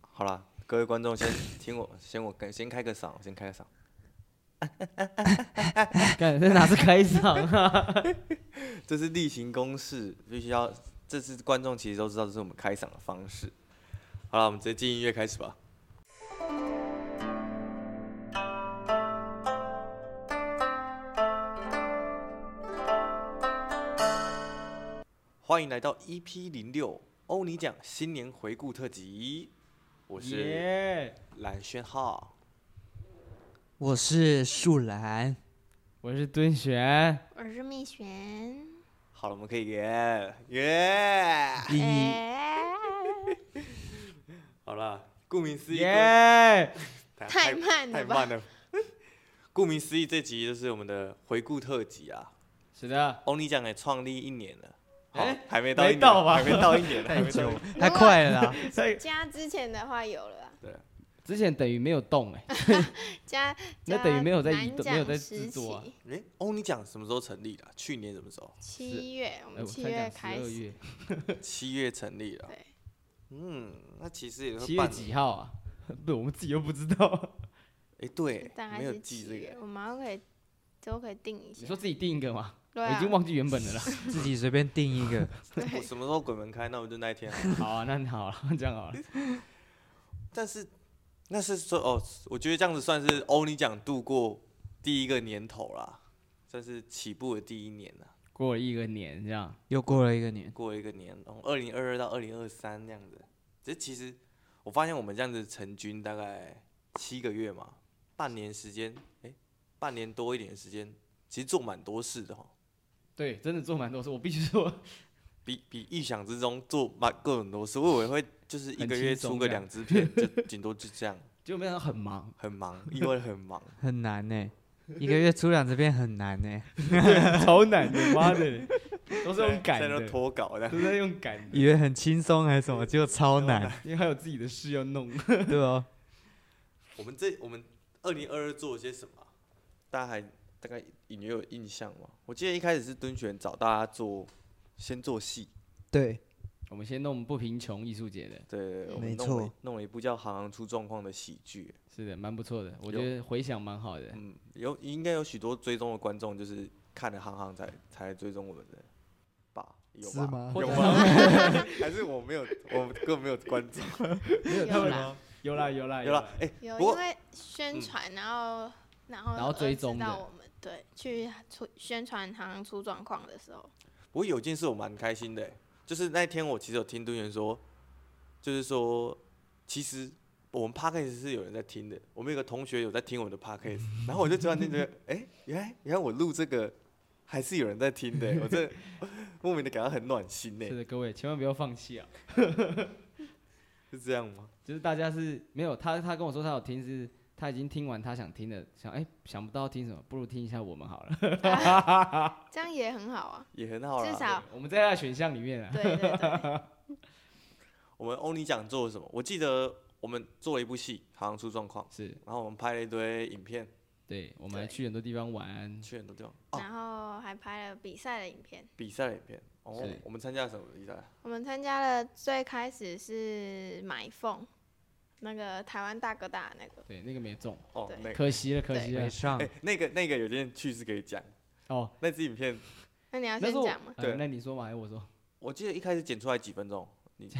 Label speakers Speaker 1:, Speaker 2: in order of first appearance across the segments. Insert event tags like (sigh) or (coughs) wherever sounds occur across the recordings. Speaker 1: 好了，各位观众先听我，先我先开个嗓，先开个嗓。
Speaker 2: 干这哪是开场啊？ (laughs)
Speaker 1: 这是例行公事，必须要。这次观众其实都知道，这是我们开嗓的方式。好了，我们直接进音乐开始吧。欢迎来到 EP 零六欧尼奖新年回顾特辑，我是
Speaker 2: 耶！
Speaker 1: 蓝轩浩。
Speaker 3: 我是树兰，
Speaker 2: 我是敦玄，
Speaker 4: 我是蜜璇。
Speaker 1: 好了，我们可以耶耶。
Speaker 3: 一
Speaker 4: 哎
Speaker 1: 好了，顾名思义，啊
Speaker 2: 耶！
Speaker 1: 太
Speaker 4: 太慢了
Speaker 1: 太
Speaker 4: 吧
Speaker 1: 慢了。 (laughs) 顾名思义，这集就是我们的回顾特辑啊。
Speaker 2: 是的，
Speaker 1: 欧尼酱也创立一年了，好
Speaker 2: 哎，
Speaker 1: 还没到
Speaker 2: 没
Speaker 1: 一年，
Speaker 2: 到吧
Speaker 1: 还没到一
Speaker 2: (laughs)
Speaker 1: 年，还
Speaker 3: 太
Speaker 1: 没到
Speaker 3: 久
Speaker 1: 一年。，
Speaker 3: 太快了啦！
Speaker 4: (laughs) 加之前的话有了啊，
Speaker 1: 对，
Speaker 2: 之前等于没有动哎，
Speaker 4: 加
Speaker 2: 那
Speaker 4: 加
Speaker 2: 等于没有在移
Speaker 4: 南
Speaker 2: 动没有
Speaker 4: 奖
Speaker 2: 在
Speaker 4: 时
Speaker 2: 制作啊
Speaker 4: 期？
Speaker 1: 哎，欧尼酱什么时候成立的啊？去年什么时候
Speaker 4: 七月，我
Speaker 2: 哎
Speaker 4: 们
Speaker 2: 我
Speaker 4: 七
Speaker 2: 才讲
Speaker 4: 月
Speaker 2: 十
Speaker 4: 开
Speaker 2: 二
Speaker 4: 始，
Speaker 2: 月，
Speaker 1: 七月成立的。啊
Speaker 4: 对，
Speaker 1: 嗯，那其实也
Speaker 2: 七
Speaker 1: 是
Speaker 2: 月
Speaker 1: 半
Speaker 2: 几号啊？ (laughs) 对，我们自己又不知道。
Speaker 1: 哎，对
Speaker 4: 大，概
Speaker 1: 没有
Speaker 4: 是
Speaker 1: 记
Speaker 4: 七
Speaker 1: 这
Speaker 4: 月
Speaker 1: 个，。
Speaker 4: 我马上可以都可以定一
Speaker 2: 你
Speaker 4: 下
Speaker 2: 说。自己定一个吗？
Speaker 4: 对
Speaker 2: 我
Speaker 4: 啊
Speaker 2: 已经，忘记原本的了。
Speaker 3: 自己随便定一 (laughs) 个，
Speaker 1: 我什么时候鬼门开？那我就那一天啊。
Speaker 2: 好啊，那好了，这样好了。
Speaker 1: 但是那是说哦，我觉得这样子算是欧尼酱度过第一个年头啦，算是起步的第一年啊啦。
Speaker 2: 过了一个年，这样
Speaker 3: 又过了一个年，
Speaker 1: 过了一个年，从二零二二到二零二三这样子。这其实我发现我们这样子成军大概七个月嘛，半年时间，哎、半年多一点的时间，其实做蛮多事的哈，
Speaker 2: 对，真的做蛮多事。我必须说，
Speaker 1: 比比预想之中做蛮各种多事。我以为会就是一个月出个两支片，就顶多就这样，
Speaker 2: 就没想到很忙，
Speaker 1: 很忙，意外地很忙。
Speaker 3: 很难呢、一个月出两支片很难呢、
Speaker 2: (laughs) 超难的，妈的，都是用赶
Speaker 1: 现在
Speaker 2: 的，
Speaker 1: 都脱稿这样
Speaker 2: 都在用赶的，
Speaker 3: 以为很轻松还是什么，结果超难，
Speaker 2: 因为还有自己的事要弄。
Speaker 3: 对哦。
Speaker 1: (laughs) 我们这我们二零二二做了些什么啊？大家还大概隐约有印象吗？我记得一开始是敦选找大家做，先做戏，
Speaker 3: 对，
Speaker 2: (laughs) 我们先弄不贫穷艺术节的，
Speaker 1: 对对对，我们
Speaker 3: 没
Speaker 1: 弄了
Speaker 3: 错
Speaker 1: 弄了一部叫《行行出状况》的喜剧，
Speaker 2: 是的，蛮不错的，
Speaker 1: 有
Speaker 2: 我觉得回响蛮好 (laughs)
Speaker 3: 哎
Speaker 2: 的。
Speaker 1: 嗯，有应该有许多追踪的观众就是看了《行行》才才来追踪我们的吧？有
Speaker 3: 是
Speaker 1: 吧？
Speaker 3: 吗
Speaker 2: 或？
Speaker 1: 有
Speaker 2: 者
Speaker 1: 吗？ (laughs) 还是我没有，我根本没有关注。
Speaker 2: 他
Speaker 4: 有
Speaker 2: 们
Speaker 4: 啦，
Speaker 2: 有啦有啦
Speaker 1: 有了，哎、
Speaker 4: 有
Speaker 1: 不
Speaker 4: 因
Speaker 1: 过
Speaker 4: 为宣传，然后然后
Speaker 2: 嗯然后追
Speaker 4: 而知
Speaker 2: 踪的
Speaker 4: 道我们对去出宣传行出状况
Speaker 2: (laughs)
Speaker 4: 的时候，
Speaker 1: 不过有件事我蛮开心的欸、就是那天我其实有听敦元说，就是说，其实我们 podcast 是有人在听的。我们有个同学有在听我的 podcast，然
Speaker 2: (laughs)
Speaker 1: 后我就突然间觉得，哎、原来原来我录这个还是有人在听
Speaker 2: (laughs)
Speaker 1: 的欸、我这莫名的感到很暖心呢、
Speaker 2: 是的，各位千万不要放弃啊！
Speaker 1: 是这样吗？
Speaker 2: 就是大家是没有他，他跟我说他有听是。他已经听完他想听的，想哎、想不到听什么，不如听一下我们好了。
Speaker 4: 这样也很好啊。
Speaker 1: 也很好啦。
Speaker 4: 至少好
Speaker 2: (laughs) 我们在他的选项里面啊，
Speaker 4: 对对
Speaker 2: (laughs)
Speaker 4: 对，
Speaker 1: 我们欧尼奖做了什么？我记得我们做了一部戏，好像出状况，
Speaker 2: 是
Speaker 1: 然后我们拍了一堆影片，
Speaker 2: 对，我们还
Speaker 4: 对
Speaker 2: 去很多地方玩，
Speaker 1: 去很多地方哦，
Speaker 4: 然后还拍了比赛的影片。
Speaker 1: 比赛的影片。哦
Speaker 2: 是，
Speaker 1: 我们参加了什么比赛？
Speaker 4: 我们参加了，最开始是买凤，那个台湾大哥大那个，
Speaker 2: 对，那个没中，
Speaker 1: 哦
Speaker 4: 对，
Speaker 1: 那个。
Speaker 2: 可惜了，可惜了
Speaker 3: 没。上
Speaker 1: 哎、，那个那个有件趣事可以讲，
Speaker 2: 哦，
Speaker 1: 那支影片
Speaker 4: 那你要
Speaker 2: 那
Speaker 4: 先
Speaker 2: 是我
Speaker 4: 讲
Speaker 2: (laughs)
Speaker 4: 吗？
Speaker 2: 呃
Speaker 1: 对
Speaker 2: 那你说嘛，还是我说？
Speaker 1: 我记得一开始剪出来几分钟，
Speaker 2: (laughs)
Speaker 1: 你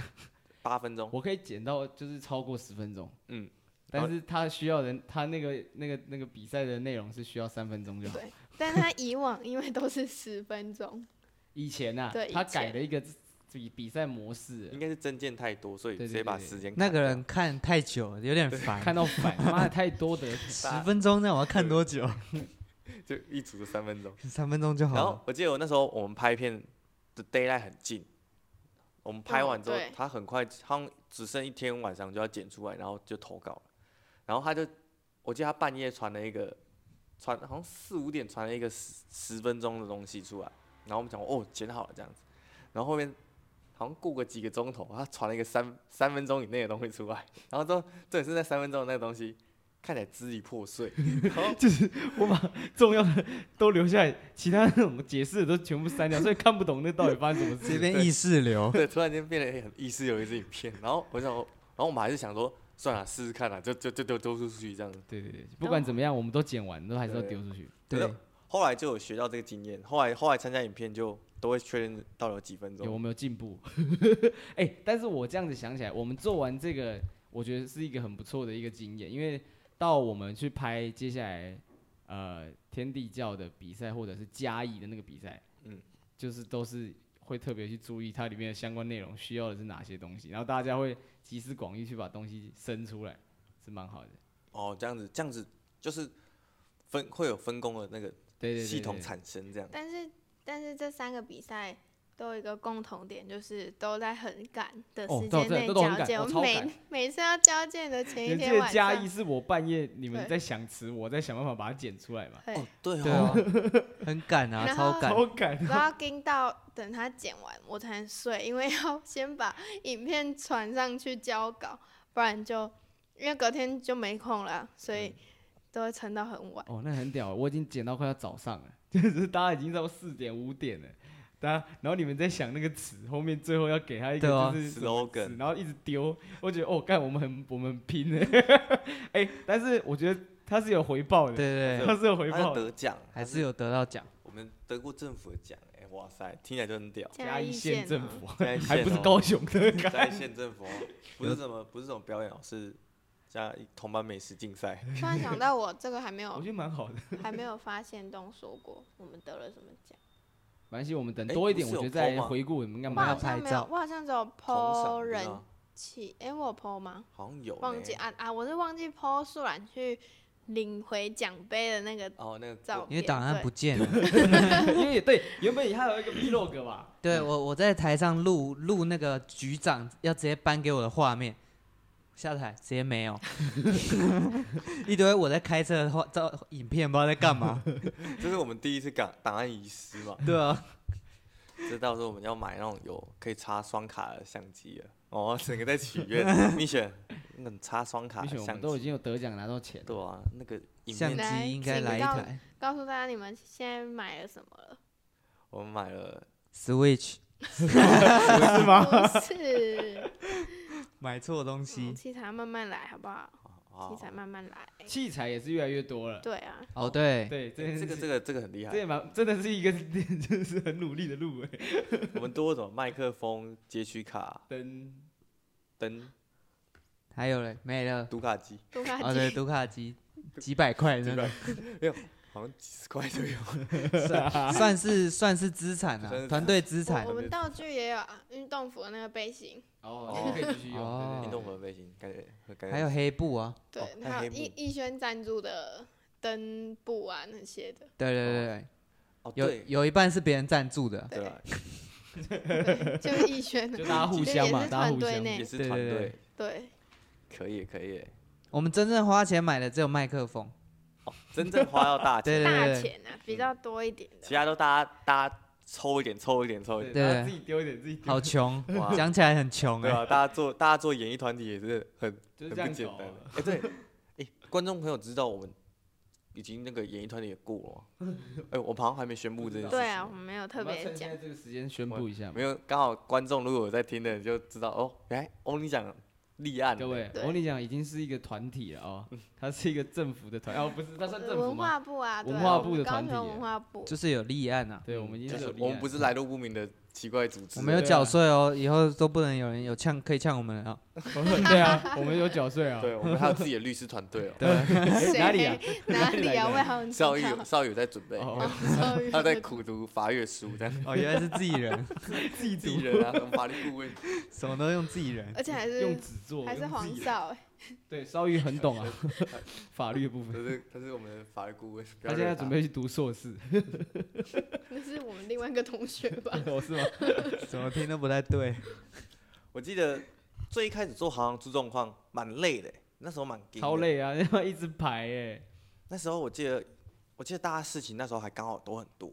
Speaker 1: 八分钟，
Speaker 2: 我可以剪到就是超过十分钟，
Speaker 1: 嗯，然
Speaker 2: 但
Speaker 1: 后
Speaker 2: 是他需要人，他那个那个那个比赛的内容是需要三分钟就好。
Speaker 4: 对但他以往因为都是十分钟，
Speaker 2: 以前呐、
Speaker 4: 对以
Speaker 2: 他改
Speaker 4: 前
Speaker 2: 了一个比比赛模式
Speaker 1: 应
Speaker 2: 了，
Speaker 1: 该是证件太多，所以
Speaker 2: 对对
Speaker 1: 直接把
Speaker 2: 对对
Speaker 1: 时间
Speaker 3: 那
Speaker 1: 砍
Speaker 3: 个
Speaker 1: 掉
Speaker 3: 人看太久了，有点
Speaker 2: 看
Speaker 3: 烦。
Speaker 2: 到反，妈的太多的，
Speaker 3: 十分钟那我要看多久？
Speaker 1: 就一组就三分钟。
Speaker 3: 三分钟就好
Speaker 1: 然后
Speaker 3: 了。
Speaker 1: 我记得我那时候我们拍片的 d a y l i g h t 很近，我们拍
Speaker 4: 嗯
Speaker 1: 完之后，
Speaker 4: 对
Speaker 1: 他很快，他好像只剩一天晚上就要剪出来，然后就投稿了。然后他就，我记得他半夜传了一个，传好像四五点传了一个十十分钟的东西出来，然后我们讲哦剪好了这样子，然后后面好像过个几个钟头，他传了一个三三分钟以内的东西出来，然后之后这也是在三分钟的那个东西看起来支离破碎，然后
Speaker 2: 就是我把重要的都留下来，其他那种解释的都全部删掉，所以看不懂那到底发生什么
Speaker 3: 这
Speaker 2: 事。
Speaker 3: 边意识流，
Speaker 1: 对，突然间变得很意识有一支影片，然后我想说，然后我们还是想说，算了，试试看啦，就就就丢丢出去这样子。
Speaker 2: 对对对，不管怎么样，我们都剪完，都还是要丢出去。
Speaker 1: 可
Speaker 3: 对
Speaker 1: 是，后来就有学到这个经验，后来后来参加影片就都会确认到底有几分
Speaker 2: 有我
Speaker 1: 钟。
Speaker 2: 们有进步。 (laughs) 哎、但是我这样子想起来，我们做完这个，我觉得是一个很不错的一个经验，因为到我们去拍接下来呃天地教的比赛或者是嘉义的那个比赛，嗯
Speaker 1: 嗯，
Speaker 2: 就是都是会特别去注意它里面的相关内容需要的是哪些东西，然后大家会集思广益去把东西生出来，是蛮好的。
Speaker 1: 哦，这样子这样子就是分会有分工的那个
Speaker 2: 对对对
Speaker 1: 系统
Speaker 2: 对
Speaker 1: 产生这样。
Speaker 4: 但是但是这三个比赛都有一个共同点，就是都在很赶的
Speaker 2: 哦
Speaker 4: 时
Speaker 2: 对
Speaker 4: 间
Speaker 2: 对
Speaker 4: 内
Speaker 2: 都很
Speaker 4: 交
Speaker 2: 赶
Speaker 4: 件。
Speaker 2: 我
Speaker 4: 我
Speaker 2: 超
Speaker 4: 们每
Speaker 2: 赶
Speaker 4: 每次要交件的前一
Speaker 2: 你
Speaker 4: 天
Speaker 2: 记得
Speaker 4: 晚
Speaker 2: 嘉
Speaker 4: 上
Speaker 2: 义，是我半夜你们
Speaker 4: 对
Speaker 2: 在想词，我在想办法把它剪出来嘛，
Speaker 4: 对
Speaker 1: 哦，对
Speaker 3: 对啊
Speaker 1: 哦，，
Speaker 3: 很赶啊，
Speaker 4: 然
Speaker 3: 超
Speaker 4: 后
Speaker 3: 赶。
Speaker 2: 超赶
Speaker 4: 我都要盯到等他剪完我才能睡，因为要先把影片传上去交稿，不然就因为隔天就没空了，所以都会撑到很晚。
Speaker 2: 哦，那很屌，我已经剪到快要早上了， (laughs) 就是大家已经到四点五点了，大家然后你们在想那个词，后面最后要给他一个
Speaker 3: 对啊
Speaker 2: 就是什么词
Speaker 1: slogan
Speaker 2: 然后一直丢，我觉得哦，干我们很我们很拼的， (laughs) 哎、但是我觉得他是有回报的，
Speaker 3: 对对，
Speaker 2: 他是有回
Speaker 1: 他
Speaker 2: 报
Speaker 1: 要
Speaker 2: 的，
Speaker 1: 得奖，
Speaker 3: 还是有得到奖。
Speaker 1: 我们得过政府的奖，哎，哇塞，听起来就很
Speaker 2: (laughs)
Speaker 1: 屌。
Speaker 4: 嘉义
Speaker 2: 县
Speaker 4: 县
Speaker 2: 政
Speaker 4: 哦
Speaker 1: (laughs)
Speaker 2: 府，啊
Speaker 1: 嘉义县
Speaker 2: 还不是
Speaker 1: 哦
Speaker 2: 高雄的，
Speaker 1: 嘉义县政府哦不是什么不是什么表演哦，是嘉义同班美食竞赛。
Speaker 4: 突然想到，我这个还没
Speaker 1: 哦
Speaker 2: 我
Speaker 4: 有
Speaker 2: 觉得蛮好
Speaker 1: 哎
Speaker 2: 的。
Speaker 4: 还没有发现东说过我们得了什么奖。
Speaker 2: 没关系，我们等
Speaker 1: 哎
Speaker 2: 多一点，
Speaker 1: 不
Speaker 2: 我
Speaker 1: 是
Speaker 2: 觉得
Speaker 1: 有
Speaker 2: 再
Speaker 1: po 吗
Speaker 2: 回顾你们应该
Speaker 4: 我
Speaker 2: 蛮
Speaker 4: 好
Speaker 2: 好的。
Speaker 4: 像没
Speaker 3: 拍
Speaker 4: 有
Speaker 3: 照，
Speaker 4: 我好像只有
Speaker 1: 同赏
Speaker 4: PO
Speaker 1: 不是
Speaker 4: 人
Speaker 1: 吗
Speaker 4: 气，哎、我有 PO 吗？
Speaker 1: 好像有
Speaker 4: 忘
Speaker 1: 呢
Speaker 4: 记啊啊，我是忘记 PO 素兰去领回奖杯的那个
Speaker 1: 哦，那个
Speaker 4: 照
Speaker 3: 因为
Speaker 4: 片，
Speaker 3: 档案
Speaker 4: 对
Speaker 3: 不见了，
Speaker 2: (laughs) 因为对，原本还有
Speaker 1: (laughs)
Speaker 2: 一个 vlog 吧，
Speaker 3: 对
Speaker 1: 嗯
Speaker 3: 我我在台上录录那个局长要直接颁给我的画面，下台直接没有， (laughs) 一堆我在开车的话照影片不知道在
Speaker 1: (laughs)
Speaker 3: 干嘛，
Speaker 1: (laughs) 这是我们第一次档档案遗失嘛，
Speaker 3: 对啊，
Speaker 1: 这到时候我们要买那种有可以插双卡的相机了。哦，整个在许愿，
Speaker 4: (laughs)
Speaker 1: 蜜雪，那种插双卡
Speaker 2: 而
Speaker 1: 的
Speaker 2: 且我
Speaker 1: 相
Speaker 2: 们都已
Speaker 1: 机，
Speaker 2: 经有得奖拿到钱了，
Speaker 1: 对啊，那个影
Speaker 3: 相
Speaker 1: 片
Speaker 3: 机应该来一台
Speaker 4: 告诉大家你们现在买了什么了？
Speaker 1: 我们买了，
Speaker 3: Switch，
Speaker 2: 是吗？
Speaker 4: 不是，
Speaker 3: 买错东
Speaker 4: 嗯
Speaker 3: 西
Speaker 4: 器材慢慢来，好不好？
Speaker 1: 啊
Speaker 4: 器，材慢慢来。
Speaker 2: 器材也是越来越多了。
Speaker 4: 对啊，
Speaker 3: 哦，对，
Speaker 2: 对，这件
Speaker 1: 哎这个
Speaker 2: 事
Speaker 1: 这个这个很厉
Speaker 2: 这
Speaker 1: 害，
Speaker 2: 也蛮真的是一个 (laughs) 就是很努力的路哎，
Speaker 1: 我们多了什么麦克风、截取卡、
Speaker 2: 灯
Speaker 1: 灯、
Speaker 3: 还有嘞没了，
Speaker 1: 读卡机，
Speaker 4: 杜卡
Speaker 3: 哦
Speaker 4: 迪
Speaker 3: 对，读卡机几百块
Speaker 1: 几
Speaker 3: 那
Speaker 1: 百
Speaker 3: 个，
Speaker 1: 没有，好像几十块都有。
Speaker 3: (laughs) 算算是算是资产
Speaker 1: 算
Speaker 3: 啊，
Speaker 1: 是哦
Speaker 3: 团队资产
Speaker 4: 我我，们道具也有啊运动服的那个背心，
Speaker 2: 哦，这个可以继续用
Speaker 3: 哦
Speaker 2: 对
Speaker 1: 运
Speaker 2: 对
Speaker 1: 动服的背心，感觉感觉
Speaker 3: 还有黑布啊，
Speaker 4: 对，
Speaker 1: 哦
Speaker 4: 还
Speaker 1: 还
Speaker 4: 有
Speaker 1: 有黑
Speaker 4: 逸
Speaker 1: 布
Speaker 4: 逸轩赞助的灯布啊那些的。
Speaker 3: 对对对对，
Speaker 1: 哦，
Speaker 3: 有
Speaker 1: 对
Speaker 3: 有一半是别人赞助的，
Speaker 1: 对啊，
Speaker 4: 对， (laughs) 就是逸轩
Speaker 2: 对，
Speaker 4: 的
Speaker 2: 就。大家互相嘛，
Speaker 4: 也是
Speaker 2: 大家
Speaker 4: 团
Speaker 2: 互
Speaker 4: 队
Speaker 2: 相。
Speaker 4: 内
Speaker 1: 也是
Speaker 3: 对
Speaker 1: 团
Speaker 3: 对对
Speaker 1: 队，
Speaker 4: 对，
Speaker 1: 可以可以，
Speaker 3: 我们真正花钱买的只有麦克风，
Speaker 1: 真正花到大
Speaker 3: 对
Speaker 1: 钱，
Speaker 4: 大
Speaker 3: 对
Speaker 4: 钱啊，
Speaker 1: 嗯
Speaker 4: 比较多一点
Speaker 1: 其
Speaker 4: 的。
Speaker 1: 他都大家大家抽一点抽一点抽一点，
Speaker 3: 对
Speaker 2: 大家自己丢一点，自己丢
Speaker 3: 好
Speaker 2: 一点，
Speaker 3: 穷
Speaker 1: 哇，
Speaker 3: 讲起来很穷
Speaker 1: 对
Speaker 3: 哎，
Speaker 1: 啊，大家做大家做演艺团体也是很
Speaker 2: 就是
Speaker 1: 很
Speaker 2: 这
Speaker 1: 不
Speaker 2: 样
Speaker 1: 简
Speaker 2: 搞
Speaker 1: 单
Speaker 2: 啊。。
Speaker 1: 哎、对，哎、观众朋友知道我们已经那个演艺团体也过了吗？哎、我们好像还没宣布这件事情。
Speaker 4: 对啊，我，们没有特
Speaker 2: 我们要
Speaker 4: 别
Speaker 2: 趁现
Speaker 4: 讲
Speaker 2: 在。这个时间宣布一下嘛，
Speaker 1: 没有，刚好观众如果有在听的就知道哦，原来欧尼讲立案了，
Speaker 2: 各位，
Speaker 4: 对
Speaker 2: 我跟你讲，已经是一个团体了哦，
Speaker 1: 嗯
Speaker 2: 它是一个政府的团，哦，不是，它算政府
Speaker 4: 文
Speaker 2: 吗？
Speaker 4: 化部啊，对啊
Speaker 2: 文化部的
Speaker 4: 我们高
Speaker 2: 团体
Speaker 4: 雄
Speaker 2: 耶
Speaker 4: 文化部。
Speaker 3: 就是有立案啊，
Speaker 2: 对，我们已
Speaker 1: 就
Speaker 2: 经
Speaker 1: 是
Speaker 2: 有立
Speaker 1: 我们
Speaker 2: 案
Speaker 1: 不是来路不明的奇怪组织，
Speaker 3: 我们有
Speaker 2: 对啊
Speaker 3: 缴税哦，以后都不能有人有呛可以呛我们了啊，
Speaker 2: (laughs) 对啊，我们有缴税啊。
Speaker 4: (laughs)
Speaker 1: 对，我们还有自己的律师团队哦，
Speaker 3: 对，
Speaker 2: 哎哪里啊？ (laughs)
Speaker 4: 哪里啊？
Speaker 2: 哪里来的
Speaker 4: 我也好想知道
Speaker 1: 邵玉有邵玉有在准备，
Speaker 2: 哦，
Speaker 4: 少宇
Speaker 1: 他在苦读法律书，这样
Speaker 3: 哦原来是自己人，
Speaker 1: 自己人啊，什么法律顾问，
Speaker 3: 什么都用自己人，
Speaker 4: 而且还
Speaker 2: 用
Speaker 4: 是
Speaker 2: 纸做，
Speaker 4: 还是
Speaker 2: 用自
Speaker 4: 黄
Speaker 2: 己的。
Speaker 4: 少哎，
Speaker 2: 对，稍微很懂啊，
Speaker 1: (laughs)
Speaker 2: 法律的部
Speaker 1: 他
Speaker 2: 分。
Speaker 1: 是他是我们的法律顾问，不
Speaker 2: 他
Speaker 1: 要
Speaker 2: 现在
Speaker 1: 惹
Speaker 2: 准备去读硕士，
Speaker 4: 那是我们另外一个同学吧？
Speaker 2: 哦，是
Speaker 3: (laughs)
Speaker 2: 吗？
Speaker 3: 怎么听都不太对，
Speaker 1: 我记得最一开始做行行出状况蛮累的欸，那时候蛮劲的
Speaker 2: 超。累啊， (laughs) 要一直排哎。
Speaker 1: 那时候我记得，我记得大家事情那时候还刚好都很多，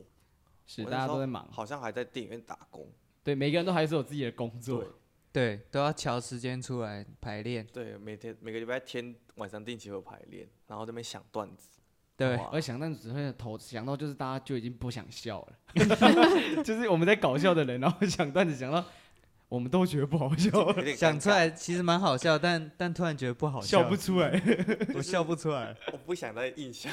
Speaker 2: 是，
Speaker 1: 我
Speaker 2: 大
Speaker 1: 那
Speaker 2: 家
Speaker 1: 时
Speaker 2: 都
Speaker 1: 候
Speaker 2: 在忙。
Speaker 1: 好像还在电影院打工。
Speaker 2: 对，每个人都还是有自己的工作
Speaker 1: 对。
Speaker 3: 对，都要调时间出来排练，
Speaker 1: 对，每天每个礼拜天晚上定期有排练，然后这边想段子。
Speaker 3: 对，
Speaker 1: 哇
Speaker 2: 而想到只会头想到就是 (laughs) 大家就已经不想笑了，就是我们在搞笑的人，然后想段子想到我们都觉得不好笑，
Speaker 1: 有点
Speaker 3: 想
Speaker 1: 尴
Speaker 3: 出
Speaker 1: 尬，
Speaker 3: 来其实蛮好笑，但但突然觉得不好
Speaker 2: 笑不出来。
Speaker 3: 我笑不出来，
Speaker 1: 我不想再印象。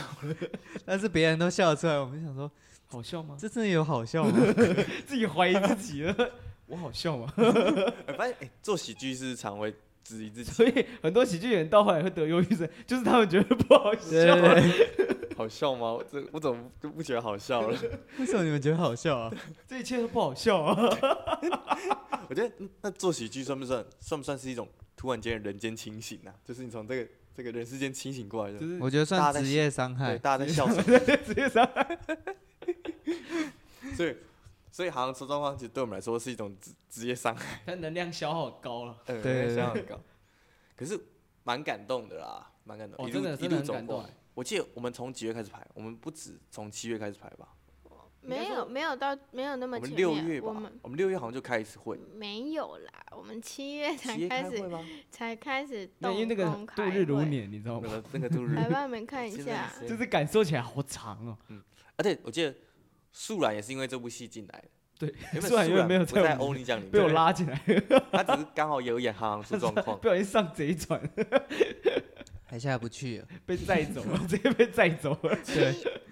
Speaker 3: 但是别人都笑得出来，我们想说
Speaker 2: 好笑吗？
Speaker 3: 这真的有好笑吗？
Speaker 2: (laughs) 自己怀疑自己了， (laughs) 我好笑吗？
Speaker 1: 哎发现哎、做喜剧是常会质疑自己，
Speaker 2: 所以很多喜剧演员到后来会得忧郁症，就是他们觉得不好笑。
Speaker 3: 对对对，
Speaker 1: 好笑吗？我这我怎么就不觉得好笑了？
Speaker 3: 为什么你们觉得好笑啊？
Speaker 2: 这一切都不好笑啊！
Speaker 1: 我觉得嗯那做喜剧算不算算不算是一种突然间的人间清醒啊？就是你从这个这个人世间清醒过来
Speaker 2: (laughs) 就
Speaker 1: 的，
Speaker 2: 是
Speaker 3: 我觉得
Speaker 1: 大
Speaker 3: 算
Speaker 1: 家在
Speaker 3: 职业伤
Speaker 1: 对，
Speaker 3: 害，
Speaker 1: 大家在笑什么？
Speaker 2: (laughs) 直接上来
Speaker 1: (laughs) 所以所以好像说状况其实对我们来说是一种职职业伤害，
Speaker 2: (laughs) 他能量消耗高了。
Speaker 1: 嗯
Speaker 3: 对对
Speaker 1: 这样很高。可是蛮感动的啦，蛮感动，
Speaker 2: 哦，
Speaker 1: 一
Speaker 2: 真
Speaker 1: 路
Speaker 2: 的
Speaker 1: 一
Speaker 2: 真
Speaker 1: 路
Speaker 2: 的很
Speaker 1: 走
Speaker 2: 感
Speaker 1: 过
Speaker 2: 动
Speaker 1: 来。。我记得我们从几月开始排？我们不止从七月开始排吧？
Speaker 4: 没有没有到没有那
Speaker 1: 我
Speaker 4: 么
Speaker 1: 们
Speaker 4: 前面，
Speaker 1: 六月吧
Speaker 4: 我们，
Speaker 1: 我们六月好像就开一次会，
Speaker 4: 没有啦，我们七月才
Speaker 1: 七月
Speaker 4: 开
Speaker 1: 开
Speaker 4: 始
Speaker 1: 会吗？
Speaker 4: 才开始
Speaker 2: 那
Speaker 4: 动
Speaker 2: 因为那个
Speaker 4: 工
Speaker 2: 度
Speaker 4: 开
Speaker 2: 日如
Speaker 4: 会，
Speaker 2: 年，你知道
Speaker 1: 那
Speaker 2: 吗？
Speaker 1: 个那个度日如
Speaker 4: 来
Speaker 1: 年，
Speaker 4: 帮你们看一
Speaker 1: 现在
Speaker 4: 下，
Speaker 1: 是
Speaker 2: 就是感受起来好长哦。
Speaker 1: 啊，对，我记得素然也是因为这部戏进来的。
Speaker 2: 对
Speaker 1: 原本
Speaker 2: 素然
Speaker 1: 素
Speaker 2: 原本
Speaker 1: 然
Speaker 2: 没有
Speaker 1: 不
Speaker 2: 在我
Speaker 1: 在
Speaker 2: 们
Speaker 1: 欧尼奖里面，
Speaker 2: 被我，拉进来，
Speaker 1: 他只是刚好也有演行行出 (laughs) 状况。
Speaker 2: (laughs) 不小心上贼船， (laughs)
Speaker 3: 还下不去了。
Speaker 2: 被载走了， (laughs) 直接被载走了。
Speaker 4: 七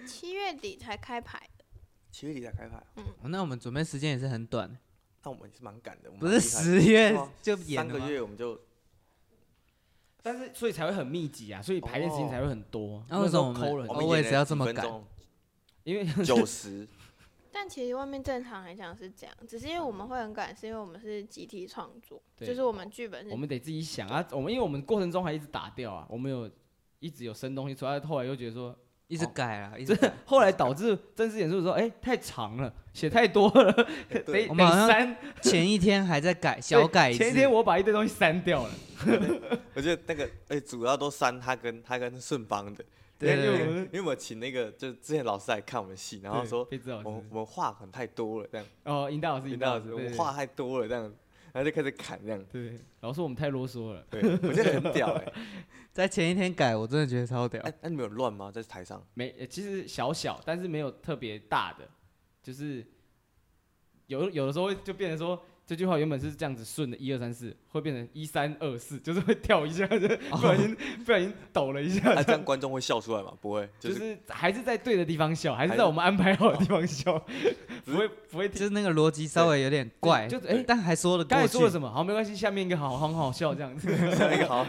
Speaker 4: 七月底才开牌的，
Speaker 1: 七月底才开拍，
Speaker 3: 哦那我们准备时间也是很短，
Speaker 1: 那我们也是蛮赶的，我们
Speaker 3: 不
Speaker 1: 蛮厉害
Speaker 3: 是
Speaker 1: 的
Speaker 3: 十月
Speaker 1: 对
Speaker 2: 哦
Speaker 1: 啊
Speaker 3: 就演
Speaker 1: 三
Speaker 3: 了
Speaker 1: 个
Speaker 3: 吗？
Speaker 1: 月我们就
Speaker 2: 但是所以才会很密集啊，所以排练时间才会很多。
Speaker 3: 那为什
Speaker 2: 哦时
Speaker 3: 么
Speaker 2: 候哦抠了
Speaker 3: 我们
Speaker 1: 我
Speaker 2: 很多，
Speaker 1: 们
Speaker 3: 我也
Speaker 1: 演
Speaker 3: 是
Speaker 1: 了
Speaker 3: 要
Speaker 1: 几
Speaker 3: 这么
Speaker 1: 分
Speaker 3: 赶
Speaker 1: 钟
Speaker 2: 因为 (laughs)
Speaker 1: 九十，
Speaker 4: 但其实外面正常来讲是这样，只是因为我们会很赶，是因为我们是集体创作，
Speaker 2: 对
Speaker 4: 就是我们剧本
Speaker 2: 我
Speaker 4: 是
Speaker 2: 们得自己想啊。我们因为我们过程中还一直打掉啊，我们有一直有生东西出来，后来又觉得说，
Speaker 3: 一直改啊，一直改。
Speaker 2: (laughs)
Speaker 3: (laughs)
Speaker 2: 后来导致正式演出的时候，哎，太长了，写太多 (laughs) 了，
Speaker 1: 哎
Speaker 2: 得
Speaker 1: 对
Speaker 2: 得
Speaker 3: 我们好像
Speaker 2: 删。
Speaker 3: 前一天还
Speaker 2: (laughs)
Speaker 3: 在改，小改一
Speaker 2: 前一
Speaker 3: 次
Speaker 2: 天。我把一堆东西删掉了，
Speaker 1: 我觉得那个哎，主要都删他跟他跟顺邦的，
Speaker 3: (laughs) 对
Speaker 1: 因为
Speaker 3: 对
Speaker 1: 我
Speaker 3: 对
Speaker 2: 对
Speaker 1: 因为我请那个就是之前老师来看我们戏，然后
Speaker 2: 对
Speaker 1: 说
Speaker 2: 被知道
Speaker 1: 我们我们话很太多了这样，
Speaker 2: 哦，引导老师，
Speaker 1: 林
Speaker 2: 引
Speaker 1: 老
Speaker 2: 导
Speaker 1: 师
Speaker 2: 老
Speaker 1: 我们
Speaker 2: 师，
Speaker 1: 话太多了这样，然后就开始砍这样，
Speaker 2: 对对，老师我们太啰嗦了。
Speaker 1: 对我觉得很屌哎，
Speaker 3: 在前一天改，我真的觉得超屌。
Speaker 1: (laughs) 哎那你们有乱吗？在台上？
Speaker 2: 没，呃其实小小，但是没有特别大的，就是有有的时候会就变成说这句话原本是这样子顺的，一二三四，会变成一三二四，就是会跳一下，就 (laughs) 不小心、不小心抖了一下，
Speaker 1: 啊，这样观众会笑出来吗？不会，
Speaker 2: 就
Speaker 1: 就是
Speaker 2: 是还是在对的地方笑，还是
Speaker 1: 还
Speaker 2: 在
Speaker 1: 是
Speaker 2: 我们安排好的地方笑， (laughs) 不会不会
Speaker 3: 就
Speaker 2: 听。
Speaker 3: 是那个逻辑稍微有点怪，
Speaker 2: 就哎
Speaker 3: 但还说得
Speaker 2: 刚才
Speaker 3: 过去
Speaker 2: 说了。什么？好，没关系，下面一个好，很好笑这样子。 (laughs)
Speaker 1: 像一
Speaker 3: (laughs)
Speaker 1: 个好，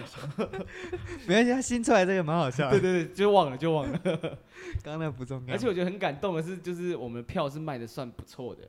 Speaker 3: 没关系，他新出来这个蛮好笑
Speaker 2: (laughs) 对对
Speaker 3: 的。
Speaker 2: 对，就忘了就忘了。 (laughs)
Speaker 3: 刚刚那不重要。
Speaker 2: 而且我觉得很感动的是，就是我们票是卖的算不错的，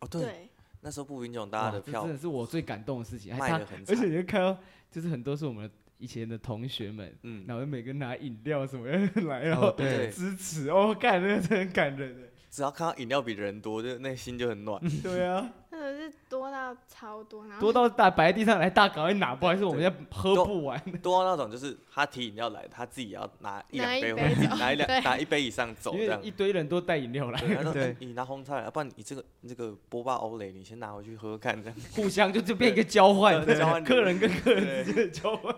Speaker 1: 哦对，
Speaker 4: 对，
Speaker 1: 那时候步兵这种大家的
Speaker 2: 哇这
Speaker 1: 票
Speaker 2: 真的是我最感动的事情。还
Speaker 1: 卖
Speaker 2: 他
Speaker 1: 的很
Speaker 2: 而且
Speaker 1: 惨，
Speaker 2: 你会看到，就是很多是我们以前的同学们，
Speaker 1: 嗯，
Speaker 2: 然后每个拿饮料什么的 (laughs) 来，然
Speaker 3: 哦
Speaker 2: 后
Speaker 3: 对
Speaker 1: 对，
Speaker 2: 支持，哦，干，那个真的很感人的。
Speaker 1: 只要看到饮料比人多，就内心就很暖。
Speaker 2: 对 (laughs) 啊，
Speaker 4: 那个是多到超多，然后
Speaker 2: 多到大摆在地上来，大赶快拿，不好意思，我们要喝不完。
Speaker 1: 多到那种就是他提饮料来，他自己也要拿一两
Speaker 4: 拿
Speaker 2: (laughs)
Speaker 4: 一
Speaker 1: 杯
Speaker 4: 杯
Speaker 1: 回来，
Speaker 4: 走
Speaker 1: 拿一两
Speaker 4: 对
Speaker 1: 拿一杯以上走这
Speaker 2: 因为
Speaker 1: 样
Speaker 2: 一。堆人都带饮料来，
Speaker 1: 对，他说
Speaker 3: 对
Speaker 1: 哎你拿红菜来，不然你这个你这个波霸欧蕾，你先拿回去喝喝看
Speaker 2: (laughs)
Speaker 1: 这样。
Speaker 2: 互相就就变一个交换，
Speaker 1: 对交换哦
Speaker 2: 客人跟客人
Speaker 1: 对
Speaker 2: 之间的交换。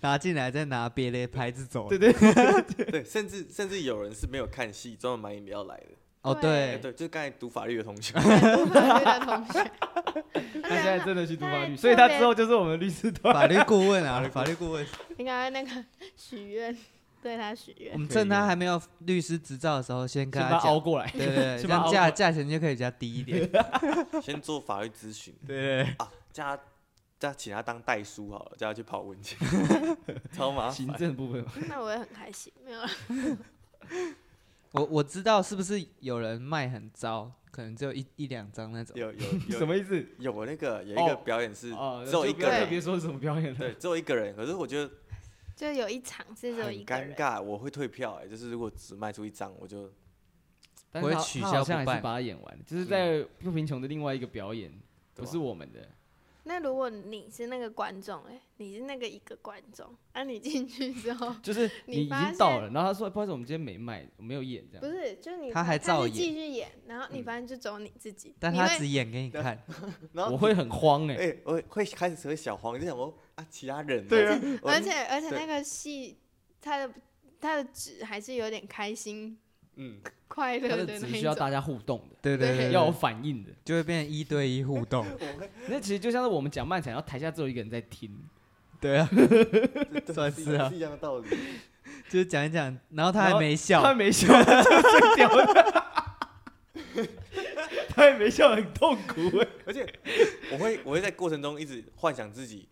Speaker 3: 拿进来再拿别的牌子走。
Speaker 2: 对对，
Speaker 1: 对，甚至甚至有人是没有看戏，专门买饮料来的。
Speaker 3: 哦
Speaker 1: 哎，
Speaker 3: 对，
Speaker 1: 对，就是刚才读法律的同学， (laughs)
Speaker 4: (laughs) 对多法律的同学， (laughs)
Speaker 2: 他现在真的去读法律，
Speaker 4: 对
Speaker 2: 所以他
Speaker 4: 特别
Speaker 2: 之后就是我们的律师团。
Speaker 3: 法律顾问啊，法律顾问。
Speaker 4: 应该那个许愿，对他许
Speaker 3: 我 (laughs)
Speaker 4: 愿，
Speaker 3: 们趁他还没有律师执照的时候，先跟
Speaker 2: 啊先把他
Speaker 3: 讲
Speaker 2: 熬。过来， (laughs)
Speaker 3: 对对，对
Speaker 2: 先
Speaker 3: 这
Speaker 2: 把他
Speaker 3: 样
Speaker 2: 熬
Speaker 3: 价
Speaker 2: 过来
Speaker 3: 价钱就可以比较低
Speaker 2: (laughs)
Speaker 3: 一点。
Speaker 1: 先做法律咨询，啊
Speaker 3: 对对，
Speaker 1: 叫他叫他请他当代书好了，叫他去跑文
Speaker 2: (laughs)
Speaker 1: 件，超麻
Speaker 2: 行
Speaker 1: 烦。
Speaker 2: 政部分嘛。
Speaker 4: 那我也很开心，没有啦，
Speaker 3: 我我知道是不是有人卖很糟，可能只有一一两张那种。
Speaker 1: 有
Speaker 2: (laughs)
Speaker 1: 有
Speaker 2: 什
Speaker 1: 有
Speaker 2: 么意思？
Speaker 1: 有那个有一个
Speaker 2: 哦
Speaker 1: 表演是
Speaker 2: 哦，
Speaker 1: 只有
Speaker 2: 就
Speaker 1: 一
Speaker 2: 不
Speaker 1: 个
Speaker 2: 要特
Speaker 1: 人，
Speaker 2: 别说什么表演了
Speaker 1: 对，。只有一个人。可是我觉得
Speaker 4: 就有一场是只有一
Speaker 1: 很
Speaker 4: 个
Speaker 1: 尴
Speaker 4: 人，
Speaker 1: 尬，我会退票哎，就是如果只卖出一张，我就
Speaker 2: 但
Speaker 3: 我
Speaker 2: 是
Speaker 3: 会
Speaker 2: 他
Speaker 3: 取
Speaker 2: 他
Speaker 3: 消
Speaker 2: 好像
Speaker 3: 不
Speaker 2: 还
Speaker 3: 办嗯
Speaker 2: 是把它演完，就是在不贫穷的另外一个表演，
Speaker 1: 对
Speaker 2: 不
Speaker 3: 啊
Speaker 1: 吧
Speaker 2: 是我们
Speaker 3: (laughs)
Speaker 2: 的。
Speaker 4: 那如果你是那个观众，哎，你是那个一个观众，啊，你进去之后，
Speaker 2: 就是
Speaker 4: 你
Speaker 2: 你已
Speaker 4: 发
Speaker 2: 经
Speaker 4: 现
Speaker 2: 到了，然后他说不好意思，我们今天没卖，没有演这
Speaker 4: 不
Speaker 2: 样。
Speaker 4: 是，就是你
Speaker 3: 他还
Speaker 4: 他
Speaker 3: 照
Speaker 4: 是
Speaker 3: 演
Speaker 4: 继续演，然后你反正就走你自己，
Speaker 3: 但
Speaker 4: 你
Speaker 3: 他
Speaker 4: 会
Speaker 3: 只演给你看，
Speaker 1: 然后
Speaker 2: 我会很慌
Speaker 4: (laughs)
Speaker 2: 哎，
Speaker 1: 哎、我会开始会小黄，就想说啊，其他人呢
Speaker 2: 对啊，
Speaker 1: 我
Speaker 4: 而且而且
Speaker 1: 对
Speaker 4: 那个戏，他的他的纸还是有点开心
Speaker 1: 嗯，
Speaker 4: 快
Speaker 2: 它
Speaker 4: 乐
Speaker 2: 是
Speaker 4: 的那
Speaker 2: 只
Speaker 4: 一
Speaker 2: 需要
Speaker 4: 种。
Speaker 2: 大家互动的，
Speaker 3: 对对对，
Speaker 4: 对
Speaker 2: 要有反应的。
Speaker 3: 就会变成一对一互动。
Speaker 2: 那其实就像是我们讲漫才，然后台下只有一个人在
Speaker 3: (laughs)
Speaker 2: 听，
Speaker 3: 对啊，
Speaker 1: 对
Speaker 3: 算是啊
Speaker 1: 是一样的道理。
Speaker 3: 就是讲一讲，然后他
Speaker 2: 然
Speaker 3: 还
Speaker 2: 后
Speaker 3: 没
Speaker 2: 他
Speaker 3: 笑，
Speaker 2: 没笑就睡 (laughs) 掉了，他也没笑很痛苦哎。
Speaker 1: 而且我会我会在过程中一直幻想自己，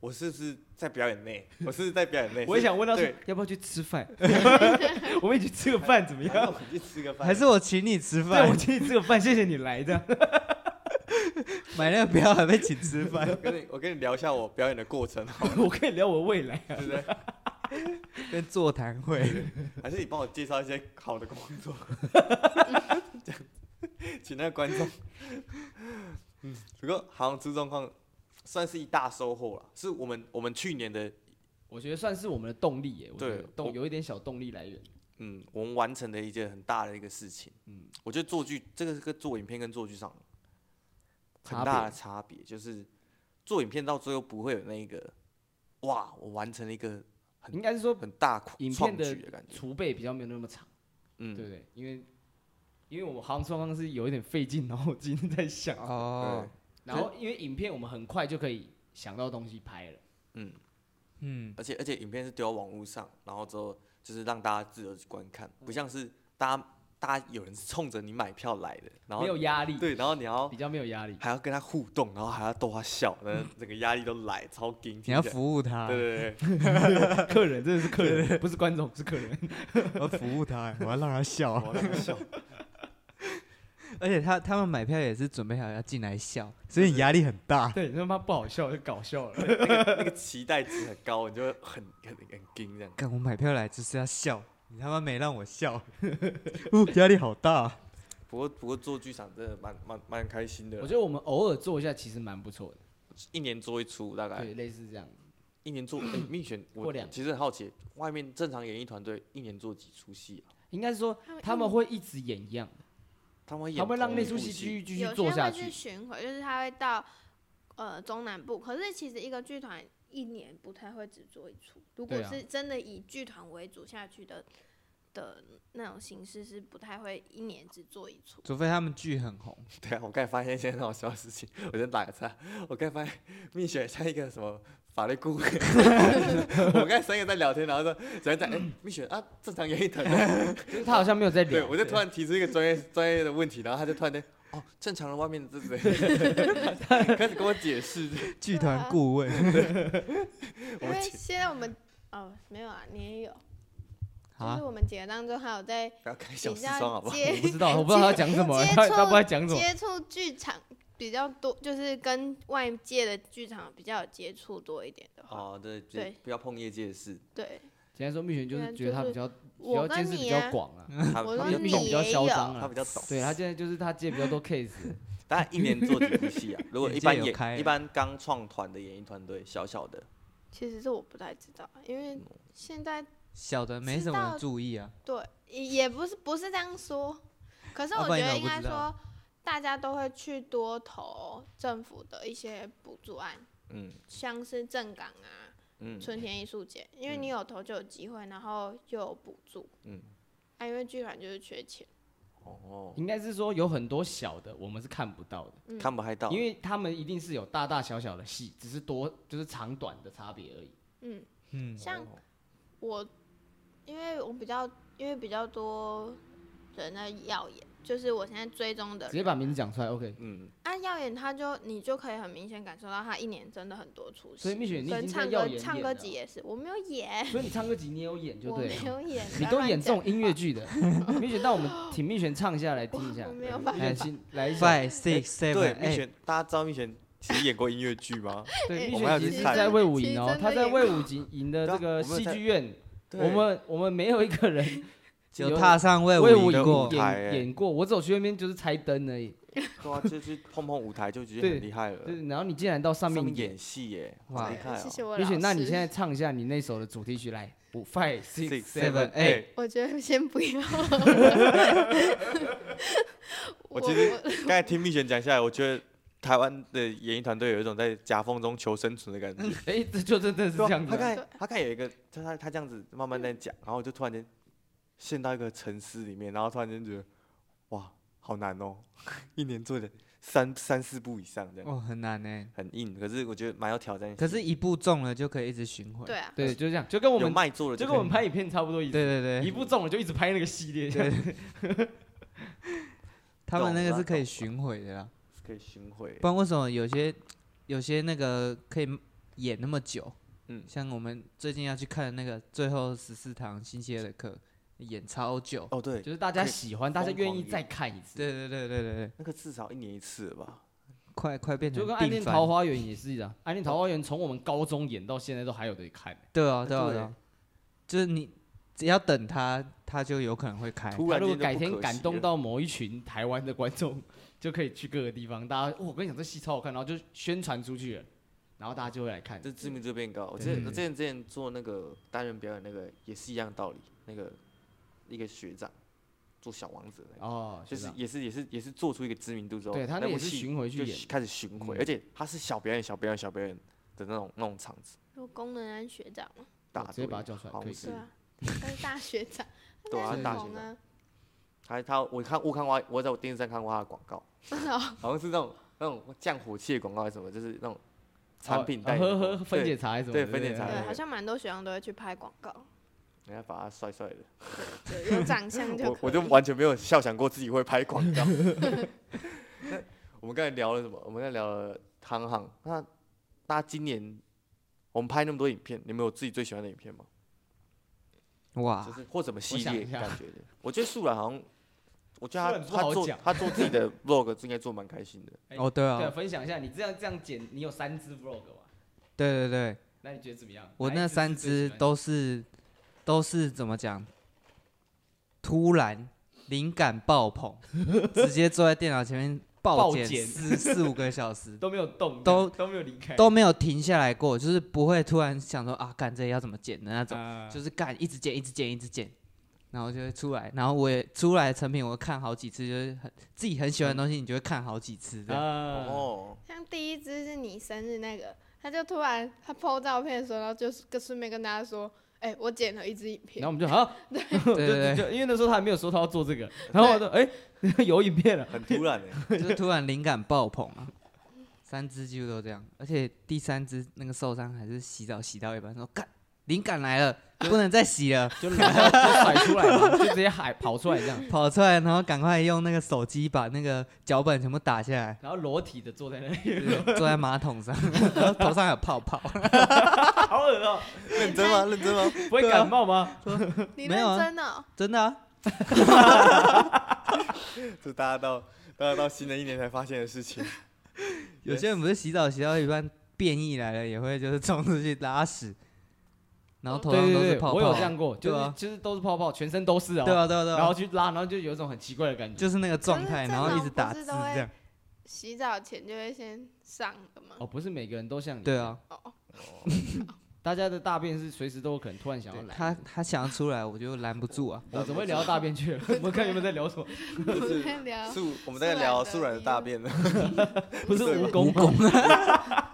Speaker 1: 我是不是在表演内？我是不是在表演内？
Speaker 2: 我也想问他说
Speaker 1: 对
Speaker 2: 要不要去吃
Speaker 3: (laughs)
Speaker 2: 饭，我们一起吃个饭怎么
Speaker 1: 是，还是
Speaker 2: 样
Speaker 1: 我？们去吃个饭，
Speaker 3: 还是我请你吃
Speaker 2: 对，
Speaker 3: 饭
Speaker 2: 我，请你吃个饭，谢谢你来
Speaker 3: (laughs)
Speaker 2: 这样。
Speaker 3: 买那个票还被请吃饭。
Speaker 1: (laughs) 我跟你我跟你聊一下我表演的过程，
Speaker 2: 我可以聊我未来啊
Speaker 1: 对。不对？
Speaker 3: 跟座谈会，
Speaker 1: 还是你帮我介绍一些好的工作，这样，请那个观众。嗯，不过杭州状况算是一大收获了，是我们我们去年的，
Speaker 2: 我觉得算是我们的动力耶，我觉得
Speaker 1: 对我
Speaker 2: 动有一点小动力来源。
Speaker 1: 嗯，我们完成的一件很大的一个事情。
Speaker 2: 嗯
Speaker 1: 嗯，我觉得做剧这个跟做影片跟做剧上
Speaker 2: 差
Speaker 1: 很大
Speaker 2: 别
Speaker 1: 的差别，就是做影片到最后不会有那一个，哇，我完成了一个很
Speaker 2: 应该是说
Speaker 1: 很大苦
Speaker 2: 影
Speaker 1: 创
Speaker 2: 片的
Speaker 1: 举的感觉。
Speaker 2: 储备比较没有那么长，
Speaker 1: 嗯，
Speaker 2: 对不对？因为因为我们行双方是有一点费劲脑筋在想，
Speaker 1: 啊
Speaker 3: 哦，
Speaker 2: (laughs) 然后因为影片我们很快就可以想到东西拍了，
Speaker 1: 嗯，
Speaker 3: 嗯，
Speaker 1: 而且而且影片是丢到网络上，然后之后就是让大家自由去观看，不像是大家大家有人是冲着你买票来的，然
Speaker 2: 没
Speaker 1: 后
Speaker 2: 有压力，
Speaker 1: 对，然后你要
Speaker 2: 比较没有压力。
Speaker 1: 还要跟他互动，然后还要逗他笑，
Speaker 2: (laughs)
Speaker 1: 那整个压力都来，超紧。
Speaker 3: 你要服务他，
Speaker 1: 对对
Speaker 3: (laughs)
Speaker 1: 对，
Speaker 2: (laughs) 客人真的是客人，不是观众，是客人。 (laughs)
Speaker 3: 我要服务他，我要让他
Speaker 1: 我
Speaker 3: 笑。
Speaker 1: 要让他笑，
Speaker 3: 而且他他们买票也是准备好要进来笑，所以你压力很大。
Speaker 2: 对，他妈不好笑就搞笑
Speaker 1: (laughs)
Speaker 2: 了。
Speaker 1: 那个期待值很高，你就会很很很紧这样。
Speaker 3: 看我买票来就是要笑，你他妈没让我笑，哦，压力好大。
Speaker 1: 不过不过做剧场真的蛮蛮蛮开心的
Speaker 2: 我
Speaker 1: 啦，
Speaker 2: 觉得我们偶尔做一下其实蛮不错的，
Speaker 1: 一年做一出，大概
Speaker 2: 对，类似这样。
Speaker 1: 一年做。哎，蜜雪，
Speaker 2: 或
Speaker 1: 我
Speaker 2: 两
Speaker 1: 其实很好奇，外面正常演艺团队一年做几出戏啊？
Speaker 2: 应该是说他们会一直演一样，
Speaker 1: 他们会演
Speaker 2: 他们会让
Speaker 1: 同
Speaker 2: 那
Speaker 1: 一
Speaker 2: 出戏继
Speaker 1: 戏
Speaker 2: 续继续
Speaker 4: 有些
Speaker 2: 做下
Speaker 4: 会去
Speaker 2: 去。
Speaker 4: 巡回，就是他会到呃中南部，可是其实一个剧团一年不太会只做一出，如
Speaker 2: 对
Speaker 4: 果
Speaker 2: 啊
Speaker 4: 是真的以剧团为主下去的的那种形式，是不太会一年只做一出。
Speaker 3: 除非他们剧很红，
Speaker 1: (laughs) 对啊，我刚才发现一件很好笑的事情，我先打个岔。我刚才发现蜜雪像一个什么法律顾问， (laughs) 我们刚才三个在聊天，然后说讲一讲，哎、蜜雪啊，正常演一团的，
Speaker 2: 就是他好像没有在
Speaker 1: 对啊
Speaker 2: 聊，
Speaker 1: 我就突然提出一个专业专业的问题，然后他就突然间，哦，正常的外面这谁， (laughs) 开始跟我解释， (laughs)
Speaker 3: 剧团顾问
Speaker 1: 我
Speaker 4: 因
Speaker 1: 们
Speaker 4: 为
Speaker 1: 请
Speaker 4: 现在我们哦没有啊，你也有，就
Speaker 3: 啊
Speaker 4: 是，我们几个当中还有在
Speaker 1: 不要开小
Speaker 4: 比
Speaker 1: 时窗好
Speaker 4: 较
Speaker 1: 不好？
Speaker 2: 我
Speaker 4: 接
Speaker 2: 不知
Speaker 4: (laughs)
Speaker 2: 道，我不知道他要讲什 (laughs) 么，他他不知道讲什么。
Speaker 4: 接触剧场比较多，就是跟外界的剧场比较有接触多一点的
Speaker 1: (laughs)
Speaker 4: 话，
Speaker 1: 哦，对，
Speaker 4: 对
Speaker 1: 不要碰业界的事，
Speaker 4: 对
Speaker 2: 简单说，蜜璇就是觉得他比较比较
Speaker 4: 我
Speaker 2: 见
Speaker 4: 跟
Speaker 2: 识比
Speaker 4: 你
Speaker 2: 较
Speaker 4: 啊，
Speaker 2: 广啊，
Speaker 1: 他
Speaker 4: 我
Speaker 1: 他比较
Speaker 4: 说
Speaker 2: 蜜璇
Speaker 1: 懂
Speaker 2: 比
Speaker 4: 你，
Speaker 2: 较嚣张
Speaker 1: 他
Speaker 2: 啊
Speaker 1: 比。较懂，
Speaker 2: 对他现在就是他接比较多
Speaker 4: (laughs)
Speaker 2: case，
Speaker 1: 大概一年做几部戏啊？如果
Speaker 3: 眼
Speaker 1: 一
Speaker 3: 界
Speaker 1: 般
Speaker 3: 有
Speaker 1: 演
Speaker 3: 开
Speaker 1: 一般刚创团的演艺团队，小小的，
Speaker 4: 其实这我不太知道，因为
Speaker 2: 嗯
Speaker 4: 现在
Speaker 3: 小的没什么人注意啊。
Speaker 4: 对也也不是不是这样说，可是
Speaker 3: 啊
Speaker 4: 我
Speaker 3: 不
Speaker 4: 觉
Speaker 3: 然
Speaker 4: 得
Speaker 3: 你怎
Speaker 4: 应该
Speaker 3: 么不知道
Speaker 4: 说，大家都会去多投政府的一些补助案，
Speaker 1: 嗯
Speaker 4: 像是正港啊、
Speaker 1: 嗯，
Speaker 4: 春田艺术节，因为你有投就有机会，然后又有补助，
Speaker 1: 嗯，
Speaker 4: 啊，因为剧团就是缺钱，
Speaker 1: 哦，
Speaker 2: 应该是说有很多小的我们是看不到的，
Speaker 4: 嗯
Speaker 1: 看不太到，
Speaker 2: 因为他们一定是有大大小小的戏，只是多就是长短的差别而已。
Speaker 4: 嗯，
Speaker 3: 嗯，
Speaker 4: 像
Speaker 1: 哦
Speaker 4: 我，因为我比较因为比较多人在耀眼，就是我现在追踪的
Speaker 2: 直接把名字讲出来，OK。
Speaker 1: 嗯，
Speaker 4: 啊，耀眼他就你就可以很明显感受到他一年真的很多出
Speaker 2: 所以
Speaker 4: 息，
Speaker 2: 蜜雪你已
Speaker 4: 跟
Speaker 2: 经在
Speaker 4: 唱
Speaker 2: 耀
Speaker 4: 歌
Speaker 2: 眼
Speaker 4: 唱
Speaker 2: 演
Speaker 4: 歌
Speaker 2: 了
Speaker 4: 集也是，我没有演，
Speaker 2: 所以你唱歌集你也有演就
Speaker 4: 我
Speaker 2: 对
Speaker 4: 没
Speaker 2: 了，
Speaker 4: 有演，
Speaker 2: (laughs) 你
Speaker 4: 不
Speaker 2: 都
Speaker 4: 要乱
Speaker 2: 演这种
Speaker 4: 讲
Speaker 2: 音乐剧的。蜜雪，那我们请蜜雪唱一下来听一下。
Speaker 4: (laughs) 我没有办
Speaker 2: 蜜雪
Speaker 4: 法
Speaker 2: 请来一下。哎
Speaker 3: five six
Speaker 1: 对，
Speaker 3: seven
Speaker 1: 蜜
Speaker 3: eight，
Speaker 1: 雪，大家知道蜜雪其实演过音乐剧吗？
Speaker 2: 对，蜜
Speaker 1: 我们还
Speaker 2: 雪
Speaker 1: 有
Speaker 2: 其
Speaker 1: 去
Speaker 2: 实
Speaker 1: 看
Speaker 2: 在魏武营
Speaker 4: 哎其实
Speaker 2: 哦
Speaker 4: 真，的
Speaker 2: 他在
Speaker 4: 演
Speaker 2: 魏武营营的
Speaker 1: 对啊
Speaker 2: 这个
Speaker 1: 我们有
Speaker 2: 戏
Speaker 1: 在
Speaker 2: 剧院，
Speaker 1: 对
Speaker 2: 我们我们没有一个
Speaker 4: (laughs)
Speaker 2: 人
Speaker 3: 就踏上魏
Speaker 2: 魏武
Speaker 3: 武
Speaker 2: 营
Speaker 3: 营
Speaker 1: 过舞。
Speaker 3: 过
Speaker 1: 台
Speaker 2: 演
Speaker 1: 欸
Speaker 2: 演过，我走去那边就是猜灯而已。
Speaker 1: 对啊，就去碰碰舞台就觉得
Speaker 2: 对
Speaker 1: 很厉害了，
Speaker 2: 就是然后你竟然到上面演
Speaker 1: 演，戏耶，
Speaker 3: 哇
Speaker 1: 好厉害
Speaker 4: (laughs) 谢
Speaker 1: 哦！
Speaker 4: 谢我
Speaker 2: 蜜
Speaker 4: 老
Speaker 2: 雪，
Speaker 4: 师。
Speaker 2: 那你现在唱一下你那首的主题曲来。五 five six
Speaker 1: Six, 哎
Speaker 2: seven
Speaker 3: seven,
Speaker 2: eight，
Speaker 3: eight
Speaker 4: 我觉得先不
Speaker 1: (laughs)
Speaker 4: 要。
Speaker 1: 我其实刚才听蜜雪讲下来，我觉得台湾的演艺团队有一种在夹缝中求生存的感觉。
Speaker 2: 哎， (laughs) 这就真的
Speaker 1: 对
Speaker 2: 是这
Speaker 1: 啊
Speaker 2: 样
Speaker 1: 他
Speaker 2: 子
Speaker 1: 刚
Speaker 2: 啊。
Speaker 1: 才他刚才有一个，他他他这样子慢慢在讲，然后我就突然间陷到一个沉思里面，然后突然间觉得，哇，好难哦， (laughs) 一年做的三三四部以上这样，
Speaker 3: 哦，很难呢、
Speaker 1: 很硬。可是我觉得蛮有挑战性。
Speaker 3: 可是，一部中了就可以一直循环。
Speaker 4: 对啊，
Speaker 2: 对，就这样，就跟我
Speaker 1: 有
Speaker 2: 们
Speaker 1: 卖座的
Speaker 2: 就
Speaker 1: 就
Speaker 2: 跟我们
Speaker 1: 可以
Speaker 2: 拍影片差不多意思。
Speaker 3: 对对对
Speaker 2: 一部中了就一直拍那个系列，这样
Speaker 3: 他们那
Speaker 1: 懂
Speaker 3: 个
Speaker 1: 啦
Speaker 3: 是可以
Speaker 1: 懂
Speaker 3: 巡回的啦，
Speaker 1: 可以巡回
Speaker 3: 不。然为什么有些有些那个可以演那么久？
Speaker 1: 嗯
Speaker 3: 像我们最近要去看的那个最后十四堂星期二的课，演超久。
Speaker 1: 哦，对，
Speaker 2: (laughs) 就是大家
Speaker 1: 可以
Speaker 2: 喜欢，大家愿
Speaker 1: 疯
Speaker 2: 意
Speaker 1: 狂地
Speaker 2: 再看一次。
Speaker 3: 对对对对对对，
Speaker 1: 那个至少一年一次了吧？
Speaker 3: 快快变成
Speaker 2: 就跟《暗
Speaker 3: 定
Speaker 2: 恋
Speaker 3: 番
Speaker 2: 桃花源》也是一样，《暗恋桃花源》从我们高中演到现在都还有得看。
Speaker 3: 对啊对啊
Speaker 1: 对
Speaker 3: 对啊，就是你只要等他，他就有可能会开。
Speaker 1: 突
Speaker 2: 他
Speaker 1: 然
Speaker 2: 如果
Speaker 1: 间就
Speaker 2: 改
Speaker 1: 不
Speaker 2: 天
Speaker 1: 可
Speaker 2: 感
Speaker 1: 惜
Speaker 2: 动
Speaker 1: 了
Speaker 2: 到某一群台湾的观众，就可以去各个地方，大家、哦我跟你讲这戏超好看，然后就宣传出去了，然后大家就会来看。
Speaker 1: 这知名度变高。我之
Speaker 3: 对
Speaker 1: 前我之前之前做那个单人表演，那个也是一样道理。那个一个学长做小王子的那个，
Speaker 2: 哦，
Speaker 1: 就是是
Speaker 2: 吧
Speaker 1: 也是也是也是做出一个知名度之后，
Speaker 2: 对他那
Speaker 1: 部
Speaker 2: 也是
Speaker 1: 戏
Speaker 2: 巡回去
Speaker 1: 就
Speaker 2: 演，
Speaker 1: 开始巡回，
Speaker 2: 嗯
Speaker 1: 而且他是小表演、小表演、小表演的那种那种场子，
Speaker 4: 有功能安学长嘛，
Speaker 1: 大
Speaker 2: 哦直接
Speaker 1: 队
Speaker 2: 把他叫出来
Speaker 1: 好
Speaker 2: 可以
Speaker 1: 像是
Speaker 4: 对啊，他是大学长，
Speaker 1: 对啊
Speaker 4: 他
Speaker 1: 大
Speaker 4: 很
Speaker 1: 学
Speaker 4: 红
Speaker 1: 长
Speaker 4: 啊，
Speaker 1: 他他我看我看过他，我在我电视上看过他的广
Speaker 4: (laughs)
Speaker 1: 告，
Speaker 4: 真的哦，
Speaker 1: 好像是那种那种降火气的广告还是什么，就是那种
Speaker 2: 哦
Speaker 1: 产品
Speaker 2: 哦
Speaker 1: 代言
Speaker 2: 喝
Speaker 1: 的
Speaker 2: 喝
Speaker 1: 广告
Speaker 2: 分
Speaker 1: 对
Speaker 2: 解茶还是什么？
Speaker 1: 对
Speaker 2: 不
Speaker 1: 分解茶
Speaker 4: 对，
Speaker 1: 对
Speaker 4: 好像蛮多学长都会去拍广告，
Speaker 1: 人家把他帅帅的，(laughs)
Speaker 4: 对有长相 (laughs) 就
Speaker 1: 我我
Speaker 4: 可
Speaker 1: 就
Speaker 4: 以
Speaker 1: 完全没有笑想过自己会拍广
Speaker 4: (laughs)
Speaker 1: 告。 (laughs) 那我们刚才聊了什么？我们刚才聊了汤行。那大家今年我们拍那么多影片，你们有自己最喜欢的影片吗？
Speaker 3: 哇
Speaker 1: 就，是 (laughs) 或什么系
Speaker 2: 想
Speaker 1: 列
Speaker 2: 一下
Speaker 1: 感觉的？我觉得素兰好像，我觉
Speaker 2: 素
Speaker 1: 得
Speaker 2: 兰不
Speaker 1: 他
Speaker 2: 好
Speaker 1: 他做
Speaker 2: 讲
Speaker 1: 他做自己的 vlog 应该做蛮开心的。
Speaker 2: 哎
Speaker 3: 哦对
Speaker 2: 对，
Speaker 3: 啊，
Speaker 2: 分享一下，你这样这样剪，你有三支 vlog 吧？
Speaker 3: 对对对，
Speaker 2: 那你觉得怎么样？
Speaker 3: 我
Speaker 2: 哪一支
Speaker 3: 那
Speaker 2: 是
Speaker 3: 三
Speaker 2: 最喜
Speaker 3: 只
Speaker 2: 欢
Speaker 3: 都是都是怎么讲？突然灵感爆
Speaker 2: (laughs)
Speaker 3: 棚，直接坐在电脑前面暴
Speaker 2: 暴
Speaker 3: 剪
Speaker 2: 剪
Speaker 3: 四四五个
Speaker 2: (laughs)
Speaker 3: 小时
Speaker 2: 都没有动，
Speaker 3: 都
Speaker 2: 都没有离开，
Speaker 3: 都没有停下来过，就是不会突然想说啊，干这要怎么剪的那种，
Speaker 2: 啊
Speaker 3: 就是干一直剪一直剪一直剪，然后就会出来，然后我也出来的成品我看好几次，就是很自己很喜欢的东西，你就会看好几次这样。
Speaker 2: 啊，
Speaker 1: 哦，
Speaker 4: 像第一支是你生日那个，他就突然他 PO 照片的时候，然后就是跟顺便跟大家说，哎、我剪了一支影
Speaker 2: 然后我，们
Speaker 4: 片
Speaker 2: 就
Speaker 3: (laughs)
Speaker 2: 好，就
Speaker 3: 对对对
Speaker 2: 就因为那时候他还没有说他要做这个，然后我说哎 (laughs) 有影片了，
Speaker 1: 很突然
Speaker 2: (laughs)
Speaker 1: 哎，
Speaker 3: 就是突然灵感爆棚啊！三只几乎都这样，而且第三只那个受伤还是洗澡洗到一半说干灵感来了，不能再洗了，
Speaker 2: 就然后就甩出来嘛，就直接海跑出来这样，
Speaker 3: 跑出来，然后赶快用那个手机把那个脚本全部打下来，
Speaker 2: (laughs) 然后裸体的坐在那
Speaker 3: 就
Speaker 2: 里，
Speaker 3: 是坐在马桶上，然后头上有泡泡，
Speaker 2: (laughs) 好恶哦，
Speaker 1: 认真吗？认真吗？ (laughs)
Speaker 2: 不会感冒吗？
Speaker 4: 你
Speaker 3: 没
Speaker 4: 认
Speaker 3: 有啊
Speaker 4: 真哦、
Speaker 3: 真的、啊，
Speaker 1: 这大家到大家到新的一年才发现的事情。
Speaker 3: 有些人不是洗澡洗到一半变异来了，也会就是冲出去拉屎，然后头
Speaker 2: 对
Speaker 3: 上
Speaker 2: 对
Speaker 3: 都是
Speaker 2: 对，
Speaker 3: 泡泡，
Speaker 2: 我有这样过，就
Speaker 3: 对
Speaker 2: 是
Speaker 3: 啊
Speaker 2: 就是都是泡泡，全身都是哦，
Speaker 3: 对啊对啊对
Speaker 2: 然后
Speaker 3: 啊，
Speaker 2: 去拉，然后就有一种很奇怪的感觉，
Speaker 3: 就是那个状态，
Speaker 4: 可是这
Speaker 3: 然后一
Speaker 4: 种
Speaker 3: 直
Speaker 4: 不
Speaker 3: 打
Speaker 4: 是
Speaker 3: 字
Speaker 4: 都会
Speaker 3: 这样，
Speaker 4: 洗澡前就会先上的嘛。
Speaker 2: 哦，不是每个人都像你，
Speaker 3: 对啊，。
Speaker 2: 大家的大便是随时都有可能突然想要
Speaker 3: 对
Speaker 2: 来，
Speaker 3: 他他想要出来，我就拦不住
Speaker 2: (laughs)
Speaker 3: 啊。
Speaker 2: 我怎么会聊到大便
Speaker 3: (laughs)
Speaker 2: 去了？我们看有没有在聊什么？
Speaker 4: 我们在聊，
Speaker 1: 素我们在聊素
Speaker 4: 素然
Speaker 1: 然
Speaker 4: 的
Speaker 1: 的大便了，
Speaker 2: 不是
Speaker 1: 对
Speaker 2: 蜈
Speaker 1: 吧
Speaker 2: 蚣吗？ (laughs)
Speaker 3: 啊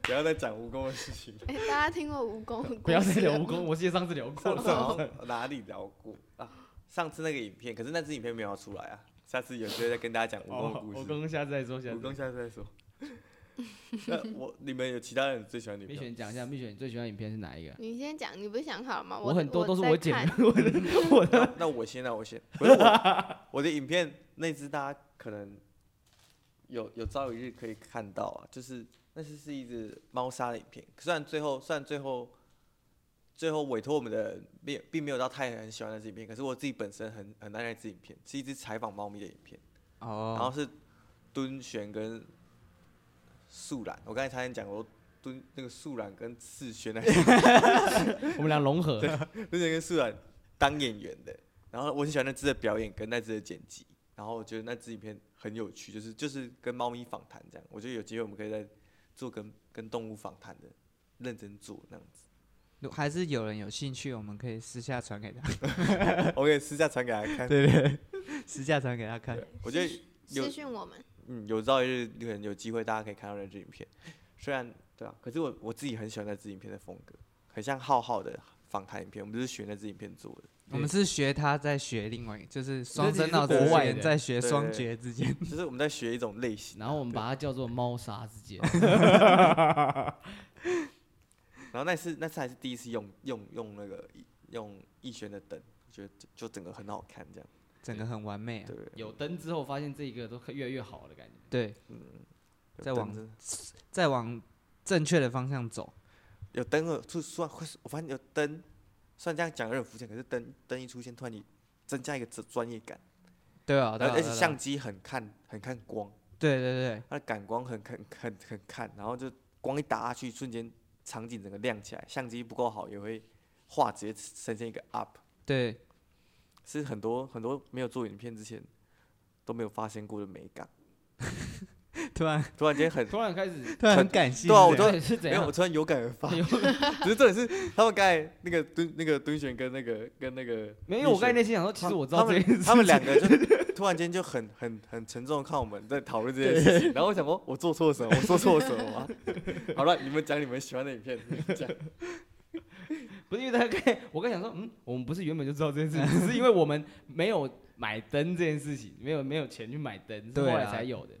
Speaker 1: 不要再讲蜈蚣的事情。
Speaker 4: 哎、大家听过蜈蚣的故事？
Speaker 2: 不要再聊蜈蚣，我记得上次聊
Speaker 3: (laughs)
Speaker 2: 过
Speaker 1: 上次
Speaker 3: 啊
Speaker 1: 好
Speaker 2: 了。
Speaker 1: 像哪里聊过啊？上次那个影片，可是那支影片没有要出来啊。下次有机会再跟大家讲蜈蚣的
Speaker 2: (laughs) 哦，
Speaker 1: 故
Speaker 2: 蜈
Speaker 1: 事。
Speaker 2: 蚣下次再说，下
Speaker 1: 蜈蚣
Speaker 2: 次。
Speaker 1: 下次再说。 (laughs) 那我你们有其他人最喜欢女
Speaker 2: 蜜
Speaker 1: 票吗？
Speaker 2: 雪讲一下，蜜雪你最喜欢的影片是哪一个？
Speaker 4: 你先讲，你不是想好了吗？
Speaker 2: 我很多都是
Speaker 4: 在
Speaker 2: 我剪
Speaker 4: 看
Speaker 2: 的，我的我的。
Speaker 1: 那我先，那我先。不是我，我的影片那支大家可能有有朝一日可以看到啊，就是那是是一只猫砂的影片，虽然最后虽然最后最后委托我们的人并并没有到太很喜欢那支影片，可是我自己本身很很爱那支影片，是一只采访猫咪的影片。然后
Speaker 3: 哦，
Speaker 1: 是敦玄跟素兰，我刚才差点讲过敦那个素兰跟世轩那敦
Speaker 2: (laughs) 我们俩融
Speaker 3: (laughs)
Speaker 2: 合， (laughs)
Speaker 1: 玄跟素兰当演员的，然后我很喜欢那支的表演跟那支的剪辑，然后我觉得那支影片很有趣，就是就是跟猫咪访谈这样，我觉得有机会我们可以再做跟跟动物访谈的。认真做那样子，
Speaker 3: 如还是有人有兴趣，我们可以私下传给他，
Speaker 1: 我可以私下传给他看。
Speaker 3: 对对，私下传给他看。
Speaker 1: 我觉得有
Speaker 4: 私讯我们，
Speaker 1: 嗯，有朝一日可能有机会，大家可以看到那支影片。虽然对啊，可是我我自己很喜欢那支影片的风格，很像浩浩的访谈影片，我们就是学那支影片做的。
Speaker 3: 我们是学他在学另外一个，就是双声道
Speaker 2: 这其
Speaker 3: 之
Speaker 2: 实是国外
Speaker 3: 间
Speaker 2: 的
Speaker 3: 在学
Speaker 1: 对
Speaker 3: 双绝
Speaker 2: (laughs)
Speaker 3: 之间。
Speaker 1: 就是我们在学一种类型，
Speaker 2: 然后我们把它叫做猫砂之
Speaker 3: (laughs)
Speaker 2: 间。
Speaker 1: 然后那次那次还是第一次用用用那个用逸轩的灯，我觉得就就整个很好看这样，
Speaker 3: 整个很完美、啊。
Speaker 1: 对不对？
Speaker 2: 有灯之后，发现这个都越来越好的感觉。
Speaker 3: 对，
Speaker 1: 有
Speaker 3: 再
Speaker 1: 灯
Speaker 3: 往
Speaker 1: 真的
Speaker 3: 再往正确的方向走。
Speaker 1: 有灯了，突突然会，我发现有灯，虽然这样讲有点肤浅，可是灯灯一出现，突然你增加一个专专业感，
Speaker 3: 对啊，对
Speaker 1: 然
Speaker 3: 啊，
Speaker 1: 后而
Speaker 3: 对
Speaker 1: 且
Speaker 3: 啊
Speaker 1: 相机很看很看光，
Speaker 3: 对对
Speaker 1: 它的感光很很很很看，然后就光一打下去，瞬间场景整个亮起来，相机不够好也会画直接呈现一个 up，
Speaker 3: 对对，
Speaker 1: 是很多很多没有做影片之前都没有发现过的美感，
Speaker 2: (laughs)
Speaker 3: 突然
Speaker 1: 突然间很
Speaker 2: 突然开始，
Speaker 3: 突然很
Speaker 1: 很
Speaker 3: 感性。
Speaker 1: 对啊我
Speaker 3: (laughs) 对
Speaker 1: 都
Speaker 2: 对 (laughs) 嗯是怎
Speaker 1: 没有，
Speaker 2: 样
Speaker 1: 我？突然有感而发。 (laughs) 只是重点是，他们刚才那个蹲那个蹲选跟那个跟那个
Speaker 2: (laughs) 没有，我刚才
Speaker 1: 那
Speaker 2: 内心想说，其实我知
Speaker 1: 他
Speaker 2: 道这件
Speaker 1: 们
Speaker 2: 事。
Speaker 1: 他们两个就突然间就很很很沉重，看我们在讨论这件事情。然后我想说，我做错了什么？我做错了什么
Speaker 2: (laughs)
Speaker 1: 吗？好了，你们讲你们喜欢的影片，你们讲。
Speaker 2: 不是因为大概，我刚想说，嗯，我们不是原本就知道这件事情，只是因为我们没有买灯这件事情，没有没有钱去买灯，是后
Speaker 3: 对啊
Speaker 2: 来才有的。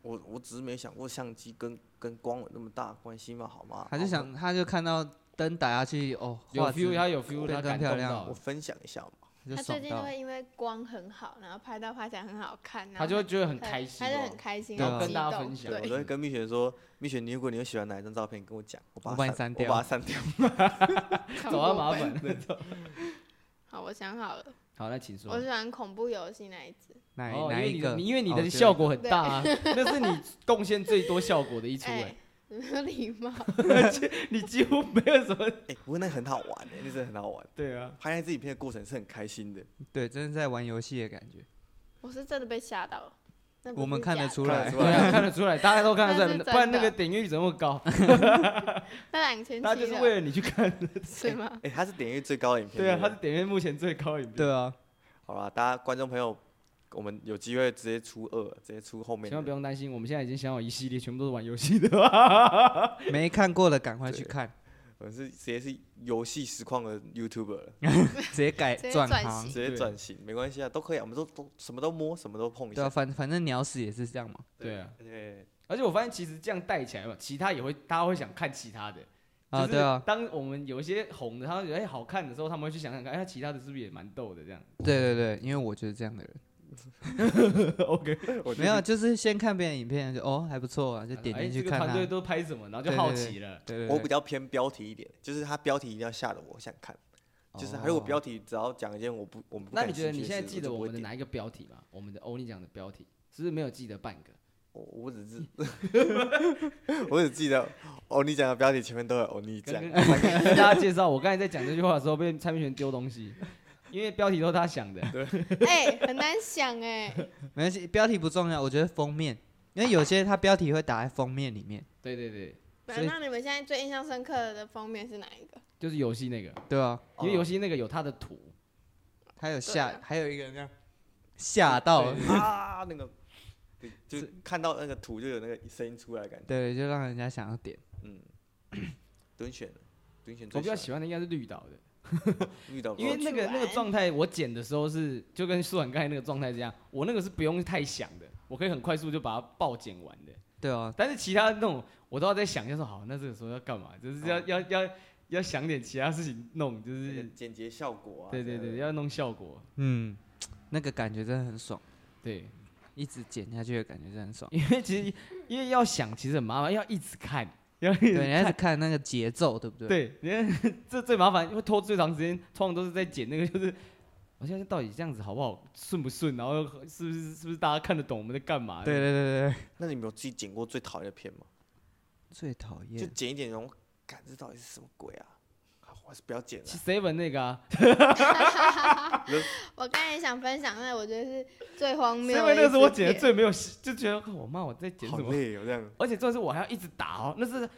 Speaker 1: 我我只是没想过相机跟跟光有那么大的关系嘛，好吗？
Speaker 3: 啊他就想，他就看到灯打下去，哦，
Speaker 2: 有
Speaker 3: 画质
Speaker 2: feel，他有 feel，他
Speaker 3: 变更
Speaker 2: 感
Speaker 3: 漂
Speaker 2: 动
Speaker 3: 亮
Speaker 2: 到
Speaker 1: 我
Speaker 2: 了，
Speaker 1: 分享一下嘛。
Speaker 3: 他就
Speaker 4: 他最
Speaker 3: 爽
Speaker 4: 近
Speaker 3: 到
Speaker 4: 就。会因为光很好，然后拍到拍起来很好看，然
Speaker 2: 他
Speaker 4: 后
Speaker 2: 就会觉得很开
Speaker 4: 他
Speaker 2: 心
Speaker 4: 就
Speaker 2: 哦
Speaker 4: 很。开心，
Speaker 3: 对啊
Speaker 4: 很
Speaker 3: 跟
Speaker 4: 激
Speaker 2: 大家
Speaker 4: 动
Speaker 2: 分享
Speaker 1: 我
Speaker 4: 对，
Speaker 1: 都会跟蜜雪说，蜜雪，你如果你有喜欢哪一张照片，你跟我讲，我把
Speaker 3: 我
Speaker 1: 它
Speaker 3: 把你删掉
Speaker 1: 我把它删掉。
Speaker 4: (laughs) 看
Speaker 2: 走啊，
Speaker 4: 过
Speaker 2: 麻
Speaker 4: 本。
Speaker 2: 烦。
Speaker 4: 好，我想好了，
Speaker 2: 好，那请说
Speaker 4: 我。喜欢恐怖游戏那一只。
Speaker 3: 哪
Speaker 2: 哦，因
Speaker 3: 哎哪
Speaker 2: 为
Speaker 3: 一
Speaker 2: 你的
Speaker 3: 个？
Speaker 2: 你因为你
Speaker 3: 哦
Speaker 2: 的
Speaker 3: 我觉得
Speaker 2: 效果很大啊，那是你贡献最多效果的一出哎
Speaker 4: 哎，，没有礼貌。 (laughs)
Speaker 2: 你几乎没有什么。
Speaker 1: 哎，不过那很好玩哎，那真的很好玩。
Speaker 2: 对啊，
Speaker 1: 拍那支影片的过程是很开心的，
Speaker 3: 对，真的在玩游戏的感觉，
Speaker 4: 我是真的被吓到了。那不
Speaker 3: 我们
Speaker 4: 是
Speaker 3: 看得
Speaker 4: 假的
Speaker 3: 出
Speaker 1: 看
Speaker 3: 来
Speaker 1: 得出。
Speaker 2: 对
Speaker 3: (laughs)
Speaker 2: 啊，看得出来，大家都看得出
Speaker 4: 那是
Speaker 2: 来，
Speaker 4: 真的
Speaker 2: 不然那个点阅率怎么那么高？
Speaker 4: 那两千
Speaker 2: 他就
Speaker 4: 七
Speaker 2: 是
Speaker 4: 了
Speaker 2: 为了你去看的。
Speaker 4: 是吗？
Speaker 1: 哎、它是点阅最高的影片。
Speaker 2: 对啊，他
Speaker 1: 不
Speaker 2: 是点阅目前最高的影片。
Speaker 3: 对啊，
Speaker 1: 好啦，大家观众朋友，我们有机会直接出二，直接出后面
Speaker 2: 千啊万不
Speaker 1: 的。
Speaker 2: 用担心，我们现在已经想好一系列全部都是玩游戏的。
Speaker 3: 没看过的赶快去看，
Speaker 1: 我们是直接是游戏实况的 YouTuber，了
Speaker 2: 嗯
Speaker 3: 直接改
Speaker 4: 直接
Speaker 3: 转
Speaker 4: 转
Speaker 3: 行
Speaker 1: 直
Speaker 4: 型。
Speaker 1: 接
Speaker 2: 对
Speaker 1: 转型没关系啊，都可以啊，我们都都什么都摸，什么都碰一
Speaker 3: 对啊，
Speaker 1: 下。
Speaker 3: 反反正鸟屎也是这样嘛。
Speaker 2: 对啊，
Speaker 1: 对，
Speaker 2: 而且我发现其实这样带起来嘛，其他也会，大家会想看其他的。
Speaker 3: 啊，
Speaker 2: 就是
Speaker 3: 对啊，
Speaker 2: 当我们有一些红的，他们觉得哎好看的时候，他们会去想想看，哎，其他的是不是也蛮逗的这样
Speaker 3: 对对对，因为我就是这样的人。
Speaker 2: ？OK，
Speaker 1: 我
Speaker 3: 没有，啊就是先看别人影片，就哦还不错啊，就点进
Speaker 2: 哎这
Speaker 3: 去看
Speaker 2: 个
Speaker 3: 他。
Speaker 2: 团队
Speaker 3: 对
Speaker 2: 都拍什么，然后就
Speaker 3: 对
Speaker 2: 好
Speaker 3: 对对
Speaker 2: 奇了。
Speaker 3: 对对，
Speaker 1: 我比较偏标题一点，就是它标题一定要吓得我想看。就是它如果
Speaker 3: 哦
Speaker 1: 标题只要讲一件我不我们不
Speaker 2: 那
Speaker 1: 感
Speaker 2: 你觉得你
Speaker 1: 兴趣
Speaker 2: 现在
Speaker 1: 事
Speaker 2: 记得
Speaker 1: 就不
Speaker 2: 我
Speaker 1: 会
Speaker 2: 们的
Speaker 1: 点
Speaker 2: 哪一个标题吗？我们的欧尼讲的标题是不是没有记得半个？
Speaker 1: 我我只是我只记得哦，你讲的标题前面都有哦，你讲
Speaker 2: 跟。跟跟大家介绍，我刚才在讲这句话的时候被蔡明权丢东西，因为标题都是他想的。
Speaker 4: (laughs) 哎，很难想哎。
Speaker 3: 没关系，标题不重要，我觉得封面，因为有些它标题会打在封面里面，
Speaker 2: (laughs) 对对对，
Speaker 4: 那
Speaker 3: 所以
Speaker 4: 那你们现在最印象深刻的封面是哪一个？
Speaker 2: 就是游戏那个，
Speaker 3: 对啊，
Speaker 1: 哦
Speaker 2: 因为游戏那个有它的图，
Speaker 3: 还有
Speaker 4: 对
Speaker 3: 吓
Speaker 4: 啊，
Speaker 3: 还有一个人这样吓到，
Speaker 2: 对
Speaker 1: 啊那 (laughs) 个，就就看到那个图就有那个声音出来的感觉。
Speaker 3: 对，就让人家想要点。
Speaker 1: 嗯， (coughs) 蹲选，蹲选
Speaker 2: 我
Speaker 1: 最
Speaker 2: 比较
Speaker 1: 喜
Speaker 2: 喜欢的应该是绿岛的，
Speaker 1: 欢遇到
Speaker 2: 因为那个
Speaker 4: 我去玩
Speaker 2: 那个状态，我剪的时候是就跟舒婉刚才那个状态这样，我那个是不用太想的，我可以很快速就把它爆剪完的。
Speaker 3: 对啊，
Speaker 2: 但是其他那种我都要在想，就说好，那这个时候要干嘛？就是要、
Speaker 1: 哦
Speaker 2: 要要要想点其他事情弄，就
Speaker 1: 那个
Speaker 2: 是
Speaker 1: 剪辑效果啊，
Speaker 2: 对对对，
Speaker 1: 这样
Speaker 2: 要弄效果，
Speaker 3: 嗯，那个感觉真的很爽，
Speaker 2: 对。
Speaker 3: 一直剪下去的感觉真的很爽。
Speaker 2: 因为其实因为要想其实很麻烦，要一直看，要一直 (laughs)
Speaker 3: 对，你要
Speaker 2: 看
Speaker 3: 是看那个节奏，对不对？，
Speaker 2: 对，你看这最麻烦，会拖最长时间，通常都是在剪那个，就是我现在到底这样子好不好，顺不顺，然后是不是是不是大家看得懂我们在干嘛？
Speaker 3: 对对对对，
Speaker 1: 那你们有自己剪过最讨厌的片吗？
Speaker 3: 最讨
Speaker 1: 就
Speaker 3: 厌。
Speaker 1: 剪一点，然后感这到底是什么鬼啊？啊我还是不要剪了
Speaker 2: 其。实 Seven 那个啊
Speaker 4: 我刚才也想分享，那我觉得是最荒谬的
Speaker 2: ，Seven
Speaker 4: 一
Speaker 2: 那个
Speaker 4: 支
Speaker 2: 是我剪的
Speaker 4: 片
Speaker 2: 最没有戏，就觉得我妈我在剪
Speaker 1: 好
Speaker 2: 什
Speaker 1: (laughs)
Speaker 2: 么，
Speaker 1: 累哦，这样
Speaker 2: 而且重要是我还要一直打哦，那是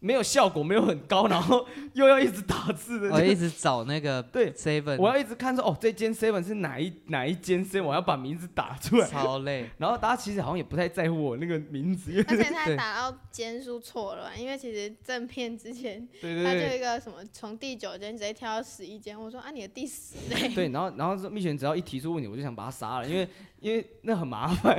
Speaker 2: 没有效果，没有很高，然后又要一直打字的，
Speaker 3: 我哦一直找那个
Speaker 2: (laughs) 对
Speaker 3: seven，
Speaker 2: 我要一直看说哦，这间 seven 是哪一哪一间 seven，我要把名字打出来。
Speaker 3: 超累，
Speaker 2: 然后大家其实好像也不太在乎我那个名字，因为
Speaker 4: 而且他还
Speaker 3: 对
Speaker 4: 打到间数错了，因为其实正片之前
Speaker 2: 对对
Speaker 4: 他就
Speaker 2: 对
Speaker 4: 一个什么从第九间直接跳到十一间，我说啊你的第十
Speaker 2: (laughs)
Speaker 4: 嘞，
Speaker 2: 对，然后然后说蜜璇只要一提出问题，我就想把他杀了，因为因为那很麻烦，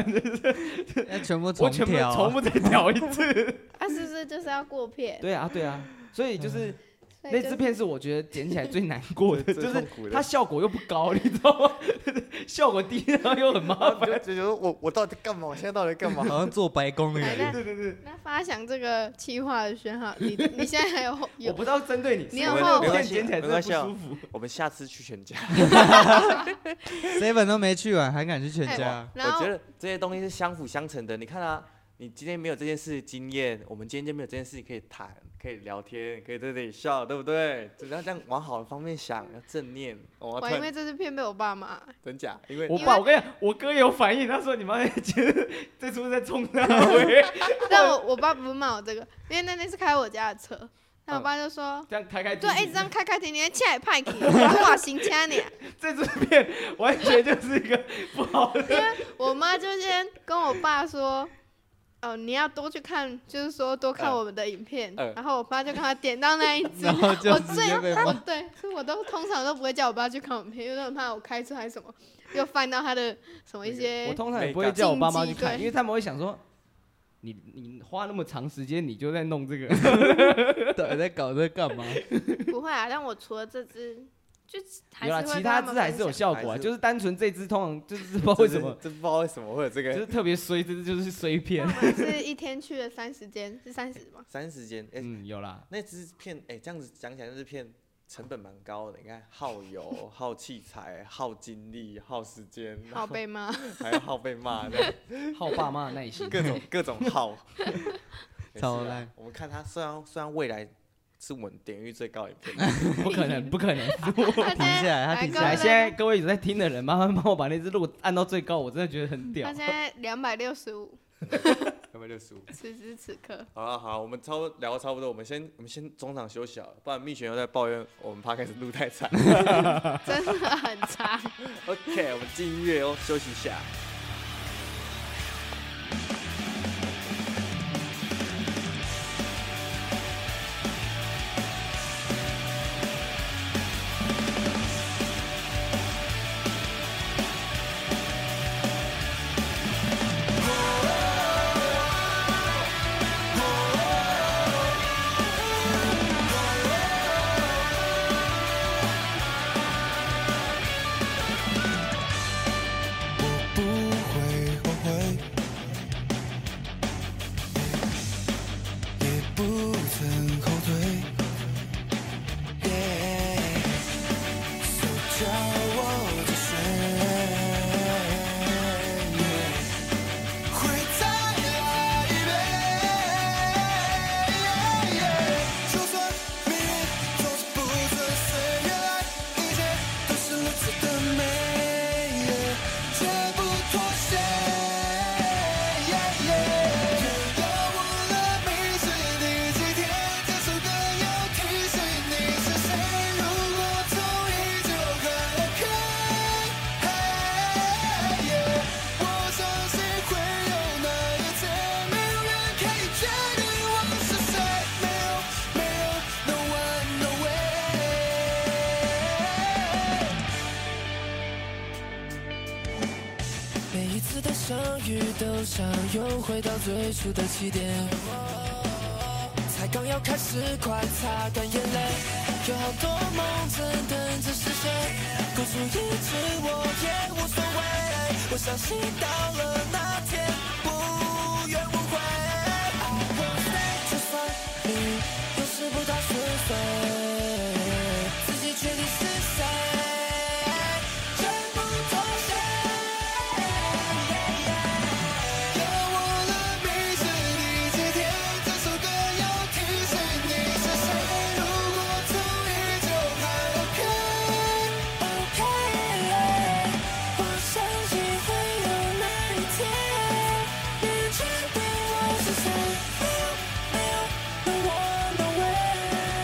Speaker 3: 要全
Speaker 2: (laughs)
Speaker 3: 部
Speaker 2: 我
Speaker 3: 重
Speaker 2: 全部
Speaker 3: 调
Speaker 2: 重
Speaker 3: 啊。
Speaker 2: 复再调一次。
Speaker 4: 啊是不是就是要过片？
Speaker 2: (laughs) 对啊对啊，所以就是
Speaker 4: 所以
Speaker 2: 那
Speaker 4: 就
Speaker 2: 支
Speaker 4: 是
Speaker 2: 片是我觉得剪起来最难过 (laughs) 的，就
Speaker 1: 最痛
Speaker 2: 是
Speaker 1: 苦的 (laughs)
Speaker 2: 它效果又不高，你知道吗？ (laughs) 效果低，然后又很麻
Speaker 1: 然后
Speaker 2: 烦
Speaker 1: 你。就就觉得我我到底干嘛？我现在到底干嘛？
Speaker 3: 好像做白工的
Speaker 4: 哎
Speaker 3: 感觉，
Speaker 4: 那那发想这个企划的选好，你你现在
Speaker 2: (laughs)
Speaker 4: 还有后
Speaker 2: 我
Speaker 4: 有
Speaker 2: 不知道针 (laughs) 对你，
Speaker 4: 你
Speaker 2: 是
Speaker 4: 有
Speaker 2: 我
Speaker 4: 后
Speaker 2: 那
Speaker 4: 悔
Speaker 2: 片剪起来
Speaker 1: 没
Speaker 2: 真的
Speaker 1: 关
Speaker 2: 不
Speaker 1: 系啊
Speaker 2: 舒服。 (laughs)
Speaker 1: 我们下次去全家。
Speaker 3: seven 都没去完，还敢去全
Speaker 4: 哎
Speaker 3: 家？
Speaker 4: 然
Speaker 1: 我
Speaker 4: 后
Speaker 1: 觉得这些东西是相辅相成的。你看啊，你今天没有这件事经验，我们今天就没有这件事情可以谈，可以聊天，可以在这里笑，对不对？只要这样往好的方面想，要正念。哦，突
Speaker 4: 我因为
Speaker 1: 然
Speaker 4: 这支片被我爸骂，
Speaker 1: 真假？因为
Speaker 2: 我
Speaker 4: 因
Speaker 2: 爸，
Speaker 4: 为
Speaker 2: 我跟你讲，我哥也有反应，他说你妈在觉得 (laughs) 这出是在冲他
Speaker 4: (laughs)
Speaker 2: 喂，
Speaker 4: 但我我爸不是骂我这个，因为那天是开我家的车，那我爸
Speaker 2: (laughs)
Speaker 4: 就说。
Speaker 2: 这样开开
Speaker 4: 对，一直
Speaker 2: 这
Speaker 4: 这样开开停停，恰也派去，哇，行掐你！
Speaker 2: 这支片完全就是一个不好的。
Speaker 4: 我妈就先跟我爸说，哦，你要多去看，就是说多看
Speaker 1: 嗯
Speaker 4: 我们的影片。
Speaker 1: 嗯
Speaker 4: 然后我爸就看他点到那一支，
Speaker 3: 然后就
Speaker 4: 哎我
Speaker 3: 直
Speaker 4: 最
Speaker 3: 接被
Speaker 4: 他
Speaker 3: 骂。
Speaker 4: 对，所以我都通常都不会叫我爸去看我片，因为都很怕我开车还是什么，又翻到他的什么一些
Speaker 2: 我。通常也
Speaker 1: 没
Speaker 2: 不会
Speaker 1: 感
Speaker 2: 叫我爸妈去
Speaker 4: 禁忌
Speaker 2: 看，
Speaker 4: 对
Speaker 2: 因为他们会想说，你你花那么长时间，你就在弄这个。
Speaker 3: 到底在搞这干嘛？
Speaker 4: 不会啊，但我除了这支，就还
Speaker 2: 有啦，
Speaker 4: 是会
Speaker 2: 其
Speaker 4: 跟
Speaker 2: 他
Speaker 4: 他
Speaker 2: 支
Speaker 4: 们
Speaker 2: 还是有
Speaker 4: 分享
Speaker 2: 效果啊，
Speaker 1: 还是
Speaker 2: 就是单纯这支通常就是不知道为什么，
Speaker 1: 这是这不知道为什么会有这
Speaker 2: 就
Speaker 1: 个
Speaker 2: 是特别衰，这支就是衰片。
Speaker 4: (laughs) 我们是一天去了三十间，是三
Speaker 2: (laughs)
Speaker 4: 十吗？
Speaker 1: 三十间。哎、
Speaker 2: 嗯，有啦，
Speaker 1: 那支片，哎、这样子讲起来，那支片成本蛮高的。你看，耗油、耗器材、耗精力、耗时间，
Speaker 4: 好
Speaker 2: (laughs)
Speaker 4: 被骂。
Speaker 1: 还要耗被骂的。
Speaker 2: 靠爸妈的耐心。
Speaker 1: 各
Speaker 3: (laughs)
Speaker 1: 种各种号，也是
Speaker 3: 超
Speaker 1: 啊
Speaker 3: 烂。
Speaker 1: (laughs) 我们看他虽然虽然未来是我们点击最高的影片，
Speaker 2: 不可能，不可
Speaker 4: (laughs)
Speaker 2: 能！
Speaker 4: 他现
Speaker 3: 停
Speaker 4: 在
Speaker 3: 下来他
Speaker 4: 来
Speaker 3: 停
Speaker 4: 跟
Speaker 3: 下
Speaker 2: 来，
Speaker 4: 我
Speaker 2: 现在各位有在听的人，麻烦帮我把那只录按到最高，我真的觉得很屌
Speaker 4: 他现。在两百六十五，
Speaker 1: 有没有六十五？
Speaker 4: 此时此刻。
Speaker 1: 好了好啦，我们差不多聊得差不多，我们先我们先中场休息啊，不然蜜雪又在抱怨我们 p 开始录太惨。
Speaker 4: 真的很
Speaker 2: (laughs)
Speaker 4: 差。
Speaker 1: OK，我们进音乐哦，休息一下。
Speaker 5: 我不会后悔，也不曾后退。手叫我的水，会再来一杯。就算命运总是不准，随缘来，一切都是如此的美，绝不妥协。要忘了迷失第几天，这首歌要提醒你是谁。如果同意就很 OK。我相信会有那一天，没有人可以决定我是谁，没有，没有，no one no way。每一次的相遇都想又回到最初的起点，才刚要开始，快擦干眼泪，有好多梦正等着实现，孤注一掷我也无所谓。我相信到了那天，无怨无悔。就算命运有时不到顺遂，自己决定是谁，绝不妥协。要忘了迷失第几天，这首歌要提醒你是谁。如果同意就还 OK OK。我相信会有那一天，你决定我是谁，没有没有，no one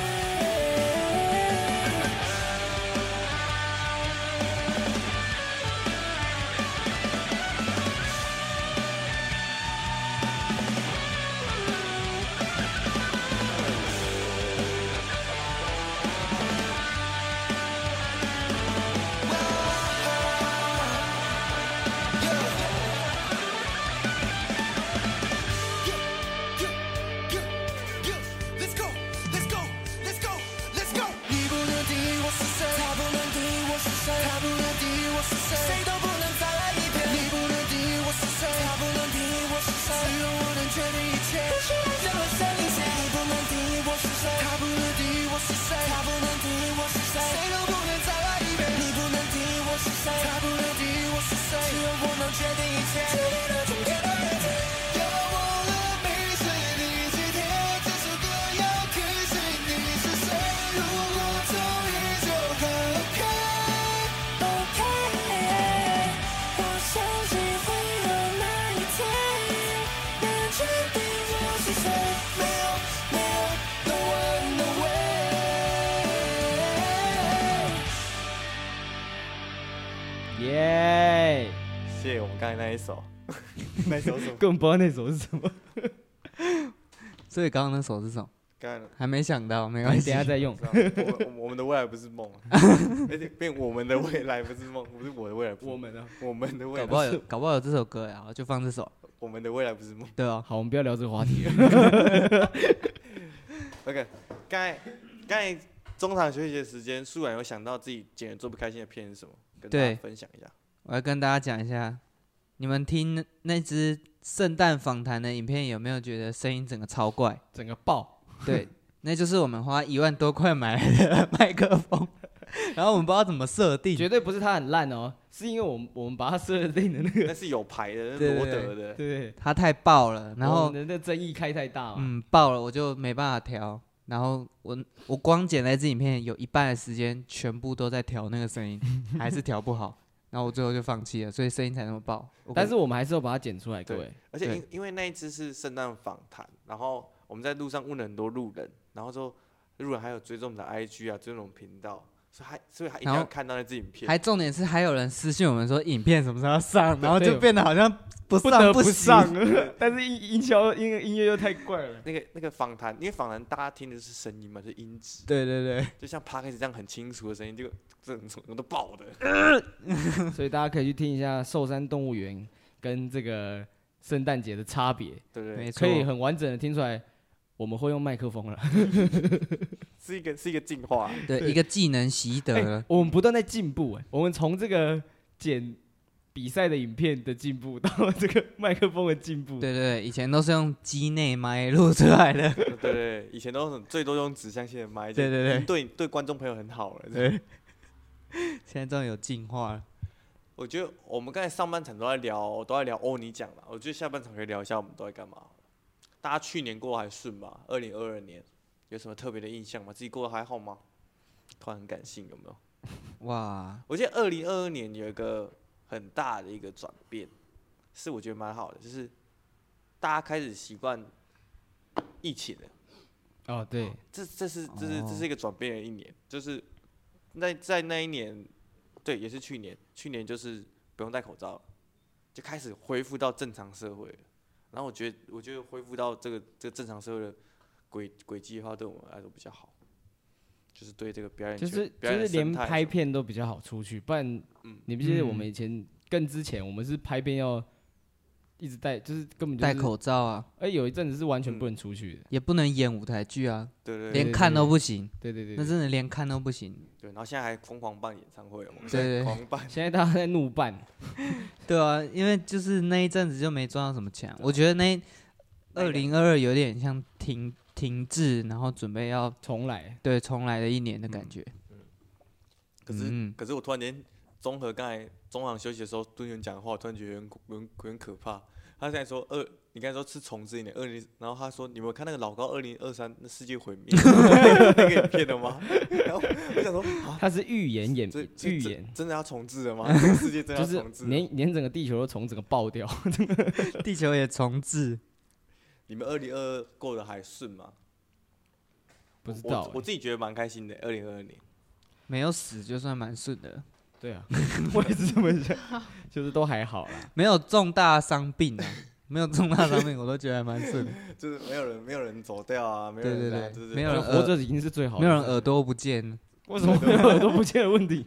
Speaker 1: 刚才那一
Speaker 3: (laughs)
Speaker 1: 首，那一首是什么？
Speaker 2: 根本不知道那首是什么，
Speaker 3: 所以刚刚那首是什么？
Speaker 1: 刚才那
Speaker 3: 还没想到，没关
Speaker 2: 等一
Speaker 3: 系。
Speaker 2: 下再用
Speaker 1: 不。知道我们我我们的未来不是
Speaker 3: (laughs)
Speaker 1: 梦啊，而且变我们的未来不是梦，不是我的未来不是梦，
Speaker 2: 我们啊，
Speaker 1: 我们的未
Speaker 3: 搞
Speaker 1: 来
Speaker 3: 不
Speaker 1: 不
Speaker 3: 好
Speaker 1: 是，
Speaker 3: 有，搞不好有这首歌呀，就放这首。
Speaker 1: 我们的未来不是梦。
Speaker 3: 对哦，
Speaker 2: 好，我们不要聊这个话题了。
Speaker 1: OK，刚才刚才中场休息的时间，舒然有想到自己剪的最不开心的片是什么，跟大
Speaker 3: 对
Speaker 1: 家分享一下。
Speaker 3: 我要跟大家讲一下，你们听那那支圣诞访谈的影片，有没有觉得声音整个超怪？
Speaker 2: 整个爆，
Speaker 3: (laughs) 对，那就是我们花一万多块买来的麦克风， (laughs) 然后我们不知道怎么设定。
Speaker 2: 绝对不是它很烂哦，是因为我们我们把它设定的那个，
Speaker 1: 那是有牌的，那
Speaker 3: 对
Speaker 1: 是
Speaker 3: 对
Speaker 1: 罗德的，
Speaker 2: (laughs) 对，
Speaker 3: 它太爆了，然
Speaker 2: 我
Speaker 3: 后
Speaker 2: 们哦的那争议开太大嘛，
Speaker 3: 嗯爆了，我就没办法调。然后我我光剪那支影片，有一半的时间全部都在调那个
Speaker 2: (laughs)
Speaker 3: 声音，还是调不好。然后我最后就放弃了，所以声音才那么爆。我
Speaker 2: 但
Speaker 3: 跟
Speaker 2: 是我们还是要把它剪出来，各
Speaker 1: 对
Speaker 2: 位。
Speaker 1: 而且
Speaker 3: 对
Speaker 1: 因因为那一次是圣诞访谈，然后我们在路上问了很多路人，然后之后路人还有追踪我们的 IG 啊，追踪我们频道，所以还所以还一定
Speaker 3: 然
Speaker 1: 要
Speaker 3: 后
Speaker 1: 看到那支影片。
Speaker 3: 还重点是还有人私信我们说影片什么时候要上，然后就
Speaker 2: 对
Speaker 3: 变得好像不
Speaker 2: 不得
Speaker 3: 上
Speaker 2: 不上
Speaker 3: 行。，
Speaker 2: (laughs) 但是音音效音音乐又太怪了。
Speaker 1: 那个那个访谈，因为访谈大家听的是声音嘛，就是音质，
Speaker 3: 对对对，
Speaker 1: 就像 p a c k a g e 这样很清楚的声音，就这种都爆的。
Speaker 2: (laughs) 所以大家可以去听一下寿山动物园跟这个圣诞节的差别，
Speaker 1: 对不对？
Speaker 3: 没
Speaker 2: 可
Speaker 3: 错。
Speaker 2: 以很完整的听出来。我们会用麦克风了，
Speaker 1: 是一个是一个进化，
Speaker 3: 对一个技能习得
Speaker 2: (laughs)
Speaker 3: 了。
Speaker 2: 我们不断在进步哎、我们从这个剪比赛的影片的进步到这个麦克风的进步，
Speaker 3: 对对对，以前都是用机内麦录出来的。
Speaker 1: (laughs) 对
Speaker 3: (laughs)
Speaker 1: 对对，以前都很最多用指向性的麦，
Speaker 3: 对对对
Speaker 1: 已经对对观众朋友很好了。
Speaker 3: 对，现在终于有进化了。
Speaker 1: 我觉得我们刚才上半场都在聊都在聊欧尼奖了，我觉得下半场可以聊一下我们都在干嘛。大家去年过得还顺吗？二零二二年有什么特别的印象吗？自己过得还好吗？突然很感性有没有？
Speaker 3: 哇，
Speaker 1: 我觉得二零二二年有一个很大的一个转变，是我觉得蛮好的，就是大家开始习惯疫情了。
Speaker 2: 哦对，
Speaker 1: 这这是这是这
Speaker 3: 哦
Speaker 1: 是一个转变的一年，就是那在那一年，对，也是去年，去年就是不用戴口罩了，就开始恢复到正常社会了。然后我觉得，我觉得恢复到这个这个正常社会的轨轨迹的话，对我们来说比较好，就是对这个表演
Speaker 2: 就
Speaker 1: 圈
Speaker 2: 是就
Speaker 1: 表演
Speaker 2: 是
Speaker 1: 的生
Speaker 2: 连
Speaker 1: 态
Speaker 2: 拍
Speaker 1: 什么
Speaker 2: 片都比较好出去，不然
Speaker 1: 嗯
Speaker 2: 你不记得
Speaker 3: 嗯
Speaker 2: 我们以前更之前，我们是拍片要一直戴，就是根本就是
Speaker 3: 戴，口罩啊，
Speaker 2: 哎、有一阵子是完
Speaker 1: 嗯
Speaker 2: 全不能出去的，
Speaker 3: 也不能演舞台剧啊，
Speaker 1: 对对对
Speaker 3: 连看都不行。
Speaker 2: 对对对
Speaker 3: 那
Speaker 2: 对
Speaker 3: 真的连看都不行。
Speaker 1: 对，然后现在还疯狂办演唱会，哦我们
Speaker 3: 对对
Speaker 1: 现在狂办，
Speaker 2: 现在大家在怒办，
Speaker 3: 对啊，因为就是那一阵子就没赚到什么
Speaker 2: 啊
Speaker 3: 钱。我觉得那二零二二有点像停停滞，然后准备要
Speaker 2: 重来，
Speaker 3: 对重来的一年的感觉。
Speaker 2: 嗯
Speaker 1: 可是、
Speaker 3: 嗯
Speaker 1: 可是我突然间综合刚才中场休息的时候敦元讲的话，我突然觉得有点有点有点可怕。他现在说二，你刚才说是重置一点二零，然后他说你们有看那个老高二零二三那世界
Speaker 2: (laughs)
Speaker 1: 毁灭那个影片了吗？然后我想说啊，
Speaker 2: 它是预言演
Speaker 1: 这这
Speaker 2: 预
Speaker 1: 这
Speaker 2: 言，
Speaker 1: 真的要重置
Speaker 2: (laughs)
Speaker 1: 了吗？这个世界真的
Speaker 2: 就
Speaker 1: 要
Speaker 2: 是
Speaker 1: 重置了吗？
Speaker 2: 连连整个地球都从整个爆掉。
Speaker 3: (laughs) 地球也重置，
Speaker 1: 你们二零二二过得还顺吗？
Speaker 2: 不知
Speaker 1: 我
Speaker 2: 道
Speaker 1: 我
Speaker 2: 欸、
Speaker 1: 我自己觉得蛮开心的，二零二二年。
Speaker 3: 没有死就算蛮顺的，
Speaker 2: 对啊， (laughs) 我也是这么想，就是都还好啦。
Speaker 3: 没有重大伤病啊，没有重大伤病，我都觉得还蛮顺的。
Speaker 1: 就是没有人，没有人走掉啊，没有
Speaker 3: 对
Speaker 1: 人
Speaker 3: 对
Speaker 1: 来
Speaker 3: 对
Speaker 1: 就是
Speaker 3: 没有人
Speaker 2: 就活着已经是最好的
Speaker 3: 没
Speaker 2: 事
Speaker 3: 有
Speaker 2: 情
Speaker 3: 人
Speaker 2: 了。
Speaker 3: 耳朵不见了，
Speaker 2: 为什么会有耳朵不见的问题？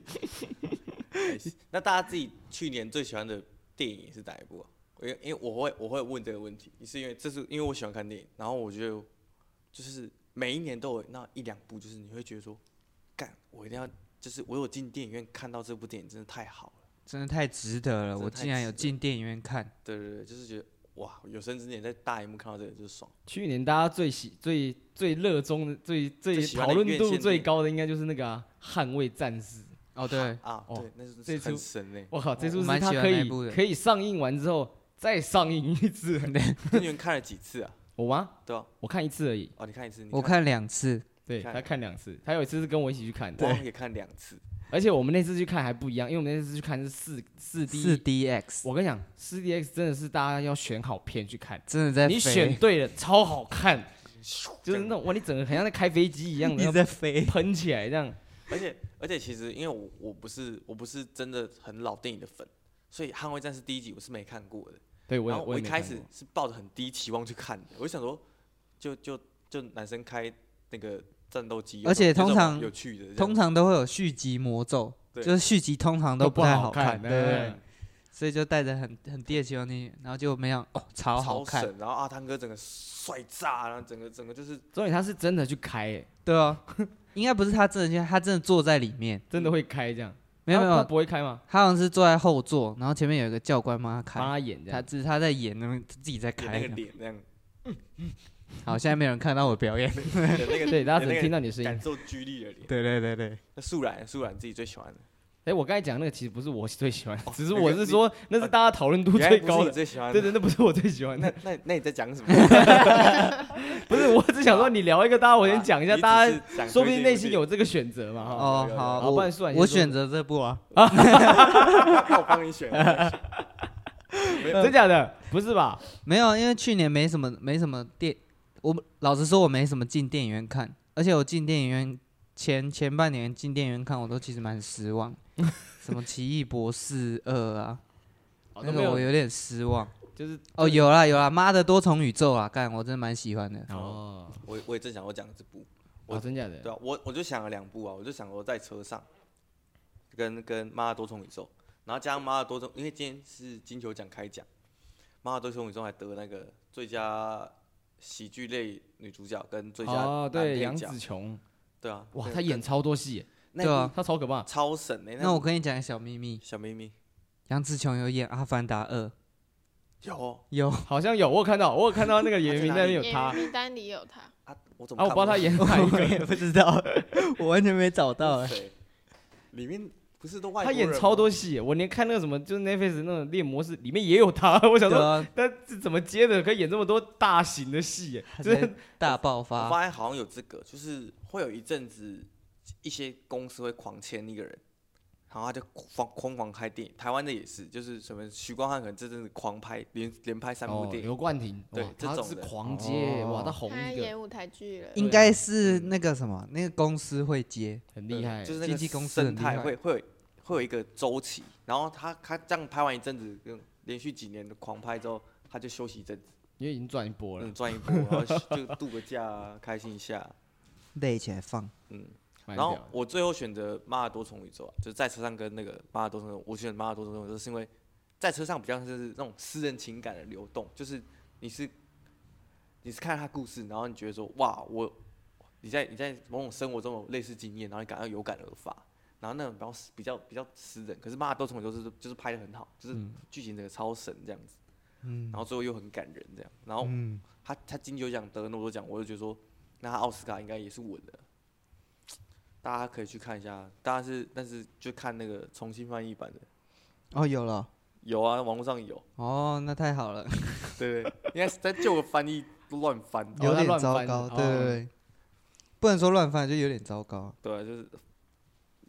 Speaker 1: (laughs) 那大家自己去年最喜欢的电影是哪一部啊？因为因为我会我会问这个问题，是因为这是因为我喜欢看电影，然后我觉得就是每一年都有那一两部，就是你会觉得说，干我一定要，就是我有进电影院看到这部电影真的太好了，
Speaker 3: 真的太值得了。
Speaker 1: 真的
Speaker 3: 我
Speaker 1: 太
Speaker 3: 竟然
Speaker 1: 值
Speaker 3: 有
Speaker 1: 得
Speaker 3: 进电影院看，
Speaker 1: 对对对，就是觉得哇，有生之年在大荧幕看到这个就是爽，
Speaker 2: 去年大家最喜、最最热衷的、最最
Speaker 1: 最喜欢
Speaker 2: 讨
Speaker 1: 的
Speaker 2: 论
Speaker 1: 院线
Speaker 2: 度
Speaker 1: 电
Speaker 2: 最
Speaker 1: 影
Speaker 2: 高的，应该就是那个啊、捍卫战士》。
Speaker 3: 哦，对，
Speaker 1: 啊，
Speaker 2: 哦
Speaker 1: 对，那是
Speaker 2: 这
Speaker 1: 很
Speaker 2: 出
Speaker 1: 神 (laughs) 嘞、
Speaker 2: 我靠，这
Speaker 3: 我
Speaker 2: 出是
Speaker 3: 蛮
Speaker 2: 它
Speaker 3: 喜欢
Speaker 2: 可
Speaker 3: 那
Speaker 2: 以
Speaker 3: 部的
Speaker 2: 可以上映完之后再上映一次。
Speaker 1: 欸！你们看了几次啊？
Speaker 2: 我吗？
Speaker 1: 对啊，
Speaker 2: 我看一次而已。
Speaker 1: 哦，你看一次，你
Speaker 3: 我看两次，
Speaker 2: 对
Speaker 1: 看
Speaker 2: 他看两次，他有一次是跟我一起去看
Speaker 1: 我好
Speaker 2: 的，
Speaker 1: 像也看两次，
Speaker 2: 而且我们那次去看还不一样，因为我们那次去看是四四
Speaker 3: 四
Speaker 2: D。
Speaker 3: DX
Speaker 2: 我跟你讲，四 DX 真的是大家要选好片去看，
Speaker 3: 真的在
Speaker 2: 你
Speaker 3: 飞 (laughs)
Speaker 2: 选对了，超好看，就
Speaker 1: 这
Speaker 2: 是那
Speaker 1: 样
Speaker 2: 种哇，你整个很像在开飞机一
Speaker 3: (laughs)
Speaker 2: 样
Speaker 3: 一直
Speaker 2: 的，
Speaker 3: 在
Speaker 2: (laughs)
Speaker 3: 飞，
Speaker 2: 喷起来这样。
Speaker 1: 而且而且其实因为我我不是我不是真的很老电影的粉，所以《捍卫战士》第一集我是没看过的。
Speaker 2: 对我也
Speaker 1: 然后
Speaker 2: 我
Speaker 1: 我
Speaker 2: 也
Speaker 1: 一
Speaker 2: 没
Speaker 1: 开
Speaker 2: 看
Speaker 1: 始
Speaker 2: 过
Speaker 1: 是抱着很低期望去看的，我就想说，就就就男生开那个战斗机有什么，
Speaker 3: 而且
Speaker 1: 有什么
Speaker 3: 通常
Speaker 1: 有趣的这样，
Speaker 3: 通常都会有续集魔咒，
Speaker 1: 对
Speaker 3: 就是续集通常都
Speaker 2: 不
Speaker 3: 太
Speaker 2: 好哎
Speaker 3: 看，
Speaker 2: 对
Speaker 3: 对不
Speaker 2: 对
Speaker 3: 对，所以就带着很很低的期望进去，然后就没想哦，超好
Speaker 1: 超
Speaker 3: 看，
Speaker 1: 神，然后阿汤哥整个帅炸，然后整个整个就是
Speaker 2: 重点他是真的去开、欸，
Speaker 3: 对啊， (laughs) 应该不是他真的进去，他真的坐在里面，
Speaker 2: 真的会开这样。
Speaker 3: 没有
Speaker 2: 他
Speaker 3: 没
Speaker 2: 他
Speaker 3: 有，
Speaker 2: 不会开吗？
Speaker 3: 他好像是坐在后座，然后前面有一个教官帮他
Speaker 2: 帮
Speaker 3: 开，
Speaker 2: 他演这
Speaker 3: 他
Speaker 2: 样。
Speaker 3: 只是他在演，那边自己在
Speaker 1: 演
Speaker 3: 开
Speaker 1: 那个
Speaker 3: 这样。
Speaker 1: 脸那
Speaker 3: (laughs)
Speaker 1: 样，
Speaker 3: 好，现在没有人看到我表演。
Speaker 1: 演那个
Speaker 2: 对，大家只
Speaker 1: 演那
Speaker 2: 能
Speaker 1: 个
Speaker 2: 听到你的声音
Speaker 1: 感。受剧力的脸。
Speaker 3: 对对对对，
Speaker 1: 那素然素然自己最喜欢的，
Speaker 2: 哎、我刚才讲那个其实不是我最喜欢的，
Speaker 1: (laughs) 哦
Speaker 2: 只是
Speaker 1: 那个
Speaker 2: 我是
Speaker 1: 你
Speaker 2: 说那是大家讨论度
Speaker 1: 原来
Speaker 2: 最
Speaker 1: 不是
Speaker 2: 高
Speaker 1: 你
Speaker 2: 的。
Speaker 1: 最喜欢
Speaker 2: 对
Speaker 1: 的，
Speaker 2: 对，那不是我最喜欢
Speaker 1: (laughs) 那
Speaker 2: 的，
Speaker 1: 那那你在讲什么？
Speaker 2: 不是，我只想说你聊一个，大家 (laughs) 我先讲一下，
Speaker 1: 你
Speaker 2: 大
Speaker 1: 只
Speaker 2: 家
Speaker 1: 是想
Speaker 2: 说不
Speaker 1: 推
Speaker 2: 定
Speaker 1: 荐
Speaker 2: 内
Speaker 1: 一
Speaker 2: 心
Speaker 1: 部
Speaker 2: 有这个选择嘛哈。
Speaker 3: 哦
Speaker 1: 有有有
Speaker 3: 好，
Speaker 2: 好不然苏
Speaker 3: 我
Speaker 2: 婉先
Speaker 3: 我
Speaker 2: 说
Speaker 3: 选择这部啊，
Speaker 1: 我帮你选，
Speaker 3: (laughs)
Speaker 1: 哦
Speaker 2: 真假的？不是吧？
Speaker 3: 没有，因为去年没什么没什么电，我老实说，我没什么进电影院看，而且我进电影院前前半年进电影院看，我都其实蛮失
Speaker 2: (laughs)
Speaker 3: 望，什么《奇异博士二》啊，
Speaker 2: 哦
Speaker 3: 那
Speaker 2: 都没
Speaker 3: 个我
Speaker 2: 有，
Speaker 3: 有点
Speaker 2: (laughs)
Speaker 3: 失望。
Speaker 2: 就是
Speaker 3: 哦，有啦有啦，妈的多重宇宙啊，干，我真的蛮喜欢的。
Speaker 2: 哦，
Speaker 1: 我我也正想我讲这部，我
Speaker 2: 哦，真假的？
Speaker 1: 对啊，我我就想了两部啊，我就想我在车上，跟跟《妈的多重宇宙》，然后加上《妈的多重》，因为今天是金球奖开奖，《妈的多重宇宙》还得那个最佳喜剧类女主角跟啊最佳
Speaker 2: 哦
Speaker 1: 男，
Speaker 2: 对，
Speaker 1: 配
Speaker 2: 杨
Speaker 1: 角，
Speaker 2: 紫琼，
Speaker 1: 对啊，
Speaker 2: 哇，
Speaker 1: 那
Speaker 2: 她演超多戏耶，
Speaker 1: 那
Speaker 3: 对
Speaker 1: 部
Speaker 3: 啊
Speaker 2: 她超可怕。
Speaker 1: 超神诶，
Speaker 3: 那我
Speaker 1: 部
Speaker 3: 跟你讲个小秘密，
Speaker 1: 小咪咪
Speaker 3: 杨紫琼有演《阿凡达二》，
Speaker 1: 有啊
Speaker 3: 有，
Speaker 2: 好像有，我有看到，我有看到那个演
Speaker 1: (laughs)
Speaker 2: 员名单里有
Speaker 4: 演
Speaker 2: 她
Speaker 4: 员，名单里也有他，
Speaker 1: 啊，我怎么
Speaker 2: 啊，我不知道她演哪一
Speaker 3: (laughs) (laughs)
Speaker 1: (laughs)
Speaker 2: (laughs)
Speaker 3: 我
Speaker 2: 个，
Speaker 3: 也不知道，我完全没找 (laughs) 到哎、
Speaker 1: 谁，里面不是都外
Speaker 2: 她
Speaker 1: 国
Speaker 2: 演
Speaker 1: 人
Speaker 2: 超
Speaker 1: 吗
Speaker 2: 多戏耶，我连看那个什么就是 Netflix 那种猎魔士里面也有她， (laughs) 我想
Speaker 3: 对
Speaker 2: 说，
Speaker 3: 啊，
Speaker 2: 但是怎么接的可以演这么多大型的戏耶？
Speaker 3: 他
Speaker 2: 就
Speaker 3: 在
Speaker 2: 是
Speaker 3: 大爆
Speaker 1: 我
Speaker 3: 发，
Speaker 1: 发现好像有这个，就是会有一阵子一些公司会狂签一个人，然后他就狂疯狂开电影。台湾的也是，就是什么徐光汉可能这阵子狂拍，连连拍三部
Speaker 2: 哦，
Speaker 1: 电影。
Speaker 2: 刘冠廷，
Speaker 1: 对
Speaker 2: 哇
Speaker 1: 这
Speaker 2: 她
Speaker 1: 种
Speaker 2: 是
Speaker 1: 的
Speaker 2: 狂接，
Speaker 3: 哦
Speaker 2: 哇，她红
Speaker 4: 他
Speaker 2: 一个
Speaker 4: 演舞台剧了。
Speaker 3: 应该是那个什么，那个公司会接，
Speaker 2: 很
Speaker 1: 对
Speaker 2: 厉害
Speaker 1: 呃就，是那
Speaker 3: 经
Speaker 1: 个
Speaker 3: 纪公司
Speaker 1: 生
Speaker 3: 很厉
Speaker 1: 态
Speaker 3: 害
Speaker 1: 会会有会有一个周期，然后他他这样拍完一阵子，嗯连续几年的狂拍之后，他就休息一阵子，
Speaker 2: 因为已经赚一波了
Speaker 1: 嗯，，赚一波，然后就度个假啊，开心一下，
Speaker 3: 累起来放。
Speaker 1: 嗯。
Speaker 2: 蛮
Speaker 1: 然
Speaker 2: 屌
Speaker 1: 后 (laughs)
Speaker 2: 的。
Speaker 1: 我最后选择《妈的多重宇宙》啊，就是在车上跟那个《妈的多重宇宙》，我选《妈的多重宇宙》是因为在车上比较像是那种私人情感的流动，就是你是你是看他故事，然后你觉得说哇，我你在你在某种生活中有类似经验，然后你感到有感而发，然后那种比较私比较比较私人，可是《妈的多重宇宙》就是就是拍的很好，就是剧情整个超神这样子，
Speaker 3: 嗯
Speaker 1: 然后最后又很感人这样，然后
Speaker 3: 嗯，
Speaker 1: 他他金球奖得那么多奖，我就觉得说，那他奥斯卡应该也是稳的。大家可以去看一下，大家是但是就看那个重新翻译版的，
Speaker 3: 哦，有了，
Speaker 1: 有啊，网络上有，
Speaker 3: 哦，那太好了，
Speaker 1: 对不对？应该是在旧的翻译乱翻，
Speaker 2: 哦
Speaker 3: 有
Speaker 2: 那
Speaker 3: 点
Speaker 2: 乱
Speaker 3: 糟
Speaker 2: 翻
Speaker 3: 糕，
Speaker 2: 哦
Speaker 3: 对对对，不能说乱翻，就有点糟糕，
Speaker 1: 对啊，就是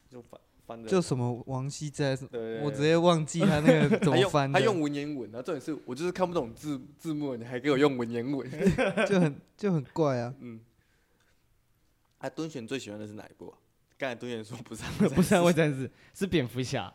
Speaker 1: 就翻翻的，
Speaker 3: 就什么王羲之还是什么，
Speaker 1: 对对
Speaker 3: 我
Speaker 1: 对
Speaker 3: 直接忘记他
Speaker 2: (laughs)
Speaker 3: 那个怎
Speaker 1: 他
Speaker 3: 么
Speaker 1: 用
Speaker 3: 翻
Speaker 1: 他
Speaker 3: 的，
Speaker 1: 用文言文，然后啊重点是我就是看不懂字字幕，你还给我用文言文，
Speaker 3: 就很就很怪啊。
Speaker 1: 嗯。哎、敦选最喜欢的是哪一部啊？刚才敦选说不是捍卫战士，
Speaker 2: (laughs) 不是捍啊卫战士，是蝙蝠侠。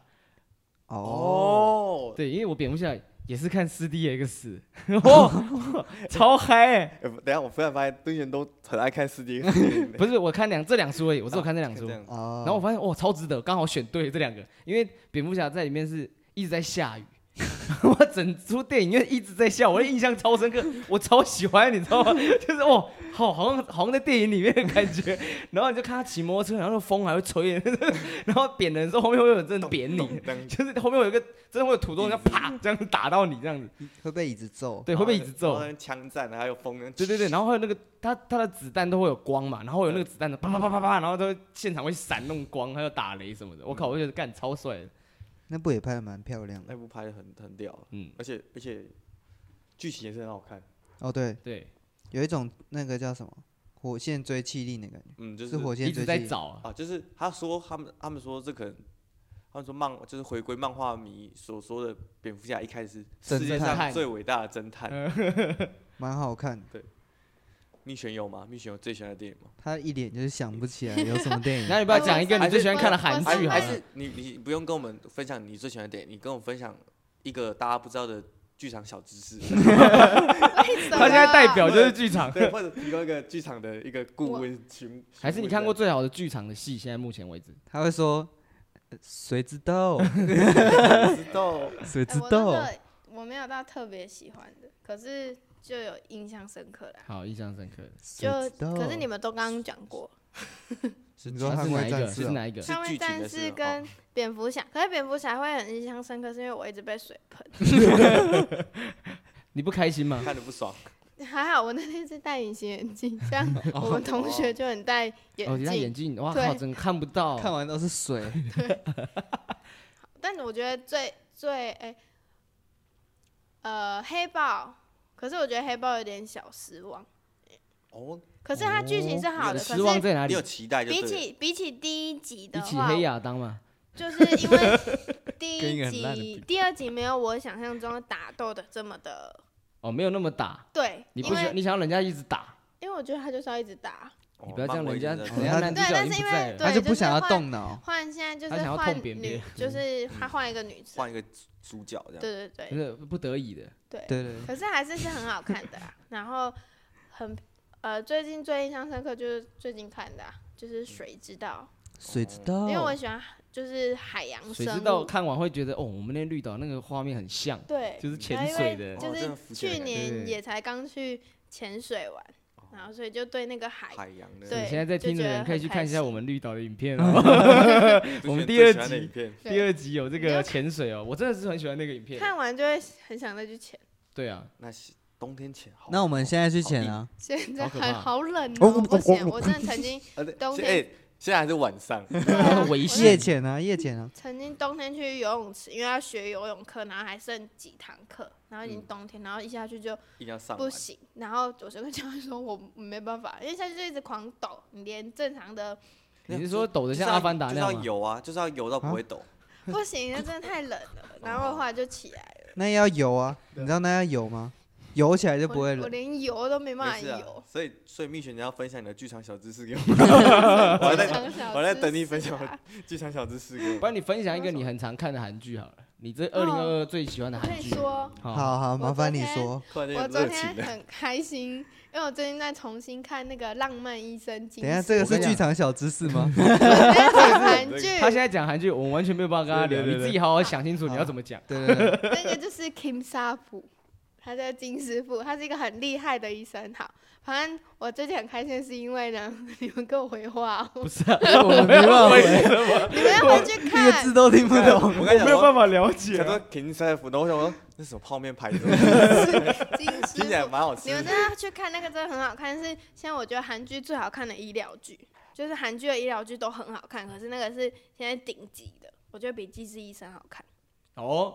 Speaker 3: 哦，
Speaker 1: 哦，
Speaker 2: 对，因为我蝙蝠侠也是看 (laughs) 4DX，哇，
Speaker 1: 哦
Speaker 2: 超嗨、欸！
Speaker 1: 欸不等一下，我忽然发现敦贤都很爱看四 D 电影的。
Speaker 2: 不是，我看两这两书而已，我只有看这两
Speaker 1: 就
Speaker 2: 书，
Speaker 1: 这样
Speaker 3: 哦，
Speaker 2: 然后我发现哇，超值得，刚好选对这两个，因为蝙蝠侠在里面是一直在下雨。 (laughs) 我整出电影院一直在笑，我的印象超深刻，我超喜欢，你知道吗？就是哦，好，好像好像在电影里面的感觉。 (laughs) 然后你就看他骑摩托车，然后那风还会吹， (laughs) 然后扁人的时候后面会有人真的扁你， (laughs)
Speaker 1: 你，
Speaker 2: 就是后面会有一个真的会有土豆，人家啪这样子打到你这样子，
Speaker 3: 会被椅子揍，
Speaker 2: 对，会被椅子
Speaker 1: 然
Speaker 2: 揍
Speaker 1: 后。那边枪战，啊然后还有风，
Speaker 2: 对对对，然后还有那个它它的子弹都会有光嘛，然后有那个子弹的啪啪啪啪啪，然后都会现场会闪那种光，还有打雷什么的。我靠，我觉得干超帅的。
Speaker 3: 那部也拍的蛮漂亮的。
Speaker 2: 哎
Speaker 1: 那部拍的很很屌，
Speaker 2: 嗯，
Speaker 1: 而且而且剧情也是很好看，
Speaker 3: 哦，对，
Speaker 2: 对，
Speaker 3: 有一种那个叫什么火线追气力的感觉，
Speaker 1: 嗯，就是
Speaker 3: 火
Speaker 2: 一
Speaker 3: 线
Speaker 2: 直
Speaker 3: 追
Speaker 2: 在
Speaker 3: 气力。
Speaker 2: 找啊。
Speaker 1: 啊，就是他说他们他们说这可能，他们说漫就是回归漫画迷所说的蝙蝠侠一开始
Speaker 3: 侦
Speaker 1: 世界上
Speaker 2: 探
Speaker 1: 最伟大的侦探，
Speaker 3: 蛮好看的。
Speaker 1: 蜜雪有吗？蜜雪有最喜欢的电影吗？
Speaker 3: 他一脸就是想
Speaker 2: (laughs)
Speaker 3: 不起来有什么电影。
Speaker 2: 那你不要讲一个你最喜欢看的韩
Speaker 4: 还
Speaker 2: 剧
Speaker 4: 是
Speaker 2: 好
Speaker 1: 还
Speaker 2: 了
Speaker 1: 是你你不用跟我们分享你最喜欢的电影，你跟我分享一个大家不知道的剧场小知识，
Speaker 4: 为什么
Speaker 2: (laughs) 他现在代表就是剧场，
Speaker 1: 对，或者提供一个剧场的一个顾
Speaker 4: 我
Speaker 1: 问群，
Speaker 2: 还是你看过最好的剧场的戏？现在目前为止，
Speaker 3: 他会说呃谁知
Speaker 4: (laughs)
Speaker 3: 道，
Speaker 1: 知道？
Speaker 3: 谁
Speaker 4: 哎
Speaker 3: 知
Speaker 4: 我真
Speaker 3: 道，
Speaker 4: 哎的我没有到特别喜欢的，可是就有印象深刻啦。
Speaker 2: 好，印象深刻的。
Speaker 3: 谁
Speaker 4: 就
Speaker 3: 知道
Speaker 4: 可是你们哦都刚刚讲过，
Speaker 3: 是
Speaker 2: 你
Speaker 3: 说
Speaker 2: 是
Speaker 3: 捍
Speaker 2: 哪
Speaker 3: 卫
Speaker 2: 一
Speaker 3: 战
Speaker 2: 个？
Speaker 3: 士
Speaker 2: 是
Speaker 3: 啊
Speaker 2: 哪一个？
Speaker 4: 捍卫
Speaker 1: 剧情
Speaker 4: 战
Speaker 1: 的事
Speaker 4: 士
Speaker 1: 哦
Speaker 4: 跟蝙蝠侠，可是蝙蝠侠会很印象深刻，是因为我一直被水喷。
Speaker 2: (laughs) 你不开心吗？
Speaker 1: 看的不爽，
Speaker 4: 还好我那天是戴隐形眼镜，
Speaker 2: (laughs)
Speaker 4: 像我们同学就很戴
Speaker 2: 哦，
Speaker 4: 眼
Speaker 2: 你戴眼
Speaker 4: 镜。
Speaker 2: 镜，哇
Speaker 4: 对
Speaker 2: 靠，真的看不到。
Speaker 3: 看完都是水，
Speaker 4: 但我觉得最最哎、呃，黑豹，可是我觉得黑豹有点小失望。
Speaker 1: 哦，
Speaker 4: 可是它剧情是好
Speaker 2: 你
Speaker 4: 的，
Speaker 2: 哦失望
Speaker 4: 可是
Speaker 2: 在哪
Speaker 1: 你
Speaker 2: 里
Speaker 1: 有？期待就对
Speaker 4: 比
Speaker 1: 了
Speaker 4: 起比起第一
Speaker 2: 比
Speaker 4: 集的
Speaker 2: 起
Speaker 4: 话，
Speaker 2: 黑亚当嘛，
Speaker 4: 就是因为第
Speaker 3: 跟一
Speaker 4: 一
Speaker 3: 个很烂的比
Speaker 4: 集、第二集没有我想象中打斗的这么的
Speaker 2: 哦，没有那么打。
Speaker 4: 对，
Speaker 2: 你
Speaker 4: 因
Speaker 2: 不喜
Speaker 4: 为
Speaker 2: 欢，你想要人家一直打，
Speaker 4: 因为我觉得他就是要一直打，
Speaker 1: 哦
Speaker 2: 你不要这样，
Speaker 1: 漫
Speaker 2: 人
Speaker 1: 威
Speaker 2: 家
Speaker 1: 真的
Speaker 2: 人家
Speaker 3: 他
Speaker 2: 男主
Speaker 4: 对
Speaker 2: 角已
Speaker 4: 但是
Speaker 2: 经不
Speaker 4: 因为
Speaker 2: 在了。
Speaker 3: 他
Speaker 4: 对
Speaker 3: 就不
Speaker 4: 就是
Speaker 3: 想要
Speaker 4: 换
Speaker 3: 动脑，
Speaker 4: 换现在就
Speaker 2: 他想
Speaker 4: 是
Speaker 2: 要
Speaker 4: 换
Speaker 2: 痛扁别
Speaker 4: 女
Speaker 2: 人，
Speaker 4: 就是他换一个女生，
Speaker 1: (laughs) 换一个主角这样，
Speaker 4: 对对
Speaker 2: 就
Speaker 4: 对
Speaker 2: 是不得已的，
Speaker 4: 对，
Speaker 3: 对对对。
Speaker 4: 可是还是是很好看
Speaker 2: (laughs)
Speaker 4: 的啊，然后很呃最近最印象深刻就是最近看的啊，就是《水之道
Speaker 3: 谁知道？》，
Speaker 4: 因为我喜欢就是海洋
Speaker 2: 谁
Speaker 4: 生
Speaker 2: 知哦道
Speaker 4: 物，
Speaker 2: 看完会觉得哦，我们那绿岛那个画面很
Speaker 1: (laughs)
Speaker 2: 像，
Speaker 4: 对，
Speaker 2: 就是潜水
Speaker 4: 然
Speaker 2: 的
Speaker 4: 后因
Speaker 1: 哦真
Speaker 4: 为就
Speaker 1: 的
Speaker 4: 是
Speaker 1: 浮潜的
Speaker 4: 去
Speaker 1: 感觉
Speaker 4: 年
Speaker 2: 对
Speaker 4: 也才刚去潜水玩，然后所以就对那个海
Speaker 1: 哦海洋的，
Speaker 2: 所以
Speaker 4: 对
Speaker 2: 现在在听的
Speaker 4: 就觉得
Speaker 2: 人
Speaker 4: 很
Speaker 2: 可以去看一
Speaker 4: 开
Speaker 2: 下
Speaker 4: 心
Speaker 2: 我们绿岛的
Speaker 1: (laughs)
Speaker 2: 影片哦。
Speaker 1: 最
Speaker 2: 我
Speaker 1: 喜欢
Speaker 2: 们第二
Speaker 1: 最喜欢的
Speaker 2: 集
Speaker 1: 影片，
Speaker 4: 对
Speaker 2: 第二集有这
Speaker 4: 你
Speaker 2: 个
Speaker 4: 要
Speaker 2: 潜水哦，我真的是很喜欢那个影片。
Speaker 4: 看完就会很想再去潜。
Speaker 2: 对啊，
Speaker 1: 那是冬天前好，
Speaker 3: 那我们现在去潜
Speaker 4: 哦
Speaker 3: 啊，
Speaker 4: 现在
Speaker 2: 好可怕
Speaker 4: 很好冷
Speaker 3: 哦
Speaker 4: 哦、
Speaker 3: 哦
Speaker 4: 不行，
Speaker 3: 哦
Speaker 4: 我真的曾经
Speaker 1: 好冷，
Speaker 4: 冬
Speaker 1: 冬
Speaker 4: 天
Speaker 1: 天，哎，现在还是晚
Speaker 4: (laughs)
Speaker 1: 上，
Speaker 4: 对啊
Speaker 2: (laughs) 危
Speaker 3: 夜
Speaker 2: 险，
Speaker 3: 潜啊，夜潜啊，
Speaker 4: 曾经冬天去游泳池，因为要学游泳课，然后还剩几堂课，然后已经冬天，然后一下去就
Speaker 1: 一定要上
Speaker 4: 不
Speaker 1: 完，
Speaker 4: 行，然后我就跟教练说我没办法，因为下去就一直狂抖，你连正常的
Speaker 2: 你是说抖得
Speaker 1: 就是
Speaker 2: 像
Speaker 1: 要
Speaker 2: 阿凡达
Speaker 1: 就是
Speaker 2: 那
Speaker 1: 要
Speaker 2: 样吗？
Speaker 1: 游啊，就是要游到不会抖，
Speaker 4: 不行，那真的太
Speaker 1: (laughs)
Speaker 4: 冷了，然后我后来就起来了，
Speaker 3: 那要游啊，你知道那要游吗？游起来就不
Speaker 4: 我
Speaker 3: 会
Speaker 4: 我
Speaker 3: 冷。
Speaker 4: 连游都没办法
Speaker 1: 没事啊
Speaker 4: 游。。
Speaker 1: 所以，所以蜜雪你要分享你的剧场小知识
Speaker 2: (laughs)
Speaker 1: 给我们，我还在
Speaker 4: (laughs) 非常小
Speaker 1: 我在
Speaker 4: 知
Speaker 1: 等你
Speaker 4: 识
Speaker 1: 分享
Speaker 4: 啊
Speaker 1: 剧场小知识给我
Speaker 2: 不
Speaker 1: 们。
Speaker 2: 然你分享一个你很常看的韩剧好了，你这二零二二最喜欢
Speaker 4: 哦我
Speaker 2: 的
Speaker 4: 可
Speaker 2: 韩
Speaker 4: 以
Speaker 2: 剧。
Speaker 4: 说，
Speaker 3: 好好，
Speaker 4: 我
Speaker 3: 麻烦
Speaker 4: 昨
Speaker 3: 你
Speaker 4: 天
Speaker 3: 说，
Speaker 1: 突然间
Speaker 4: 我
Speaker 1: 有
Speaker 4: 昨
Speaker 1: 热情
Speaker 4: 天
Speaker 2: (laughs)
Speaker 1: 了，
Speaker 4: 很开心，因为我最近在重新看那个《浪漫医生金
Speaker 3: 等
Speaker 4: 神》。
Speaker 3: 一下这个
Speaker 2: 我跟
Speaker 3: 是
Speaker 2: 你
Speaker 3: 剧
Speaker 2: 讲
Speaker 3: 场小知识吗？
Speaker 4: 我在看韩剧，
Speaker 2: 他现在讲韩剧，我完全没有办法跟他
Speaker 1: 对
Speaker 2: 聊，
Speaker 1: 对对
Speaker 2: 你自己好好想清楚你要怎么讲。
Speaker 3: (laughs) 对对对，
Speaker 4: 那个就是 Kim 沙普，他叫金师傅，他是一个很厉害的医生。好，反正我最近很开心，是因为呢， (laughs) 你们给我回话、哦，
Speaker 2: 不是啊，
Speaker 4: (laughs)
Speaker 2: (laughs) 我们
Speaker 3: 没办法回，
Speaker 4: 你们要回去
Speaker 3: 一哦个
Speaker 4: 看
Speaker 3: 字。都听不懂。
Speaker 1: 我跟你讲，
Speaker 2: 法了解
Speaker 1: 他
Speaker 2: 啊
Speaker 1: 说停塞福，然后我想说那什么泡面
Speaker 4: (laughs)
Speaker 1: 牌子，
Speaker 4: 金师
Speaker 1: 听起来
Speaker 4: 傅，
Speaker 1: 蛮好吃
Speaker 4: 你
Speaker 1: 的
Speaker 4: 们。真的要去看那个，真的很好看。是现在我觉得韩剧最好看的医疗剧，就是韩剧的医疗剧都很好看，可是那个是现在顶级的，我觉得比《机智医生》好看。
Speaker 2: 哦，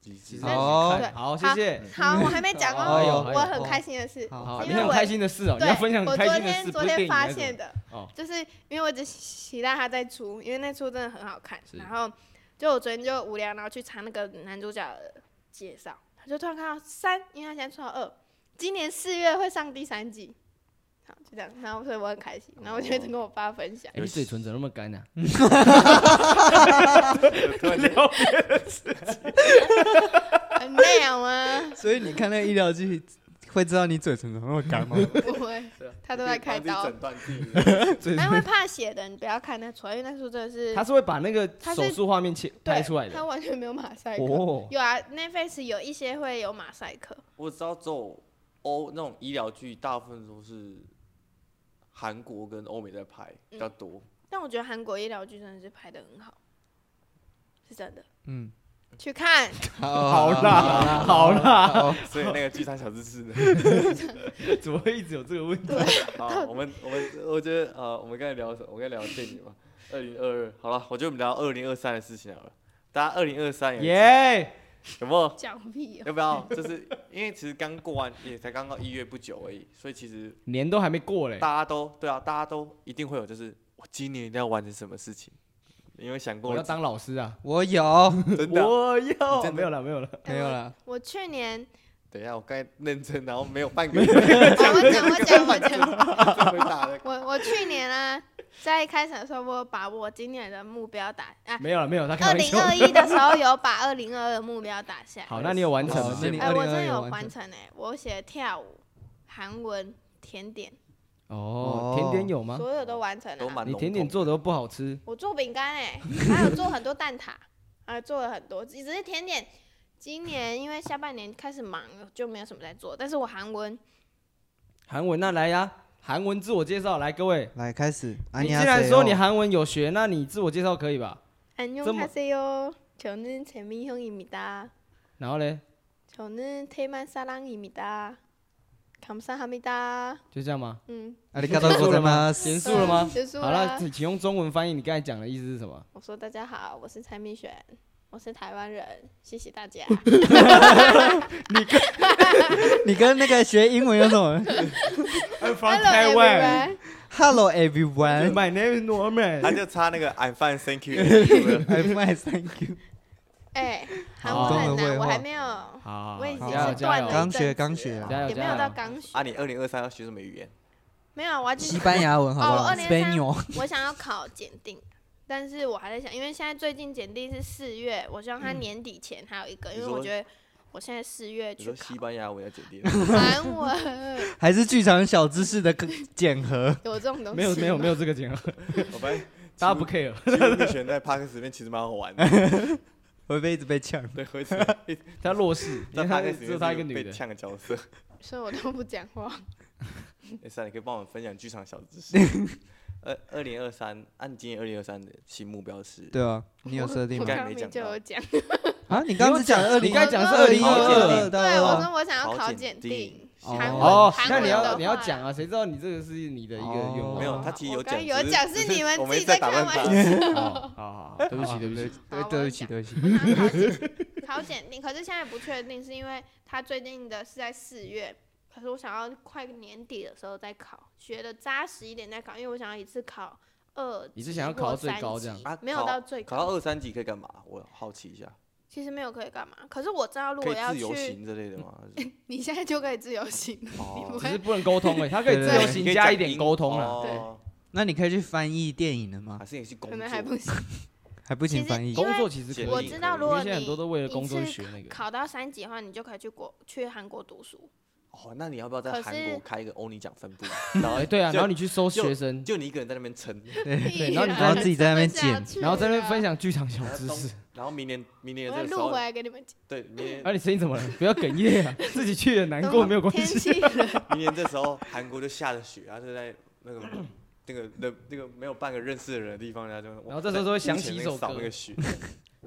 Speaker 1: 几集
Speaker 2: 其实
Speaker 1: 啊
Speaker 2: 很
Speaker 3: 好
Speaker 2: 好看好，谢谢。
Speaker 4: (laughs) 好，哦我还没讲完，
Speaker 2: 哎呦
Speaker 4: 我
Speaker 2: 哎呦
Speaker 4: 我很开心的事。
Speaker 2: 好，
Speaker 4: 因
Speaker 2: 你
Speaker 4: 为
Speaker 2: 很
Speaker 4: 我
Speaker 2: 开心的事哦，你
Speaker 4: 对，
Speaker 2: 要分享很
Speaker 4: 我
Speaker 2: 开
Speaker 4: 昨
Speaker 2: 心的
Speaker 4: 天
Speaker 2: 事，不
Speaker 4: 昨
Speaker 2: 是电
Speaker 4: 天
Speaker 2: 影
Speaker 4: 发
Speaker 2: 那种
Speaker 4: 现的，
Speaker 2: 哦
Speaker 4: 就是因为我只期待他再出，因为那出真的很好看。
Speaker 2: 是
Speaker 4: 然后就我昨天就无聊，然后去查那个男主角的介绍，他就突然看到三，因为他现在出到二，今年四月会上第三季。好，就这样，然后所以我很开心，
Speaker 2: 哦
Speaker 4: 然后我就一直跟我爸分享。 (laughs)
Speaker 2: 哎，你嘴唇怎么那么干啊呢？
Speaker 4: (laughs)
Speaker 1: 突然间
Speaker 4: 很累好
Speaker 2: (laughs)
Speaker 4: 吗？
Speaker 3: 所以你看那个医疗剧，会知道你嘴唇怎么那么干
Speaker 4: (laughs)
Speaker 3: 吗？
Speaker 4: 不会，
Speaker 2: 啊
Speaker 4: 他都在开刀
Speaker 1: 帮自己，诊断自己
Speaker 4: 他会怕血的，你不要看那出来，因为那出真的是
Speaker 2: 他是会把那个
Speaker 4: 他
Speaker 2: 手
Speaker 4: 是
Speaker 2: 术画面切
Speaker 4: 对
Speaker 2: 拍出来
Speaker 1: 啊
Speaker 4: 他
Speaker 2: 的。
Speaker 4: 完全没有马赛克。
Speaker 2: 哦，
Speaker 4: 有啊，Netflix 有一些会有马赛克，
Speaker 1: 我知道走欧那种医疗剧，大部分都是韩国跟欧美在拍比较多。
Speaker 4: 但我觉得韩国医疗剧真的是拍的很好，是真的。
Speaker 3: 嗯，
Speaker 4: 去看，
Speaker 2: 好
Speaker 4: (laughs)
Speaker 2: 啦，好啦，
Speaker 1: 所以那个剧场小知识呢？
Speaker 2: 怎么会一直有这个问题？
Speaker 1: 好，我们我们我觉得呃，我们刚才聊什么？我们刚才聊电影嘛。二零二二，好了，我觉得我们聊二零二三的事情好了。大家二零二三有
Speaker 2: 耶，
Speaker 1: 有没有？
Speaker 4: 讲屁哦、
Speaker 1: 要不要？就是因为其实刚过完，也才刚到一月不久而已，所以其实
Speaker 2: 年都还没过嘞。
Speaker 1: 大家都对啊，大家都一定会有，就是我今年一定要完成什么事情。你有想
Speaker 2: 我
Speaker 1: 过
Speaker 2: 要当老师啊！
Speaker 3: 我有，
Speaker 1: 真的啊？
Speaker 2: 我要
Speaker 1: 真的
Speaker 2: 没有了，没
Speaker 1: (laughs)
Speaker 2: 有了。
Speaker 3: 没有了。
Speaker 4: 我去年，
Speaker 1: 等一下，我刚才认真，然后没有半个月
Speaker 4: 哦我讲我讲我讲，
Speaker 1: 回答的。
Speaker 4: 我我去年啊，在一开始的时候，我有把我今年的目标打啊，
Speaker 2: 没有了，没有，他开
Speaker 4: 二
Speaker 2: 玩
Speaker 4: 零
Speaker 2: 笑。
Speaker 4: 二一的时候有把二零二二的目标打
Speaker 1: (laughs)
Speaker 4: 下来。
Speaker 2: 好，那你有完成
Speaker 1: 好
Speaker 2: 吗？
Speaker 1: 那你
Speaker 4: 哎、我真的
Speaker 3: 2022有
Speaker 4: 有
Speaker 3: 完
Speaker 4: 完成哎、我写跳舞、韩文、甜点，
Speaker 2: 哦
Speaker 3: 哦，
Speaker 2: 甜点有吗？
Speaker 4: 所有都完成了
Speaker 1: 都
Speaker 4: 啊。
Speaker 1: 蛮
Speaker 2: 你
Speaker 1: 笼
Speaker 2: 甜点
Speaker 1: 统
Speaker 2: 做的都不好吃，
Speaker 4: 我做饼干哎，还有做很多蛋挞，啊，做了很多，只是甜点。今年因为下半年开始忙了，就没有什么在做。但是我韩文
Speaker 2: 韩文那来呀、韩文自我介绍，来各位，
Speaker 3: (laughs) 来开始，
Speaker 2: 你既
Speaker 3: 安妮亚
Speaker 2: 然
Speaker 3: 塞哦
Speaker 2: 说
Speaker 3: 哟
Speaker 2: 你韩文有学，那你自我介绍可以吧？
Speaker 4: 안녕
Speaker 2: 这么
Speaker 4: 하세요 뭐? 저는재민형입니다
Speaker 2: 然后嘞，
Speaker 4: 저는태만사랑입니다감사합니다 음.
Speaker 2: 就这样吗？
Speaker 4: 嗯，
Speaker 3: 阿里嘎多国在吗？
Speaker 2: 结束了吗？
Speaker 4: 结束
Speaker 2: 好
Speaker 4: 了
Speaker 2: 了，。请请用中文翻译你刚才讲的意思是什么？
Speaker 4: 我说大家好，我是蔡明璇，我是台湾人，谢谢大家。
Speaker 3: 你跟那个学英文有什么
Speaker 4: Hello everyone，
Speaker 3: ？Hello
Speaker 2: 嗯
Speaker 3: everyone,
Speaker 2: (laughs) My name
Speaker 1: 他
Speaker 2: is Norman。
Speaker 1: 就差那个 I'm fine, thank (laughs) you 了。
Speaker 3: I'm fine, thank you。
Speaker 4: 哎，
Speaker 3: 아.
Speaker 4: 韩
Speaker 2: 好
Speaker 4: 文很
Speaker 3: 中
Speaker 4: 难，
Speaker 3: 文绘
Speaker 4: 예,
Speaker 3: 画
Speaker 4: 我还没有，
Speaker 2: 好，
Speaker 4: 我已经
Speaker 3: 好
Speaker 2: 加油
Speaker 4: 是
Speaker 2: 加
Speaker 4: 断了一
Speaker 2: 油！
Speaker 3: 刚
Speaker 4: 阵子
Speaker 3: 学아，刚学啊
Speaker 4: 了
Speaker 2: 加油
Speaker 4: 也没
Speaker 2: 加
Speaker 4: 有
Speaker 2: 油
Speaker 4: 到刚学
Speaker 1: 啊，，你二零二三要学什么语言？
Speaker 4: 没有，我要继续
Speaker 3: 西班牙文好不
Speaker 4: 哦
Speaker 3: 好
Speaker 4: 2023
Speaker 3: ？Spanish。
Speaker 4: (laughs) 我想要考检定，但是我还在想，因为现在最近检定是四月，我希望他年底前还有一个，因为
Speaker 1: 你说
Speaker 4: 我觉得我现在四月
Speaker 1: 你
Speaker 4: 去
Speaker 1: 说
Speaker 4: 考
Speaker 1: 西班牙文要简定，
Speaker 4: 韩文，
Speaker 3: 还是剧场小知识的检核。
Speaker 4: 有这种东西
Speaker 2: 没有没有没
Speaker 4: 有，
Speaker 2: 有这个节目，
Speaker 1: 我发现
Speaker 2: 大家不 care。
Speaker 1: 其实目 (laughs) 前在 Parkes 里面其实蛮好玩的，
Speaker 3: 会被一直被呛。
Speaker 1: 对，会在 Parkes
Speaker 2: 他弱势，因为他
Speaker 1: 里面
Speaker 2: 只有他一个女
Speaker 1: 被
Speaker 2: 的。
Speaker 1: 呛的角色。
Speaker 4: 所以我都不讲话。
Speaker 1: 哎，三，你可以帮我们分享剧场小知 (laughs) 识。二二零二三，按今年二零二三的新目标是？
Speaker 3: 对啊，你有设定
Speaker 4: 我
Speaker 1: 应该
Speaker 3: 吗？
Speaker 4: 刚
Speaker 1: 没
Speaker 4: 明
Speaker 1: 讲
Speaker 4: 就
Speaker 1: 到
Speaker 4: 有讲，
Speaker 3: 啊，你刚刚只讲二
Speaker 2: 你
Speaker 3: 零，
Speaker 2: 刚才讲是
Speaker 4: 我
Speaker 2: 二
Speaker 4: 刚
Speaker 2: 零二
Speaker 1: 刚
Speaker 2: 二
Speaker 1: 2022。
Speaker 4: 对，我
Speaker 3: 哦
Speaker 4: 说我想要
Speaker 1: 考
Speaker 4: 考
Speaker 1: 检
Speaker 4: 检定
Speaker 1: 定，
Speaker 4: 韩文，
Speaker 2: 哦，
Speaker 4: 韩
Speaker 2: 那
Speaker 4: 文
Speaker 2: 你
Speaker 4: 的
Speaker 2: 要你要
Speaker 4: 话
Speaker 2: 讲啊，谁知道你这个是你的一个愿
Speaker 3: 哦
Speaker 2: 望？
Speaker 1: 没有，
Speaker 4: 哦
Speaker 1: 他其实
Speaker 4: 我
Speaker 1: 有
Speaker 4: 刚
Speaker 1: 讲，
Speaker 4: 有
Speaker 1: 只
Speaker 4: 讲
Speaker 1: 只
Speaker 4: 是
Speaker 1: 是
Speaker 4: 你们
Speaker 1: 我
Speaker 4: 自
Speaker 1: 们
Speaker 4: 己
Speaker 1: 在
Speaker 4: 在
Speaker 1: 打
Speaker 4: 开
Speaker 1: 乱
Speaker 4: 玩
Speaker 1: 打
Speaker 4: 笑。
Speaker 2: 好好好，对不起对不起，
Speaker 4: 好
Speaker 3: 对，对
Speaker 4: 我
Speaker 3: 不
Speaker 4: 要
Speaker 3: 起，
Speaker 4: 讲
Speaker 3: 对不起。
Speaker 4: 我想要考
Speaker 2: (laughs)
Speaker 4: 检考检定，可是现在不确定，是因为他最近的是在四月，可是我想要快年底的时候再考，学的扎实一点再考，因为我想要一次考二级
Speaker 2: 你是想要考到
Speaker 4: 或
Speaker 2: 最
Speaker 4: 三
Speaker 2: 高这样
Speaker 4: 级
Speaker 1: 啊
Speaker 4: 没有
Speaker 1: 考
Speaker 4: 到最
Speaker 1: 考到
Speaker 4: 高，
Speaker 1: 二三级可以干嘛？我好奇一下，
Speaker 4: 其实没有可以干嘛。可是我知道如
Speaker 1: 可
Speaker 4: 果
Speaker 1: 以
Speaker 4: 要
Speaker 1: 自由
Speaker 4: 去，
Speaker 1: 行之类的吗？还是
Speaker 4: (laughs) 你现在就可以自由行了，你不
Speaker 1: 哦，
Speaker 2: 只是
Speaker 4: 会。
Speaker 2: 不能沟通哎，他可以
Speaker 3: 对
Speaker 2: 自
Speaker 3: 对
Speaker 2: 由
Speaker 1: 你
Speaker 3: 对
Speaker 1: 可
Speaker 2: 行
Speaker 1: 以
Speaker 2: 加
Speaker 1: 讲
Speaker 2: 一点
Speaker 1: 英
Speaker 2: 沟通啊。
Speaker 1: 哦，啊
Speaker 3: 那你可以去翻译电影了吗？
Speaker 1: 还是也是工
Speaker 4: 可
Speaker 1: 作，
Speaker 4: 能还不行，
Speaker 3: 还不行翻
Speaker 4: 其
Speaker 3: 译
Speaker 4: 实
Speaker 2: 工作其实可以，
Speaker 1: 因为
Speaker 4: 我
Speaker 1: 可以
Speaker 4: 知道，如
Speaker 2: 因为
Speaker 4: 果
Speaker 2: 现在很多
Speaker 4: 你
Speaker 2: 都为了
Speaker 4: 一
Speaker 2: 工作
Speaker 4: 次
Speaker 2: 学那个。
Speaker 4: 考到三级的话，你就可以去国去韩国读书。
Speaker 1: 哦，那你要不要在
Speaker 4: 可
Speaker 1: 韩国
Speaker 4: 是
Speaker 1: 开一个欧尼奖分
Speaker 2: (laughs)
Speaker 1: 部？
Speaker 2: 然后哎对啊，
Speaker 1: 就
Speaker 2: 然后你去收学生，
Speaker 1: 就你一个人在那边撑，
Speaker 3: 对，
Speaker 2: 然后你
Speaker 3: 然后自己在那边
Speaker 4: 吃不下
Speaker 3: 剪，
Speaker 4: 去
Speaker 2: 然后在那边
Speaker 4: 了
Speaker 2: 分享剧场小
Speaker 1: 然后
Speaker 2: 知
Speaker 1: 东
Speaker 4: (laughs)
Speaker 2: 识。
Speaker 1: 然后明年明年
Speaker 4: 我
Speaker 1: 的这个
Speaker 4: 会
Speaker 1: 时
Speaker 4: 录
Speaker 1: 候
Speaker 4: 回，来给你们讲。
Speaker 1: 对，明年
Speaker 2: 啊，你声音怎么了？不要哽咽
Speaker 4: (laughs)
Speaker 2: 啊，自己去也难过，没有关系。
Speaker 4: 天气冷，
Speaker 1: 明年这时候韩国就下着雪，然后就在那个那个那那个没有半个认识的人的地方，然后就
Speaker 2: 然后这时候就会想起一首歌
Speaker 1: 扫那个雪，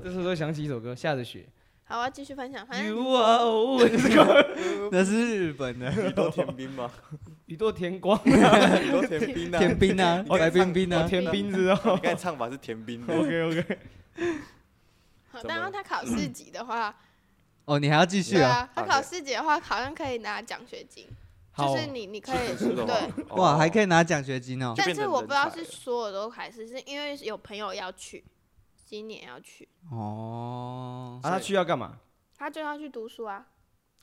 Speaker 2: 这时候想起一首歌《下着雪
Speaker 4: (laughs) 好，我要继续分享。》反正
Speaker 2: ，You are
Speaker 3: (laughs)
Speaker 2: always
Speaker 3: 那是日本的
Speaker 1: 宇多田冰
Speaker 2: (laughs)
Speaker 1: 吗？
Speaker 2: 宇多田光，
Speaker 1: 宇多田冰啊，
Speaker 3: (laughs) 天兵 (laughs) 啊，
Speaker 1: 哦
Speaker 3: 白冰冰
Speaker 2: 哦
Speaker 4: (laughs)
Speaker 3: 啊，
Speaker 2: 田冰知道。
Speaker 1: 你刚才唱法是田冰的，
Speaker 2: OK OK，
Speaker 4: 好，
Speaker 1: 怎么
Speaker 4: 然后他考四级的话，
Speaker 3: 哦，你还要继续
Speaker 4: 对
Speaker 3: 啊？
Speaker 4: 啊，他考四级的话，好像可以拿奖学金，
Speaker 2: 好
Speaker 4: 就是你你可以
Speaker 1: 是的吗
Speaker 4: 对，
Speaker 1: 哦
Speaker 3: 哇，还可以拿奖学金哦
Speaker 1: 就！
Speaker 4: 但
Speaker 1: 变
Speaker 4: 是
Speaker 1: 成
Speaker 4: 我
Speaker 1: 人
Speaker 4: 不知道
Speaker 1: 才
Speaker 4: 是
Speaker 1: 了
Speaker 4: 所有都还是是因为有朋友要去，今年要去，
Speaker 3: 哦，
Speaker 2: 啊，他去要干嘛？
Speaker 4: 他就要去读书啊，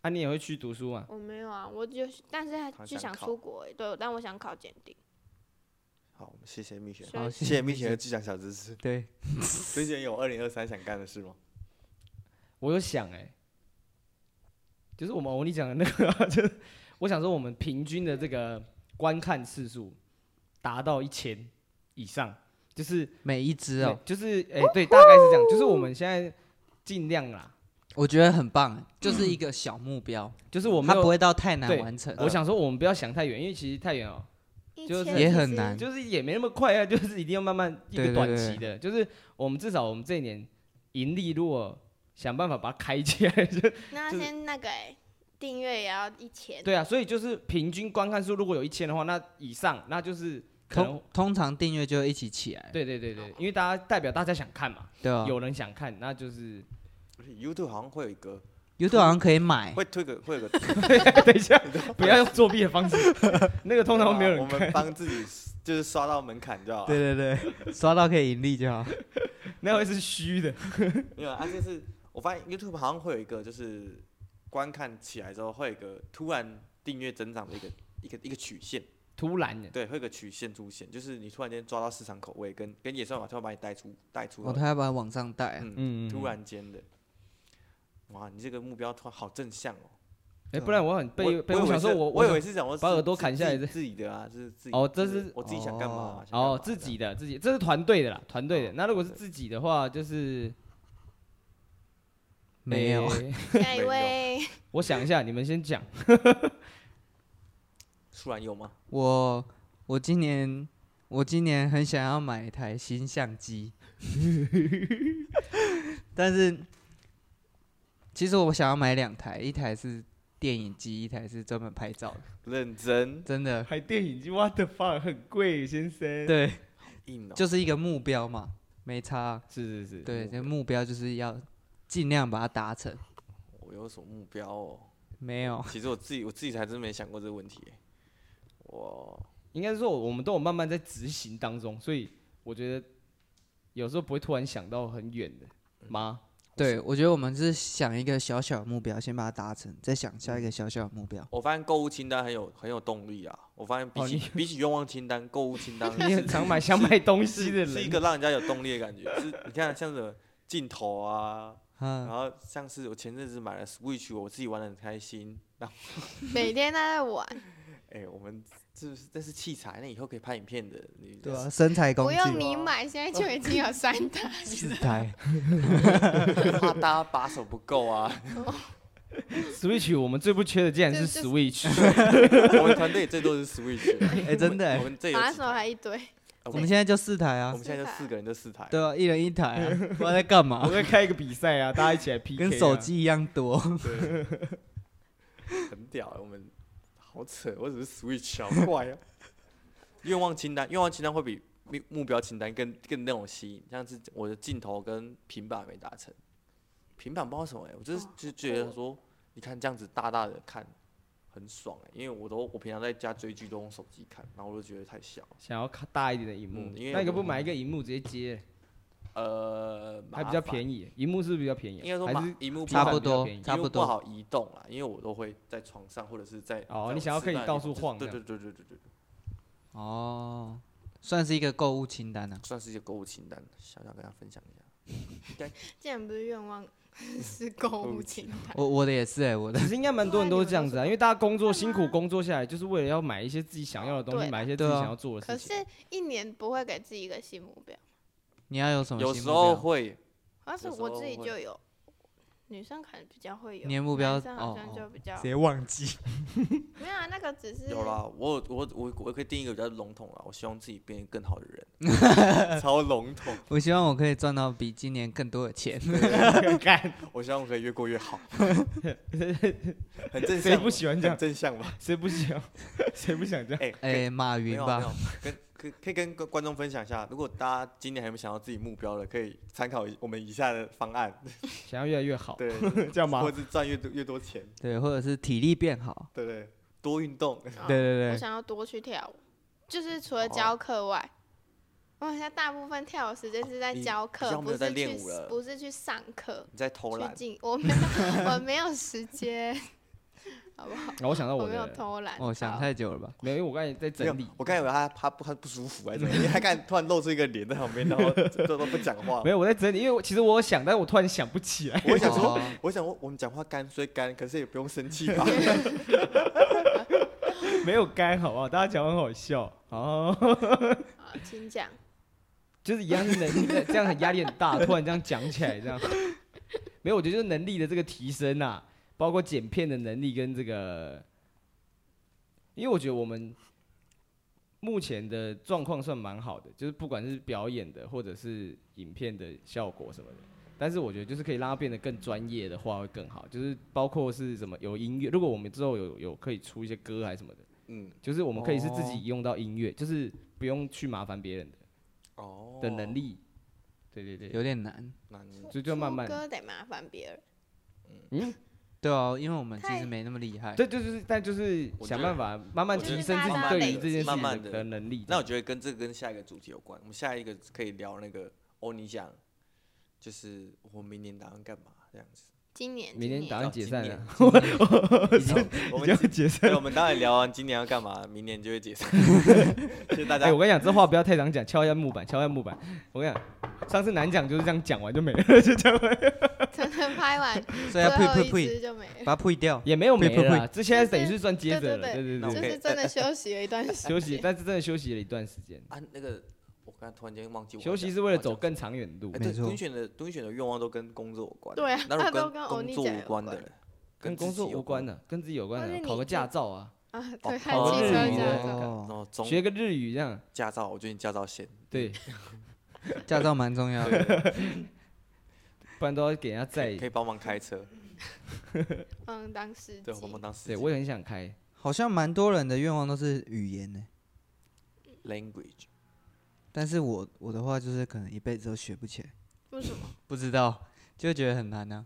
Speaker 2: 啊，你也会去读书啊？
Speaker 4: 我没有啊，我就但是他
Speaker 1: 他
Speaker 4: 就
Speaker 1: 想
Speaker 4: 想
Speaker 1: 考
Speaker 4: 出国而已，对，但我想考检定，
Speaker 1: 好，我们谢谢蜜雪，
Speaker 4: 所以
Speaker 3: 好
Speaker 1: 谢谢蜜雪的剧场小知识。
Speaker 3: 对，
Speaker 1: 最近有二零二三想干的事吗？
Speaker 2: 我有想哎、就是我们我跟你讲的那个、啊， (laughs) 就是我想说我们平均的这个观看次数达到一千以上，就是
Speaker 3: 每一只哦，
Speaker 2: 就是哎、对，大概是这样，就是我们现在尽量啦，
Speaker 3: 我觉得很棒，就是一个小目标，
Speaker 2: 就是我
Speaker 3: 它
Speaker 2: 们
Speaker 3: 不会到太难
Speaker 2: 对
Speaker 3: 完
Speaker 1: 嗯
Speaker 3: 成。
Speaker 2: 我想说我们不要想太远，因为其实太远哦、
Speaker 4: 一
Speaker 2: 就是
Speaker 4: 千
Speaker 3: 也
Speaker 4: 其
Speaker 3: 很
Speaker 4: 实
Speaker 3: 难
Speaker 2: 就是也没那么快啊， (laughs) 就是一定要慢慢一
Speaker 3: 对
Speaker 2: 个
Speaker 3: 对
Speaker 2: 短
Speaker 3: 对
Speaker 2: 期的，就是我们至少我们这一年盈利如果想办法把它开起来，就
Speaker 4: 那
Speaker 2: 就是
Speaker 4: 先那个哎，订阅也要一
Speaker 1: (laughs)
Speaker 4: 千，
Speaker 2: 对啊，所以就是平均观看数如果有一千的话，那以上那就是可能
Speaker 3: 通通常订阅就会一起起来，
Speaker 2: 对对对对，因为大家代表大家想看嘛，
Speaker 3: 对啊
Speaker 2: 有人想看，
Speaker 1: (laughs)
Speaker 2: 那就是 (laughs)
Speaker 1: 而且 YouTube 好像会有一个，
Speaker 3: ，YouTube 好像可以买，
Speaker 1: 会推个会 (laughs) 有个，
Speaker 2: 等一下不要用作弊的
Speaker 1: (laughs)
Speaker 2: 方式，那个通常没有
Speaker 1: 我
Speaker 2: 人
Speaker 1: 们
Speaker 2: 看，
Speaker 1: 帮自己就是刷到门槛就好了。
Speaker 3: 对对 (laughs) 对，刷到可以盈利就好。
Speaker 2: 那会是虚的。
Speaker 1: 没有啊，就是我发现 YouTube 好像会有一个，就是观看起来之后会有一个突然订阅增长的一个一个一个曲线，
Speaker 2: 突然的，
Speaker 1: 对，会有个曲线出现，就是你突然间抓到市场口味，跟跟野生马突然把你带出带出
Speaker 3: 哦，
Speaker 1: 来，
Speaker 3: 他要把它往上带啊，
Speaker 1: 嗯，
Speaker 2: 嗯，
Speaker 1: 突然间的，哇，你这个目标突然好正向哦。
Speaker 2: 哎、不然我很
Speaker 1: 我
Speaker 2: 被被
Speaker 1: 我以为
Speaker 2: 想说
Speaker 1: 是
Speaker 2: 我
Speaker 1: 我以
Speaker 2: 想
Speaker 1: 为是想说
Speaker 2: 把
Speaker 1: 是
Speaker 2: 耳朵
Speaker 1: 自
Speaker 2: 砍下来
Speaker 1: 自己
Speaker 2: 是
Speaker 1: 自己的啊，就是自己
Speaker 2: 哦这
Speaker 1: 就是
Speaker 2: 是
Speaker 1: 我自己想干嘛想干嘛
Speaker 2: 哦自己的自己，这是团队的啦，团队的。那如果是自己的话，就是
Speaker 3: 没有，
Speaker 2: 诶
Speaker 4: 下
Speaker 1: 没
Speaker 4: 一
Speaker 1: 有
Speaker 4: 位，
Speaker 2: (laughs) 我想一下，你们先讲。
Speaker 1: 突然有吗？
Speaker 3: 我我今年我今年很想要买一台新相机， (laughs) 但是其实我想要买两台，一台是电影机，一台是专门拍照的，
Speaker 1: 认真
Speaker 3: 真 (laughs) 的。
Speaker 2: 拍电影机，what the fuck，很贵，先生。
Speaker 3: 对，
Speaker 1: 硬哦，
Speaker 3: 就是一个目标嘛，没差啊。
Speaker 2: (laughs) 是是是，
Speaker 3: 对，
Speaker 1: 目
Speaker 3: 这目标就是要尽量把它达成。
Speaker 1: 我有什么目标哦？
Speaker 3: 没有，
Speaker 1: 其实我自己我自己还真没想过这个问题耶。我
Speaker 2: 应该是说我们都有慢慢在执行当中，所以我觉得有时候不会突然想到很远的 (laughs) 吗？
Speaker 3: 对我觉得我们是想一个小小的目标，先把它达成，再想下一个小小的目标。
Speaker 1: 我发现购物清单很有很有动力啊！我发现比
Speaker 2: 哦
Speaker 1: 起、比起愿望清单，购物清单
Speaker 2: (laughs) 你很
Speaker 1: 是
Speaker 2: 常买想买东西的
Speaker 1: 是是一
Speaker 2: 人，
Speaker 1: 个让人家有动力的感觉。是，你看像什么镜头
Speaker 2: (laughs)
Speaker 1: 啊，然
Speaker 3: 嗯，
Speaker 1: 后像是我前阵子买了 Switch，我自己玩的很开心。然后，
Speaker 4: (laughs) 每天都在玩，
Speaker 1: 哎、我们这是这是器材，那以后可以拍影片的。你
Speaker 3: 对啊，身材工
Speaker 4: 不
Speaker 3: 具
Speaker 4: 用你买，现在就已经有三台。
Speaker 3: 四台，
Speaker 1: (laughs) 怕大家把手不够
Speaker 3: (laughs)
Speaker 1: 啊。
Speaker 2: Switch 我们最不缺的竟然是
Speaker 4: 这这
Speaker 2: Switch，
Speaker 1: 我们团队最多是 Switch，
Speaker 3: 哎，真的
Speaker 1: 我
Speaker 3: 欸，
Speaker 1: 们这有
Speaker 4: 把
Speaker 1: 几
Speaker 4: 手还一堆，
Speaker 3: 我们现在就四台啊 (laughs)
Speaker 1: 我们，现在就
Speaker 4: 四台
Speaker 1: 四个人就四台。
Speaker 3: 对啊，一人一台啊，
Speaker 1: (laughs)
Speaker 3: 不知道在干
Speaker 2: (laughs) 我
Speaker 3: 嘛
Speaker 2: 们，会开一个比赛啊，大家一起来 PK，啊
Speaker 3: (laughs) 跟手机一样多。
Speaker 1: 对，很屌、欸，我们好扯，我只是 Switch 好怪啊。 (laughs) 愿望清单，愿望清单会比目目标清单更更那种吸引，像是我的镜头跟平板没达成，平板不知道为什么哎、我就是就觉得说，你看这样子大大的看很爽哎、因为我都我平常在家追剧都用手机看，然后我就觉得太小，
Speaker 2: 想要看大一点的荧幕
Speaker 1: 嗯，因为
Speaker 2: 那你可不
Speaker 1: 我
Speaker 2: 买一个荧幕直接接，
Speaker 1: 呃，
Speaker 2: 还比较
Speaker 1: 宜，
Speaker 2: 便宜，荧幕是不是比较便宜啊，
Speaker 1: 应该说
Speaker 2: 还
Speaker 1: 嘛
Speaker 2: 是
Speaker 1: 荧幕
Speaker 2: 平
Speaker 3: 差
Speaker 2: 板
Speaker 1: 不
Speaker 3: 不
Speaker 2: 比较
Speaker 3: 多
Speaker 2: 便宜
Speaker 3: 差
Speaker 1: 因为
Speaker 3: 不
Speaker 1: 不
Speaker 3: 多。
Speaker 1: 好移动啦，因为我都会在床上或者是在
Speaker 2: 哦
Speaker 1: 在我
Speaker 2: 你想要
Speaker 1: 吃
Speaker 2: 可以
Speaker 1: 饭的
Speaker 2: 到
Speaker 1: 地方
Speaker 2: 处
Speaker 1: 就
Speaker 2: 晃
Speaker 1: 对对
Speaker 2: 这样
Speaker 1: 对对对对对，
Speaker 3: 哦，算是一个购物清单啊。
Speaker 1: 算是一个购物清单，想想跟大家分享一下。
Speaker 4: 竟然不是愿望， (laughs) 是购物清单。
Speaker 3: 我我的也是哎，我的 (laughs)
Speaker 2: 其实应该蛮多人都是这样子啊，因为大家工作辛苦工作下来，就是为了要买一些自己想要的东西，
Speaker 4: 对
Speaker 2: 买一些自己
Speaker 3: 对啊
Speaker 2: 想要做的
Speaker 4: 可
Speaker 2: 事情。
Speaker 4: 是，一年不会给自己一个新目标，
Speaker 3: 你要有什么
Speaker 1: 有
Speaker 3: 新
Speaker 1: 时
Speaker 3: 目
Speaker 1: 候
Speaker 3: 标
Speaker 1: 会，
Speaker 4: 而是
Speaker 1: 有时候
Speaker 4: 我自己
Speaker 1: 会
Speaker 4: 就有。女生可能比较会有，
Speaker 3: 你的目标
Speaker 4: 男生好
Speaker 3: 哦
Speaker 4: 像
Speaker 3: 哦
Speaker 4: 就比较
Speaker 3: 接忘记。
Speaker 4: 没有啊，那个只是
Speaker 1: 有啦，我有我我我可以定一个比较笼统啦，我希望自己变得更好的人，
Speaker 2: (laughs)
Speaker 1: 超笼统。
Speaker 3: 我希望我可以赚到比今年更多的钱。
Speaker 2: (laughs) 干，
Speaker 1: 我希望我可以越过越好，很正
Speaker 2: 谁
Speaker 1: 向
Speaker 2: 不
Speaker 1: 吧，
Speaker 2: 喜欢这
Speaker 1: 很
Speaker 2: 样？
Speaker 1: 正向
Speaker 2: (laughs)
Speaker 1: 吧？
Speaker 2: 谁不想？谁不想这样？
Speaker 1: 哎
Speaker 3: 哎、
Speaker 1: 哎，
Speaker 3: 马
Speaker 1: 没
Speaker 3: 云
Speaker 1: 有啊没
Speaker 3: 吧，
Speaker 1: 有，跟可以可以跟观众分享一下，如果大家今年还没想到自己目标的，可以参考一我们以下的方案，
Speaker 2: 想要越来越好， (laughs)
Speaker 1: 对，
Speaker 2: 这样吗
Speaker 1: 或？者是赚越多越多钱，
Speaker 3: 对，或者是体力变好，
Speaker 1: 对不对？多运动。
Speaker 4: 啊
Speaker 3: 对对
Speaker 4: 我
Speaker 3: 对
Speaker 4: 想要多去跳舞，就是除了
Speaker 1: 哦
Speaker 4: 教课外，我好像大部分跳舞时间是在
Speaker 1: 你
Speaker 4: 教
Speaker 1: 比
Speaker 4: 课，
Speaker 1: 较没
Speaker 4: 不
Speaker 1: 有在
Speaker 4: 是
Speaker 1: 练
Speaker 4: 去
Speaker 1: 舞了
Speaker 4: 不是去上课
Speaker 1: 你在偷
Speaker 4: 去
Speaker 1: 懒，
Speaker 4: 进，我没有 (laughs) 我没有时间， (laughs) 好不好？
Speaker 2: 然后我想到
Speaker 4: 我
Speaker 2: 我
Speaker 4: 没有
Speaker 2: 的，
Speaker 4: 偷懒，
Speaker 3: 我哦想
Speaker 4: 好
Speaker 3: 太久了吧？
Speaker 2: 没有，因为我刚才在
Speaker 1: 没有
Speaker 2: 整理，，嗯
Speaker 1: 我刚以为他他不他不舒服还是怎么样，因为他看突然露出一个脸在
Speaker 2: (laughs)
Speaker 1: 旁边，然后都都不讲话
Speaker 2: 没。有我在整理，因为我其实我有想，但是我突然想不起来。
Speaker 1: 我想说
Speaker 3: 哦，
Speaker 1: 我想说我们讲话干虽干，可是也不用生气吧？
Speaker 2: 没有干，好不好？大家讲得很好笑哦，
Speaker 4: 好，请讲。
Speaker 2: 就是一样是能力的，这样很压力很大，突然这样讲起来这样，没有，我觉得就是能力的这个提升啊，包括剪片的能力跟这个，因为我觉得我们目前的状况算蛮好的，就是不管是表演的或者是影片的效果什么的。但是我觉得就是可以让它变得更专业的话会更好，就是包括是什么有音乐，如果我们之后有有可以出一些歌还是什么的。
Speaker 1: (laughs) 嗯，
Speaker 2: 就是我们可以是自
Speaker 3: 哦
Speaker 2: 己用到音乐，就是不用去麻烦别人的
Speaker 1: 哦
Speaker 2: 的能力。对对对，
Speaker 3: 有点难。
Speaker 1: 那你
Speaker 2: 就就慢慢
Speaker 4: 出歌得麻烦别人，
Speaker 2: 嗯，
Speaker 3: 对啊，因为我们其
Speaker 4: 太
Speaker 3: 实没那么厉害。
Speaker 2: 对，就是但就是
Speaker 1: 我
Speaker 2: 想
Speaker 1: 觉得
Speaker 2: 办法慢慢
Speaker 1: 我觉
Speaker 2: 提
Speaker 1: 得
Speaker 2: 升自己
Speaker 4: 大家
Speaker 2: 对
Speaker 4: 累
Speaker 2: 于这件
Speaker 1: 积慢
Speaker 2: 事
Speaker 1: 慢
Speaker 2: 情
Speaker 1: 地
Speaker 2: 的的能力。
Speaker 1: 那我觉得跟这个跟下一个主题有关，我们下一个可以聊那个哦，你想就是我明年打算干嘛这样子？
Speaker 4: 今年
Speaker 2: 明天
Speaker 4: 今
Speaker 2: 打
Speaker 4: 年
Speaker 2: 算
Speaker 1: 哦
Speaker 2: 解
Speaker 1: 今
Speaker 2: 散
Speaker 1: 年
Speaker 2: 了， (laughs)
Speaker 1: 我们我们
Speaker 2: 已经要解散
Speaker 1: 对，我们待会聊完今年要干嘛，明年就会解
Speaker 2: (laughs)
Speaker 1: 散。谢谢大
Speaker 2: 哎、
Speaker 1: 家
Speaker 2: 我。跟你讲，这话不要太常讲，敲一下木板，敲一下木板。我跟你讲，上次难讲就是这样讲完就没了，就这样完，
Speaker 4: 真的
Speaker 2: (laughs)
Speaker 4: 拍完
Speaker 3: 所以
Speaker 4: 最
Speaker 2: 啊
Speaker 3: 要呸
Speaker 4: 后
Speaker 3: 呸
Speaker 4: 啊一
Speaker 3: 呸，
Speaker 4: 支就没了，
Speaker 3: 把它呸掉。
Speaker 2: 也没有没
Speaker 3: 呸呸
Speaker 2: 了啦。这现在等于是算接着了，对
Speaker 4: 对
Speaker 2: 对
Speaker 1: 那我
Speaker 4: 就
Speaker 1: 可以
Speaker 4: 是真的休息了一段时间。
Speaker 2: 休息，但是真的休息了一段时间。
Speaker 1: 啊，那个我刚才突然间忘记我要讲。
Speaker 2: 休息是为
Speaker 1: 我
Speaker 2: 了
Speaker 1: 要
Speaker 2: 走
Speaker 1: 讲
Speaker 2: 更长远的路
Speaker 1: 哎，，
Speaker 3: 没
Speaker 1: 对，
Speaker 3: 错
Speaker 1: 蹲选的蹲选的愿望都跟工作有关。
Speaker 4: 对啊
Speaker 1: 那如
Speaker 4: 那
Speaker 1: 果
Speaker 4: 都
Speaker 1: 跟
Speaker 4: 跟
Speaker 1: 工
Speaker 4: Oni
Speaker 1: 作
Speaker 4: 讲
Speaker 1: 无
Speaker 4: 有
Speaker 1: 关的
Speaker 4: 关
Speaker 1: 嘞，
Speaker 2: 跟
Speaker 1: 自
Speaker 2: 工
Speaker 1: 己
Speaker 2: 作
Speaker 1: 有
Speaker 2: 无关的，跟自己有关
Speaker 4: 或
Speaker 2: 的，
Speaker 4: 是
Speaker 2: 考
Speaker 4: 你
Speaker 2: 个驾
Speaker 4: 就
Speaker 2: 照啊，
Speaker 4: 啊，
Speaker 1: 哦
Speaker 4: 对，啊看
Speaker 1: 好
Speaker 4: 汽
Speaker 1: 日
Speaker 4: 车
Speaker 1: 语
Speaker 4: 驾
Speaker 2: 的
Speaker 4: 照，
Speaker 3: 哦，
Speaker 1: 然后中
Speaker 2: 学个日语这样。
Speaker 1: 驾照，我最近驾照
Speaker 2: (laughs)
Speaker 1: 险， (laughs)
Speaker 2: 对，
Speaker 3: 驾照蛮重要的。
Speaker 2: 不然都要给人家载
Speaker 1: 可。以帮忙开
Speaker 4: (laughs)
Speaker 1: 车，
Speaker 4: 嗯，当司机
Speaker 1: 对，我。帮忙当司
Speaker 2: 对，
Speaker 1: 机。
Speaker 2: 我也很想开。
Speaker 3: 好像蛮多人的愿望都是语言呢、
Speaker 1: language
Speaker 3: 但是我我的话就是可能一辈子都学不起来，
Speaker 4: 为什 (laughs) 么？
Speaker 3: 不知道就觉得很难啊。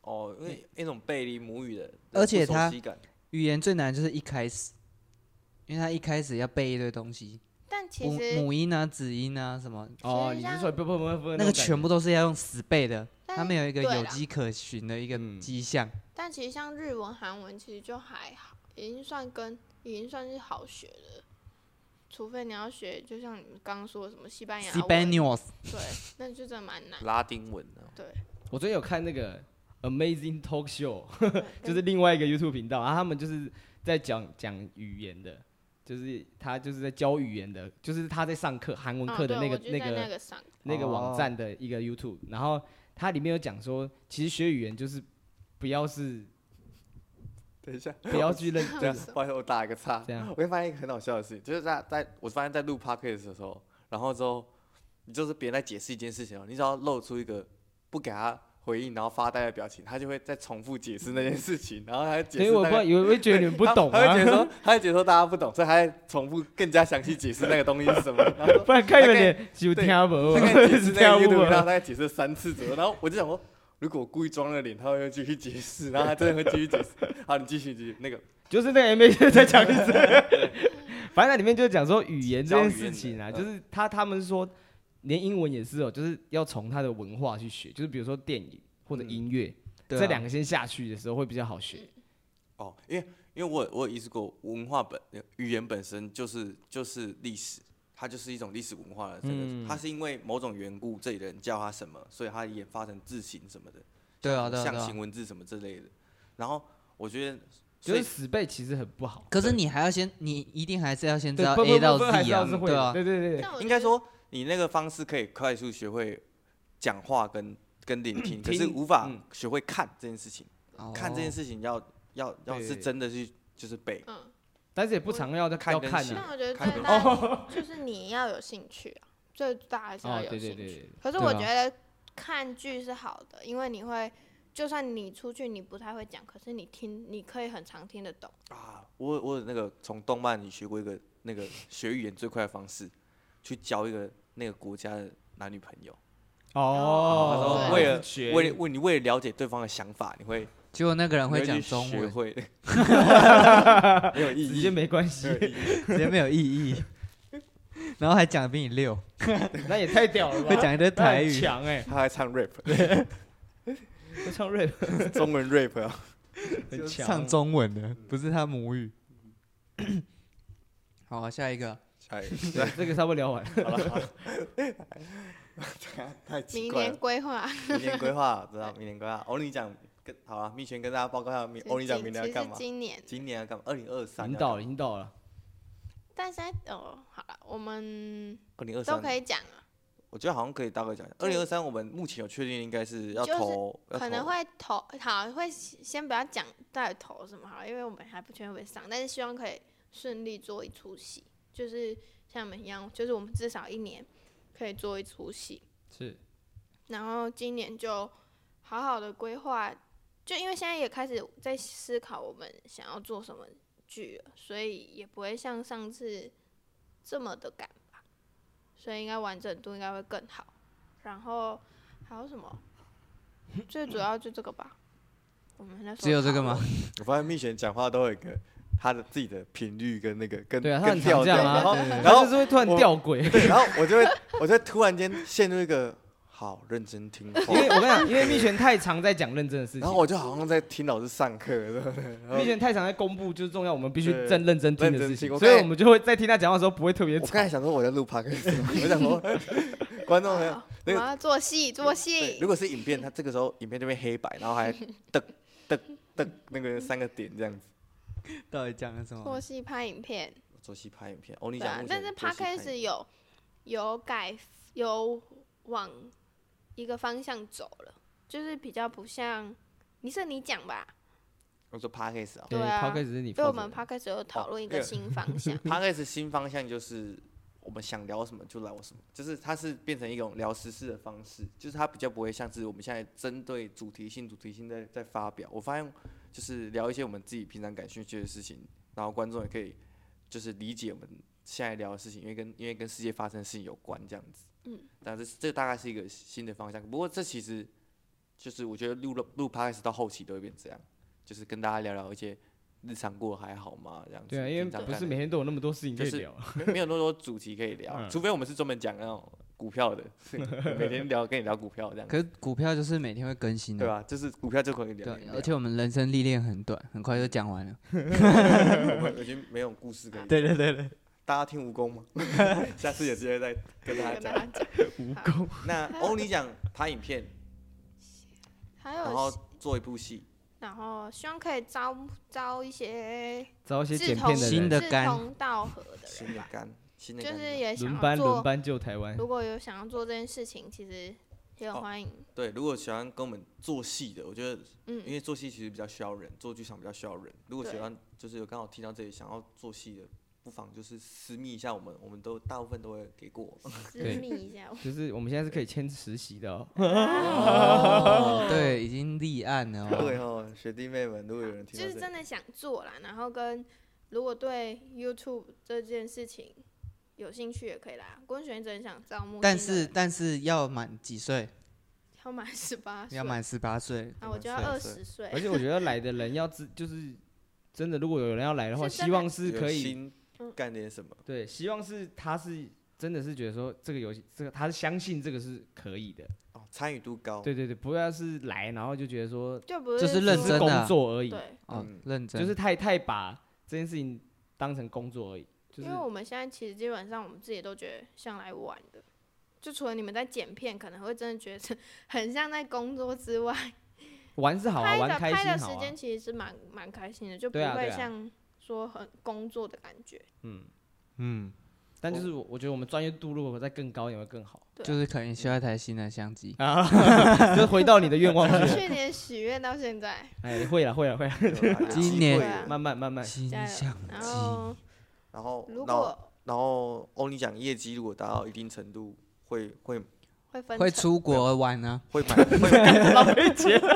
Speaker 1: 哦，因为那种背离母语的，
Speaker 3: 而且
Speaker 1: 不熟
Speaker 3: 它
Speaker 1: 悉感
Speaker 3: 语言最难就是一开始，因为他一开始要背一堆东西，
Speaker 4: 但其
Speaker 3: 母
Speaker 4: 实，
Speaker 3: 母音啊、子音啊什么，
Speaker 2: 哦，
Speaker 4: 其
Speaker 2: 你
Speaker 4: 实
Speaker 2: 是说不不不不
Speaker 3: 那个全部都是要用死背的，
Speaker 4: 但
Speaker 3: 他们有一个
Speaker 4: 对
Speaker 3: 有
Speaker 4: 啦
Speaker 3: 迹可循的一个
Speaker 2: 嗯
Speaker 3: 迹象。
Speaker 4: 但其实像日文、韩文，其实就还好，已经算跟已经算是好学的。除非你要学，就像你们刚刚说什么西班牙
Speaker 3: s
Speaker 4: 文
Speaker 3: i b a n i o s
Speaker 4: 对，那就真的蛮难。
Speaker 1: 拉丁文啊呢，
Speaker 2: 我最近有看那个 Amazing Talk
Speaker 4: (laughs)
Speaker 2: Show，就
Speaker 4: 跟
Speaker 2: 是另外一个 YouTube 频道，然、啊后他们就是在讲讲语言的，就是他就是在教语言的，就是他在上课韩文
Speaker 4: 嗯
Speaker 2: 课的
Speaker 4: 对
Speaker 2: 那个、
Speaker 4: 我就
Speaker 2: 那
Speaker 4: 在那
Speaker 2: 个
Speaker 4: 个上，
Speaker 2: 那个
Speaker 3: 哦
Speaker 2: 网站的一个 YouTube，然后它里面有讲说，其实学语言就是不
Speaker 1: (laughs)
Speaker 2: 要是
Speaker 1: 等一下，
Speaker 2: 不要去认
Speaker 1: 这
Speaker 2: 这
Speaker 1: 样 (laughs)
Speaker 2: 个，
Speaker 1: 不好意思，我打一个岔
Speaker 2: 这。样
Speaker 1: 我会发现一个很好笑的事情，就是在在我发现，在录 podcast 的时候，然后之后，你就是别人在解释一件事情哦，你只要露出一个不给他回应，然后发呆的表情，他就会再重复解释那件事情，然后他会解
Speaker 2: 所以
Speaker 1: 释
Speaker 2: 我
Speaker 1: 大
Speaker 2: 不
Speaker 1: 概。
Speaker 2: 以为会觉得你们不
Speaker 1: 他
Speaker 2: 懂
Speaker 1: 他
Speaker 2: 啊
Speaker 1: 会觉，得说，他会觉得说大家不懂，所以他在重复更加详细解释那个东西是什么。然后
Speaker 2: (laughs)
Speaker 1: 说
Speaker 2: (laughs) 不然看你们
Speaker 1: 大概
Speaker 2: 脸就
Speaker 1: 对
Speaker 2: 听不
Speaker 1: 大概
Speaker 2: 懂，
Speaker 1: 解
Speaker 2: 是
Speaker 1: 释
Speaker 2: (laughs) 听哦
Speaker 1: 那个 y
Speaker 2: 不
Speaker 1: o 然后
Speaker 2: 懂。
Speaker 1: 大概解释了三次左右，然后我就想说，如果我故意装了脸，他会继续解释，然后他真的会继续解释。好，你继续继续那个
Speaker 2: 就是
Speaker 3: (laughs)
Speaker 2: 那个 MA 在讲一次， (laughs) 反正那里面就讲说语言这件事情啊，
Speaker 1: 教
Speaker 2: 就
Speaker 1: 语言的
Speaker 2: 是他他们说连英文也是哦，就是要从他的文化去学，就是比如说电影或者
Speaker 1: 嗯
Speaker 2: 音乐、
Speaker 3: 对啊
Speaker 2: 这两个先下去的时候会比较好学。
Speaker 1: 哦，因为因为我有我有意识过，文化本呃语言本身就是就是历史，它就是一种历史文化的这个，
Speaker 2: 嗯
Speaker 1: 它是因为某种缘故，这里的人叫它什么，所以它演发成字形什么的，
Speaker 3: 对啊，对啊，对
Speaker 1: 象
Speaker 3: 啊
Speaker 1: 形文字什么之类的。然后我觉得，
Speaker 2: 就
Speaker 1: 所
Speaker 2: 是
Speaker 1: 以
Speaker 2: 死背其实很不好，
Speaker 3: 可是你还要先，你一定还是要先知道
Speaker 2: 不不
Speaker 3: A
Speaker 2: 不
Speaker 3: 到
Speaker 2: 不还是
Speaker 3: Z
Speaker 2: 要
Speaker 3: 啊
Speaker 2: 是，会
Speaker 3: 对
Speaker 2: 的
Speaker 3: 啊，
Speaker 2: 对对对对，
Speaker 4: 嗯但我
Speaker 1: 应该
Speaker 4: 觉得
Speaker 1: 说你那个方式可以快速学会讲话跟跟聆听，可是
Speaker 2: 听
Speaker 1: 无法
Speaker 2: 嗯
Speaker 1: 学会看这件事情。看
Speaker 3: 哦
Speaker 1: 这件事情要要要是
Speaker 2: 对
Speaker 1: 真的去就是背，
Speaker 4: 嗯，
Speaker 2: 但是也不常要要
Speaker 1: 看
Speaker 2: 要
Speaker 1: 跟
Speaker 2: 看
Speaker 1: 写
Speaker 2: 啊
Speaker 4: 但。我觉得
Speaker 1: 看得
Speaker 4: 最
Speaker 1: (laughs)
Speaker 4: 大就是你要有兴趣啊，最大还是要
Speaker 2: 哦，
Speaker 4: 有
Speaker 2: 对对
Speaker 4: 兴
Speaker 2: 对
Speaker 4: 趣。
Speaker 2: 对，
Speaker 4: 可是
Speaker 3: 对
Speaker 4: 我
Speaker 3: 啊
Speaker 4: 觉得看剧是好的，因为你会，就算你出去你不太会讲，可是你听，你可以很常听得懂。
Speaker 1: 啊，我我有那个从动漫里学过一个那个学语言最快的方式，去交一个那个国家的男女朋友，
Speaker 4: 哦
Speaker 1: 他说
Speaker 2: 哦，
Speaker 1: 为了
Speaker 2: 学
Speaker 1: 为了为你为了了解对方的想法，你会
Speaker 3: 结果那个人
Speaker 1: 你
Speaker 3: 会
Speaker 1: 去
Speaker 3: 讲中
Speaker 1: 学
Speaker 3: 文，
Speaker 1: 会， (laughs) 没有意
Speaker 2: 直接
Speaker 1: 义，
Speaker 2: 没关
Speaker 3: (laughs)
Speaker 2: 系
Speaker 1: 没有，意义，
Speaker 3: 直接没有意义，然后还讲得比你溜，
Speaker 2: 那也太屌了吧，
Speaker 3: 会讲一堆
Speaker 2: 那很
Speaker 3: 台语，
Speaker 2: 强哎，
Speaker 1: 他还唱 rap，
Speaker 2: 会唱 rap
Speaker 1: 中文 rap 啊，
Speaker 2: 很强，
Speaker 3: 唱中文的，不是他母语。 (coughs) 好、下一个，
Speaker 1: (laughs) 哎，
Speaker 2: 对这个差不多聊完。
Speaker 1: 好了好了， (laughs) 太奇
Speaker 4: 明
Speaker 1: 怪
Speaker 4: 年
Speaker 1: 了，
Speaker 4: 规划，
Speaker 1: 明年规划知道，明年规划，欧尼讲跟好啊，蜜璇跟大家报告一下，明欧尼讲明
Speaker 4: 其
Speaker 1: 年
Speaker 4: 实
Speaker 1: 要干嘛？
Speaker 4: 今年，
Speaker 1: 今年要干嘛？二零二
Speaker 2: 已
Speaker 1: 三
Speaker 2: 经到了，已经到了。
Speaker 4: 但现在哦，好了，我们
Speaker 1: 二零二
Speaker 4: 都
Speaker 1: 三
Speaker 4: 可以讲啊，
Speaker 1: 我觉得好像可以大概讲，二
Speaker 4: 对
Speaker 1: 零二三我们目前有确定应该是要
Speaker 4: 就是
Speaker 1: 投，要
Speaker 4: 可能
Speaker 1: 投
Speaker 4: 会投，好，会先先不要讲到底投什么好了，因为我们还不确定会不会上，但是希望可以顺利做一出戏，就是像你们一样，就是我们至少一年可以做一出戏。
Speaker 2: 是，
Speaker 4: 然后今年就好好的规划，就因为现在也开始在思考我们想要做什么剧了，所以也不会像上次这么的赶吧，所以应该完整度应该会更好。然后还有什么？最主要就这个吧。我们那时候
Speaker 3: 只有这个
Speaker 4: 讨论
Speaker 3: 吗？
Speaker 1: 我发现蜜雪讲话都有一个他的自己的频率跟那个跟
Speaker 2: 对啊，他
Speaker 1: 跟
Speaker 2: 很常
Speaker 1: 调
Speaker 2: 这样
Speaker 1: 调，然
Speaker 2: 啊，
Speaker 1: 后
Speaker 2: 对对对
Speaker 1: 然
Speaker 2: 他
Speaker 1: 后
Speaker 2: 就是会突然
Speaker 1: 我
Speaker 2: 掉轨。
Speaker 1: 对，然后我就会我就会突然间陷入一个好认真听
Speaker 2: 因为
Speaker 1: 话。
Speaker 2: 我跟你 (laughs) 讲，因为蜜璇太常在讲认真的事
Speaker 1: 然
Speaker 2: 情
Speaker 1: 后，我就好像在听老师上课，对不对？然后
Speaker 2: (laughs) 蜜璇太常在公布就是重要我们必须
Speaker 1: 对
Speaker 2: 正认真听的
Speaker 1: 认真
Speaker 2: 事情
Speaker 1: 听，我
Speaker 2: 所以
Speaker 1: 刚才
Speaker 2: 我们就会在听他讲话的时候不会特别
Speaker 1: 我刚才
Speaker 2: 吵。
Speaker 1: 想说我在录 p o d 我想
Speaker 4: (laughs)
Speaker 1: 说观众朋友
Speaker 4: 好，我
Speaker 1: 那个
Speaker 4: 要做戏做
Speaker 1: 对
Speaker 4: 戏
Speaker 1: 如。果是影片，它这个时候影片就变黑白，然后
Speaker 4: (laughs)
Speaker 1: 还噔噔噔那个三个点这样子。
Speaker 3: 到底讲了什
Speaker 4: 做
Speaker 3: 么？
Speaker 4: 戏拍影片，
Speaker 1: 做戏拍影片哦，你
Speaker 4: 对
Speaker 1: 讲
Speaker 4: 啊
Speaker 1: 目，前
Speaker 4: 但是
Speaker 1: 做戏拍影
Speaker 4: podcast 有有改有往一个方向走了，就是比较不像，你是你讲吧？
Speaker 1: 我说 podcast 啊
Speaker 4: 对啊
Speaker 2: 抛开只是你
Speaker 4: 对，
Speaker 2: 负责
Speaker 4: 我们 podcast 有讨论一
Speaker 1: 那
Speaker 4: 个
Speaker 1: 个，
Speaker 4: 新方向
Speaker 1: ，podcast
Speaker 2: 嗯
Speaker 1: 新方向就是我们想聊什么就聊什么，就是它是变成一种聊时事的方式，就是它比较不会像是我们现在针对主题性、主题性在在发表。我发现就是聊一些我们自己平常感兴趣的事情，然后观众也可以就是理解我们现在聊的事情，因为跟因为跟世界发生的事情有关这样子。
Speaker 4: 嗯，
Speaker 1: 但是这大概是一个新的方向。不过这其实就是我觉得录了录 podcast 到后期都会变这样，就是跟大家聊聊一些日常过得还好吗这样子。
Speaker 2: 对啊，因为
Speaker 1: 平常
Speaker 2: 不
Speaker 1: 干
Speaker 2: 是
Speaker 1: 的
Speaker 2: 每天都有那么多事情可以
Speaker 1: 就是
Speaker 2: 聊。
Speaker 1: 没没有那么多主题可以聊，
Speaker 2: 嗯
Speaker 1: 除非我们是专门讲那种股票的， (laughs) 每天聊跟你聊股票这样，
Speaker 3: 可是股票就是每天会更新的，
Speaker 1: 对吧、啊就是股票就可以聊，
Speaker 3: 对，啊而且我们人生历练很短，很快就讲完了。
Speaker 1: (laughs) 我们已经没有故事可以聊。
Speaker 3: 对对对对，
Speaker 1: 大家听蜈蚣
Speaker 3: (laughs)
Speaker 1: 吗？下次有机会再 (laughs) 跟大家
Speaker 4: 跟大
Speaker 1: 讲。
Speaker 4: 家讲。
Speaker 2: 蜈
Speaker 4: 好
Speaker 2: 蚣，
Speaker 1: 那欧尼讲拍影片，
Speaker 4: 还
Speaker 1: 然
Speaker 4: 有
Speaker 1: 后
Speaker 4: 希，
Speaker 1: 做一部戏，
Speaker 4: 然后希望可以招招一些
Speaker 2: 找一些
Speaker 4: 志
Speaker 2: 剪
Speaker 4: 同
Speaker 2: 片的
Speaker 3: 新
Speaker 2: 人，
Speaker 3: 的
Speaker 4: 志
Speaker 3: 干
Speaker 4: 同道合的
Speaker 1: 新
Speaker 4: 人
Speaker 1: 的
Speaker 4: 吧，
Speaker 1: 干，新的
Speaker 4: 就
Speaker 1: 干
Speaker 4: 是
Speaker 1: 什么
Speaker 4: 也想
Speaker 2: 轮
Speaker 4: 要
Speaker 2: 班轮
Speaker 4: 做。
Speaker 2: 班救台湾。
Speaker 4: 如果有想要做这件事情，其实也
Speaker 1: 哦
Speaker 4: 很欢迎。
Speaker 1: 对。如果喜欢跟我们做戏的，我觉得因
Speaker 4: 嗯，
Speaker 1: 为做戏其实比较需要人，做剧场比较需要人。如果喜
Speaker 4: 对
Speaker 1: 欢就是有刚好听到这里想要做戏的，不妨就是私密一下我们，我们都大部分都会给过。
Speaker 4: 私
Speaker 2: 对
Speaker 4: 密一
Speaker 1: (laughs)
Speaker 4: 下。
Speaker 2: 就是我们现在是可以签实习的哦，
Speaker 1: 哦，
Speaker 3: 对，已经立案了
Speaker 1: 对
Speaker 3: 哦。
Speaker 1: 哦，学弟妹们，如果有人听
Speaker 4: 就是
Speaker 1: 到这
Speaker 4: 真
Speaker 1: 里，
Speaker 4: 的想做啦，然后跟如果对 YouTube 这件事情有兴趣也可以啦。郭璇真想招募新的人，
Speaker 3: 但是但是要满几岁？
Speaker 4: 要满十八岁，
Speaker 3: 要满十八岁。
Speaker 4: 啊，我就要
Speaker 1: 18
Speaker 4: 二
Speaker 1: 岁
Speaker 4: 十岁
Speaker 2: 而，且我觉得来的人要知，就是真的，如果有人要来的话，
Speaker 4: 是真的
Speaker 2: 希望是
Speaker 1: 有
Speaker 2: 可以
Speaker 1: 心
Speaker 4: 嗯
Speaker 1: 干点什么，
Speaker 2: 对，希望是他是真的是觉得说这个游戏，这个他是相信这个是可以的，
Speaker 1: 哦，参与度高，
Speaker 2: 对对对，不要是来然后就觉得说
Speaker 4: 就不
Speaker 3: 就是
Speaker 4: 是
Speaker 3: 认
Speaker 2: 只是
Speaker 4: 说
Speaker 3: 真的啊
Speaker 2: 工作而已，
Speaker 4: 对，
Speaker 3: 哦
Speaker 1: 嗯，
Speaker 3: 认真。
Speaker 2: 就是太太把这件事情当成工作而已，就是
Speaker 4: 因为我们现在其实基本上我们自己都觉得像来玩的，就除了你们在剪片可能会真的觉得很像在工作之外，
Speaker 2: 玩是好啊，
Speaker 4: 拍的
Speaker 2: 玩开
Speaker 4: 拍的
Speaker 2: 心好
Speaker 4: 时
Speaker 2: 啊，
Speaker 4: 间其实是蛮蛮开心的，就不
Speaker 2: 对啊对
Speaker 4: 会
Speaker 2: 啊
Speaker 4: 像说很工作的感觉。
Speaker 3: 嗯，
Speaker 2: 但就是我我觉得我们专业度如果再更高一点会更好
Speaker 4: 对啊
Speaker 3: 就是可能需要一台新的相机。
Speaker 2: 啊， (laughs) 就是回到你的愿望去 (laughs) 了，
Speaker 4: 去年许愿到现在，
Speaker 2: 哎，会了会了
Speaker 4: (laughs)
Speaker 2: 会了，
Speaker 1: 对吧有
Speaker 3: 今
Speaker 1: 机会
Speaker 3: 年
Speaker 1: 的
Speaker 4: 对啊
Speaker 2: 慢慢慢慢，
Speaker 3: 新
Speaker 4: 加油
Speaker 3: 相
Speaker 4: 然
Speaker 3: 机。
Speaker 4: 后
Speaker 1: 然后
Speaker 4: 如
Speaker 1: 然后
Speaker 4: 果
Speaker 1: 然后欧尼讲业绩如果达到一定程度，会会
Speaker 4: 会分
Speaker 3: 会
Speaker 4: 成
Speaker 3: 出国玩啊？
Speaker 1: 会买会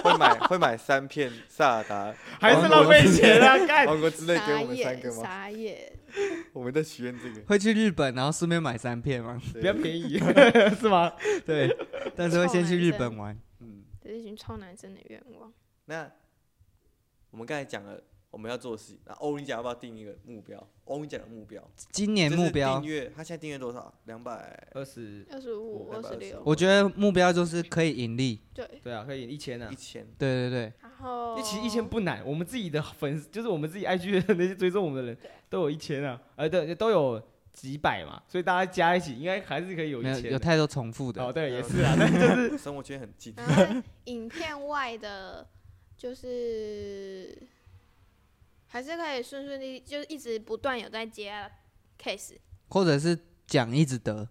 Speaker 1: 会买会买三片萨尔达，
Speaker 2: 还是浪费钱啊，干。 (laughs)
Speaker 1: 王国之泪给
Speaker 4: 傻
Speaker 1: 我们三个
Speaker 4: 眼，
Speaker 1: 吗？
Speaker 4: 傻眼，
Speaker 1: 我们在许愿
Speaker 3: (laughs)
Speaker 1: 这个，
Speaker 3: 会去日本，然后顺便买三片
Speaker 4: (laughs)
Speaker 3: 吗？
Speaker 1: 对
Speaker 2: 比较便 (laughs) 宜，是吗？
Speaker 3: 对，但是会先去日本
Speaker 4: (laughs)
Speaker 3: 玩。
Speaker 1: 嗯，
Speaker 4: 这是一群超男生的愿望。
Speaker 1: 那我们刚才讲了我们要做的事情，那欧尼讲要不要定一个目标？欧尼讲的目标，
Speaker 3: 今年
Speaker 1: 就是
Speaker 3: 目标
Speaker 1: 订，阅，他现在订阅多少？两百
Speaker 2: 二十，
Speaker 4: 二十五、二十六，
Speaker 3: 我觉得目标就是可以盈利。
Speaker 4: 对，
Speaker 2: 对啊，可以一千啊
Speaker 1: 一。千。
Speaker 3: 对对对，
Speaker 4: 然后
Speaker 2: 其实一千不难，我们自己的粉丝，就是我们自己 IG 的那些追踪我们的人，都有一千啊，呃，对，都有几百嘛，所以大家加一起，应该还是可以有一
Speaker 3: 没有
Speaker 2: 千
Speaker 3: 有
Speaker 2: 的。
Speaker 3: 太多重复
Speaker 2: 哦，
Speaker 3: 的。
Speaker 4: 嗯
Speaker 2: 对，也是啊，但是就
Speaker 1: (laughs)
Speaker 2: 是
Speaker 1: 生活圈很近，
Speaker 4: 然后影片外的，就是还是可以顺顺利，利，就是一直不断有在接 case，
Speaker 3: 或者是奖一直得。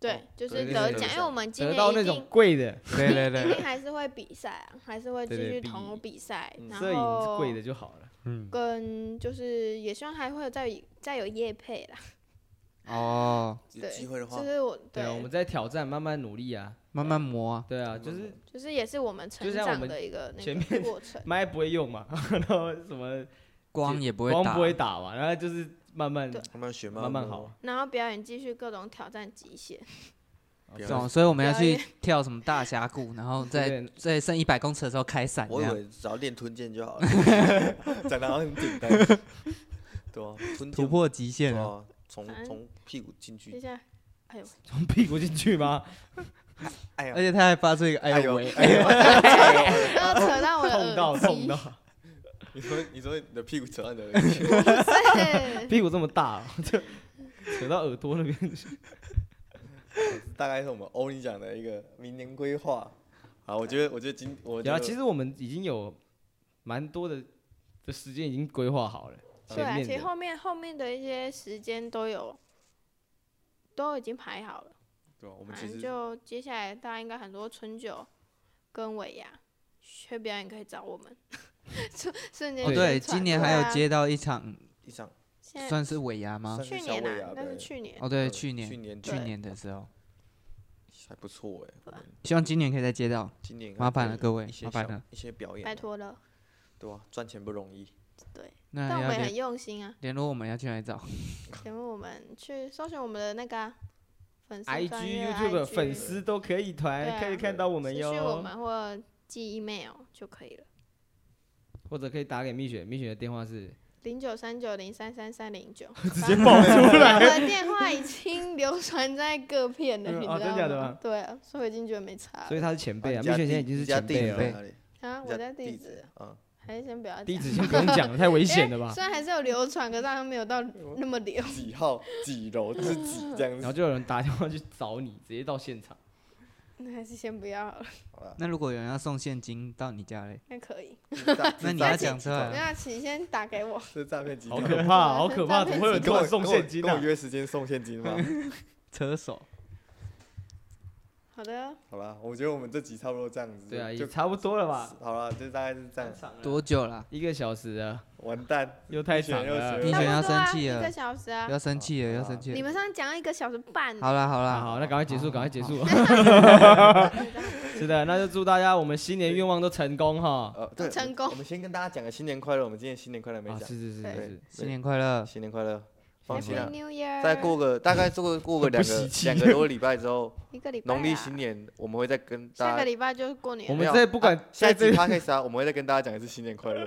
Speaker 4: 对，就是
Speaker 2: 哦对
Speaker 4: 得
Speaker 2: 对对
Speaker 4: 奖，因为我们今
Speaker 2: 得
Speaker 4: 年
Speaker 2: 到
Speaker 4: 一
Speaker 2: 那种
Speaker 4: 定。
Speaker 2: 贵的
Speaker 3: 对对
Speaker 2: (laughs)
Speaker 4: 一
Speaker 3: 对，
Speaker 4: 定还是会比赛啊，还是会继
Speaker 2: 对对
Speaker 4: 续
Speaker 2: 比
Speaker 4: 投入比赛，
Speaker 1: 嗯
Speaker 4: 然
Speaker 2: 摄影是
Speaker 4: 后
Speaker 2: 贵的就好了。
Speaker 3: 嗯，
Speaker 4: 跟就是也希望还会有再有再有业配啦，
Speaker 3: 哦，
Speaker 1: 有机会的话
Speaker 4: 就，是我
Speaker 2: 对
Speaker 4: 对
Speaker 2: 啊，我们在挑战，慢慢努力啊。
Speaker 3: 慢慢磨啊。
Speaker 2: 对啊，就是
Speaker 4: 就是也是我们成
Speaker 2: 就像我
Speaker 4: 长
Speaker 2: 们
Speaker 4: 的一个
Speaker 2: 前
Speaker 4: 那个
Speaker 2: 面
Speaker 4: 过程。
Speaker 2: 麦不会用嘛， (laughs) 然后什么
Speaker 3: 光也不会
Speaker 2: 光
Speaker 3: 打
Speaker 2: 不，会打嘛，然后就是慢慢
Speaker 4: 对
Speaker 1: 慢慢学，
Speaker 2: 慢慢
Speaker 1: 摸
Speaker 2: 好。。
Speaker 4: 然后表演继续各种挑战极限，
Speaker 2: 哦
Speaker 1: 不要
Speaker 3: 懂，所以我们要
Speaker 4: 表演
Speaker 3: 去跳什么大峡谷，然后
Speaker 2: 有
Speaker 3: 在
Speaker 2: 点
Speaker 3: 在剩一百公尺的时候开伞，
Speaker 1: 我
Speaker 3: 这
Speaker 1: 以
Speaker 3: 样
Speaker 1: 为只要练吞剑就好了，讲的好像很简单。对啊，吞剑
Speaker 3: 突破极限
Speaker 1: 对
Speaker 3: 啊。
Speaker 1: 啊，从从屁股进
Speaker 4: 接
Speaker 1: 去，
Speaker 4: 下来
Speaker 2: 从屁股进去吗？
Speaker 1: 哎
Speaker 3: 而
Speaker 1: 呀，
Speaker 3: 且他还发出一个哎
Speaker 1: 哎
Speaker 3: 呦
Speaker 1: 呦
Speaker 3: 喂，
Speaker 4: 然后扯到我
Speaker 2: 痛
Speaker 4: 的
Speaker 2: 到
Speaker 4: 耳
Speaker 2: 痛
Speaker 4: 机，
Speaker 2: 到，
Speaker 1: (laughs) 你说你说你的屁股扯到你的耳机，
Speaker 4: 对，
Speaker 2: 屁股这么大，就扯到耳朵那边去。
Speaker 1: 大概是我们欧尼讲的一个明年规划。啊，我觉得我觉得今我觉得
Speaker 2: 然后啊其实我们已经有蛮多的的时间已经规划好了，(laughs)
Speaker 4: 对
Speaker 2: 前
Speaker 4: 啊，
Speaker 2: 面
Speaker 4: 其实
Speaker 2: 的
Speaker 4: 后面后面的一些时间都有，都已经排好了。
Speaker 1: 对啊，我们
Speaker 4: 反
Speaker 1: 其
Speaker 4: 正
Speaker 1: 实
Speaker 4: 就接下来大家应该很多春酒跟尾牙，缺表演可以找我们。 (laughs) 瞬瞬
Speaker 1: 哎
Speaker 4: 间
Speaker 2: 对
Speaker 3: 哦
Speaker 4: 宣
Speaker 3: 对，
Speaker 4: 传
Speaker 3: 今年还有，接到一场
Speaker 1: 一场
Speaker 4: 对啊
Speaker 3: 算是尾牙吗
Speaker 4: 啊现
Speaker 1: 算
Speaker 4: 在？去
Speaker 1: 是小
Speaker 4: 年
Speaker 1: 尾牙
Speaker 4: 啊，那
Speaker 1: 的
Speaker 4: 是，去年，
Speaker 3: 哦对，
Speaker 1: 呃
Speaker 3: 去
Speaker 1: 去
Speaker 3: 年
Speaker 1: 年
Speaker 3: 去
Speaker 4: 对
Speaker 3: 年的时候，
Speaker 1: 还不错哎，我们
Speaker 3: 希望今年可以再接到，
Speaker 1: 今年
Speaker 3: 麻烦了
Speaker 1: 还可以
Speaker 3: 各位
Speaker 1: 一些
Speaker 3: 麻烦
Speaker 1: 小
Speaker 3: 了
Speaker 1: 一些表演，
Speaker 4: 拜，托了。
Speaker 1: 对吧？赚钱不容易，
Speaker 4: 对，
Speaker 3: 那
Speaker 4: 但我
Speaker 3: 要
Speaker 4: 们也
Speaker 3: 联
Speaker 4: 很用心啊，
Speaker 3: 联络我们要去哪里找？
Speaker 4: 请问我们去搜寻我们的那个啊粉丝
Speaker 2: IG
Speaker 4: 专页
Speaker 2: YouTube 粉
Speaker 4: ，IG
Speaker 2: 丝都可以
Speaker 4: 对
Speaker 2: 团
Speaker 4: 啊
Speaker 2: 可以看到我们
Speaker 4: 私讯我
Speaker 2: 哟，
Speaker 4: 们或寄 email 就可以了。
Speaker 2: 或者可以打给蜜雪，蜜雪的电话是
Speaker 4: 零九三九零三三三零九，
Speaker 2: (laughs) 直接爆出
Speaker 4: 我
Speaker 2: 来。
Speaker 4: 的电话已经流传在各片了，
Speaker 2: 嗯
Speaker 4: 你
Speaker 2: (laughs)
Speaker 4: 知
Speaker 2: 哦
Speaker 4: 道
Speaker 2: 真假的
Speaker 4: 吗
Speaker 2: 吗？
Speaker 4: 对啊，所以我已经觉得没差
Speaker 2: 所以
Speaker 4: 了。
Speaker 2: 他是前辈啊，
Speaker 1: 哦你
Speaker 2: 蜜
Speaker 1: 家
Speaker 2: 雪现在已
Speaker 1: 地
Speaker 2: 经是
Speaker 1: 你家
Speaker 2: 前
Speaker 1: 地址
Speaker 2: 辈
Speaker 1: 在
Speaker 2: 了，
Speaker 1: 哪里？
Speaker 4: 啊，
Speaker 1: 你
Speaker 4: 我
Speaker 1: 家
Speaker 4: 在
Speaker 1: 地
Speaker 4: 地
Speaker 1: 址
Speaker 4: 址，
Speaker 1: 啊，
Speaker 4: 还是先不要
Speaker 2: 地
Speaker 4: 讲
Speaker 2: 址先不用讲了，太危
Speaker 4: (laughs) 因为
Speaker 2: 险了吧？
Speaker 4: 虽然还是有流传，可是好像没有到那么流。 (laughs)
Speaker 1: 几号几楼就是几这样
Speaker 2: 然
Speaker 1: 子
Speaker 2: 后。就有人打电话去找你，直接到现场。
Speaker 4: 那还是先不要好了，
Speaker 1: 好 (laughs) 啦
Speaker 3: 那如果有人要送现金到你家嘞，
Speaker 4: 那可以。
Speaker 1: 这诈
Speaker 3: 那你
Speaker 1: 这
Speaker 3: 要
Speaker 1: 诈骗
Speaker 3: 讲
Speaker 1: 集
Speaker 3: 出来
Speaker 1: 团
Speaker 2: 嗯
Speaker 3: 啊
Speaker 4: 没有，请先打给我。
Speaker 1: 这诈骗集
Speaker 2: 好
Speaker 1: 团，
Speaker 2: 可怕，啊好可
Speaker 4: (laughs)
Speaker 2: 怕！
Speaker 4: 对
Speaker 2: 怎么会有人
Speaker 1: 你跟
Speaker 2: 跟我
Speaker 1: 我
Speaker 2: 送现金
Speaker 1: 跟我跟
Speaker 2: 啊
Speaker 1: 我？约时间送现金
Speaker 2: (laughs)
Speaker 1: 吗？
Speaker 3: 车手
Speaker 4: 好的，
Speaker 1: 好啦，我觉得我们这集差不多这样子，
Speaker 2: 对啊，
Speaker 1: 就
Speaker 2: 也差不多了吧？
Speaker 1: 好啦，就大概是这样
Speaker 2: 太。长了
Speaker 3: 多久啦？
Speaker 2: 一个小时了，
Speaker 1: 完蛋，
Speaker 2: 又太长了
Speaker 1: 蜜
Speaker 3: 雪。
Speaker 4: 差不
Speaker 3: 要
Speaker 4: 多啊
Speaker 3: 生气
Speaker 4: 一
Speaker 3: 了
Speaker 4: 个小时啊
Speaker 3: 不。要生气了，
Speaker 1: 好
Speaker 3: 要
Speaker 1: 啦
Speaker 3: 生气
Speaker 4: 你
Speaker 3: 了。
Speaker 4: 们上讲一个小时半，
Speaker 3: 好啦好
Speaker 2: 啊，
Speaker 3: 啦，
Speaker 2: 好，那赶快结束，赶快结
Speaker 4: (laughs)
Speaker 2: 束。 (laughs) 是的，那就祝大家我们新年愿望都成功哈！
Speaker 1: 呃，对，
Speaker 4: 成功
Speaker 1: 我们先跟大家讲个新年快乐，我们今天新年快乐没
Speaker 2: 啊，
Speaker 1: 讲啊
Speaker 2: 是，是是
Speaker 4: 对
Speaker 2: 是，
Speaker 3: 新年快乐，
Speaker 1: 新年快乐，放心
Speaker 4: ，Happy
Speaker 1: 啊。
Speaker 4: New Year。
Speaker 1: 再过个大概过过个两
Speaker 2: (laughs) 不
Speaker 1: 个
Speaker 2: 稀奇
Speaker 1: 两个多礼拜之后，
Speaker 4: 一个礼拜啊，
Speaker 1: 农历新年我们会再跟
Speaker 4: 下
Speaker 1: 大
Speaker 4: 个
Speaker 1: 家，
Speaker 4: 礼拜就是过
Speaker 2: 我
Speaker 4: 年。
Speaker 2: 们
Speaker 1: 没有
Speaker 2: 这不管
Speaker 1: 啊下一
Speaker 2: 在
Speaker 1: 集
Speaker 2: 这
Speaker 1: p o d c a 啊，我们会再跟大家讲一次新年快乐，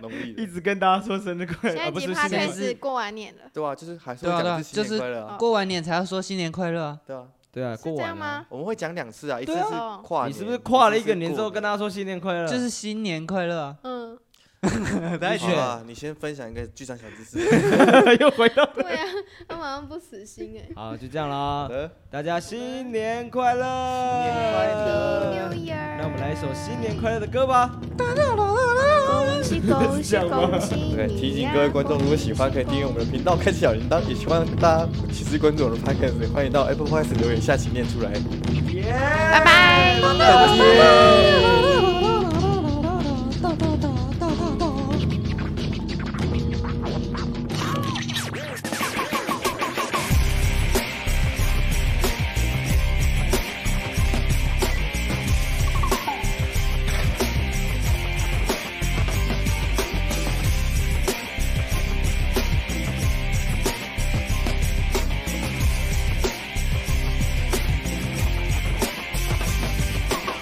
Speaker 1: 农历的，
Speaker 2: 一直跟大家说生日快乐，
Speaker 4: 下
Speaker 2: 啊
Speaker 4: 一
Speaker 2: 不
Speaker 4: 集
Speaker 2: 是
Speaker 4: 趴
Speaker 2: 新
Speaker 4: 开
Speaker 2: 年
Speaker 4: 始
Speaker 2: 日。
Speaker 4: 过完年了，
Speaker 1: 对啊，就是还是
Speaker 3: 对啊
Speaker 1: 会
Speaker 3: 对啊
Speaker 1: 讲一次
Speaker 3: 就
Speaker 1: 新
Speaker 3: 是
Speaker 1: 年快乐啊，
Speaker 3: 过完年才要说新年快乐啊。
Speaker 1: 对啊，
Speaker 2: 对啊，
Speaker 4: 是
Speaker 2: 过
Speaker 4: 这
Speaker 2: 完
Speaker 4: 样
Speaker 2: 了。
Speaker 4: 吗？
Speaker 1: 我们会讲两次啊，一次
Speaker 2: 对
Speaker 1: 是
Speaker 2: 啊
Speaker 1: 跨年，
Speaker 2: 你是不是跨了一个
Speaker 1: 次
Speaker 2: 年之后跟大家说新年快乐？
Speaker 3: 就是新年快乐啊！
Speaker 4: 嗯，
Speaker 3: 大
Speaker 1: 过年？好
Speaker 3: 家
Speaker 1: 啊，你先分享一个剧场小知识。
Speaker 2: (laughs)
Speaker 1: (laughs)
Speaker 2: 又回到
Speaker 4: 对啊， (laughs) 他马上不死心哎。
Speaker 2: (laughs) 好，就这样
Speaker 1: 好
Speaker 2: 啦，
Speaker 1: 的。
Speaker 2: 大家新年快乐！新
Speaker 1: 年快乐
Speaker 4: Happy New Year！
Speaker 2: 那我们来一首新年快乐的歌吧。
Speaker 4: 恭喜恭
Speaker 2: (laughs)
Speaker 4: 喜恭喜你呀！
Speaker 1: 对，提醒各位观众，如果喜欢可以订阅我们的频道，开启小铃铛，也希望大家持续关注我们的 podcast，欢迎到 Apple Podcast 留言，下期念出来。
Speaker 4: 拜拜。
Speaker 1: 再见。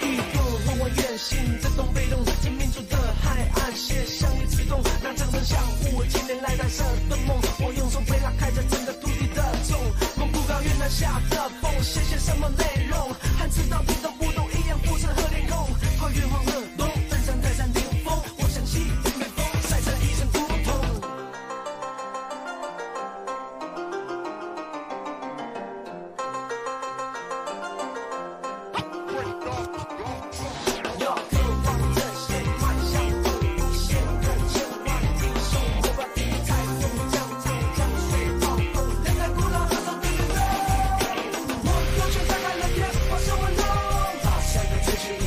Speaker 6: 地动让我远行，这东北东是命中的海岸线，向你吹动，让掌声响舞。今天来到这的梦，我用手背拉开这整个土地的重，蒙古高原南下的风，写写什么内容？汉字到底的舞动一样不是和脸孔，跨越黄河东，登上泰山顶峰，我想起东北风，晒成一身古铜。我就站在了天，我是我龙。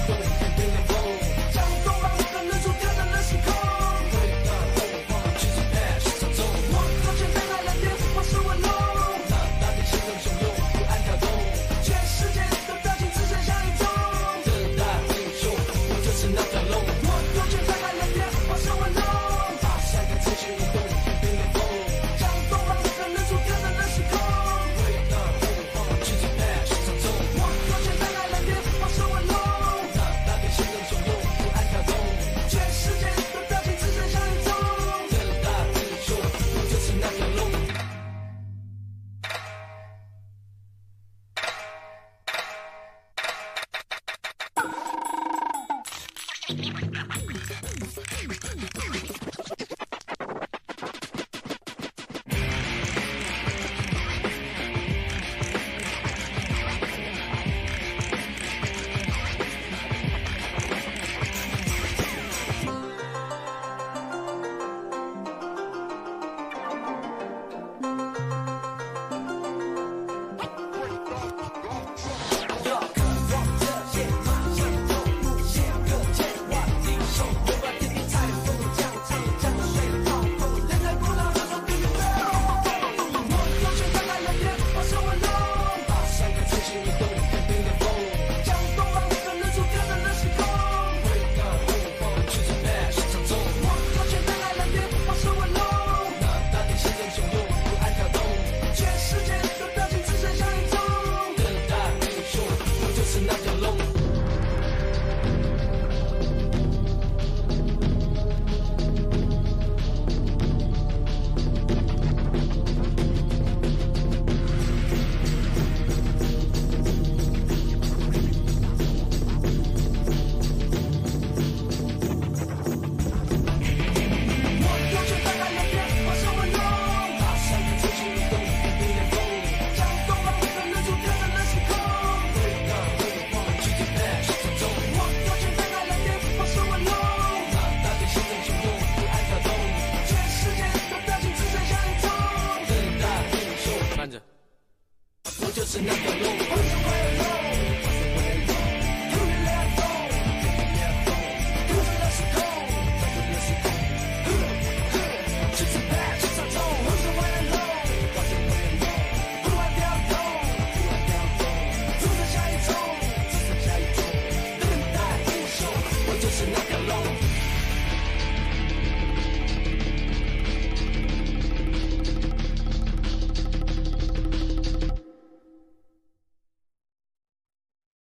Speaker 5: 就是那条龙。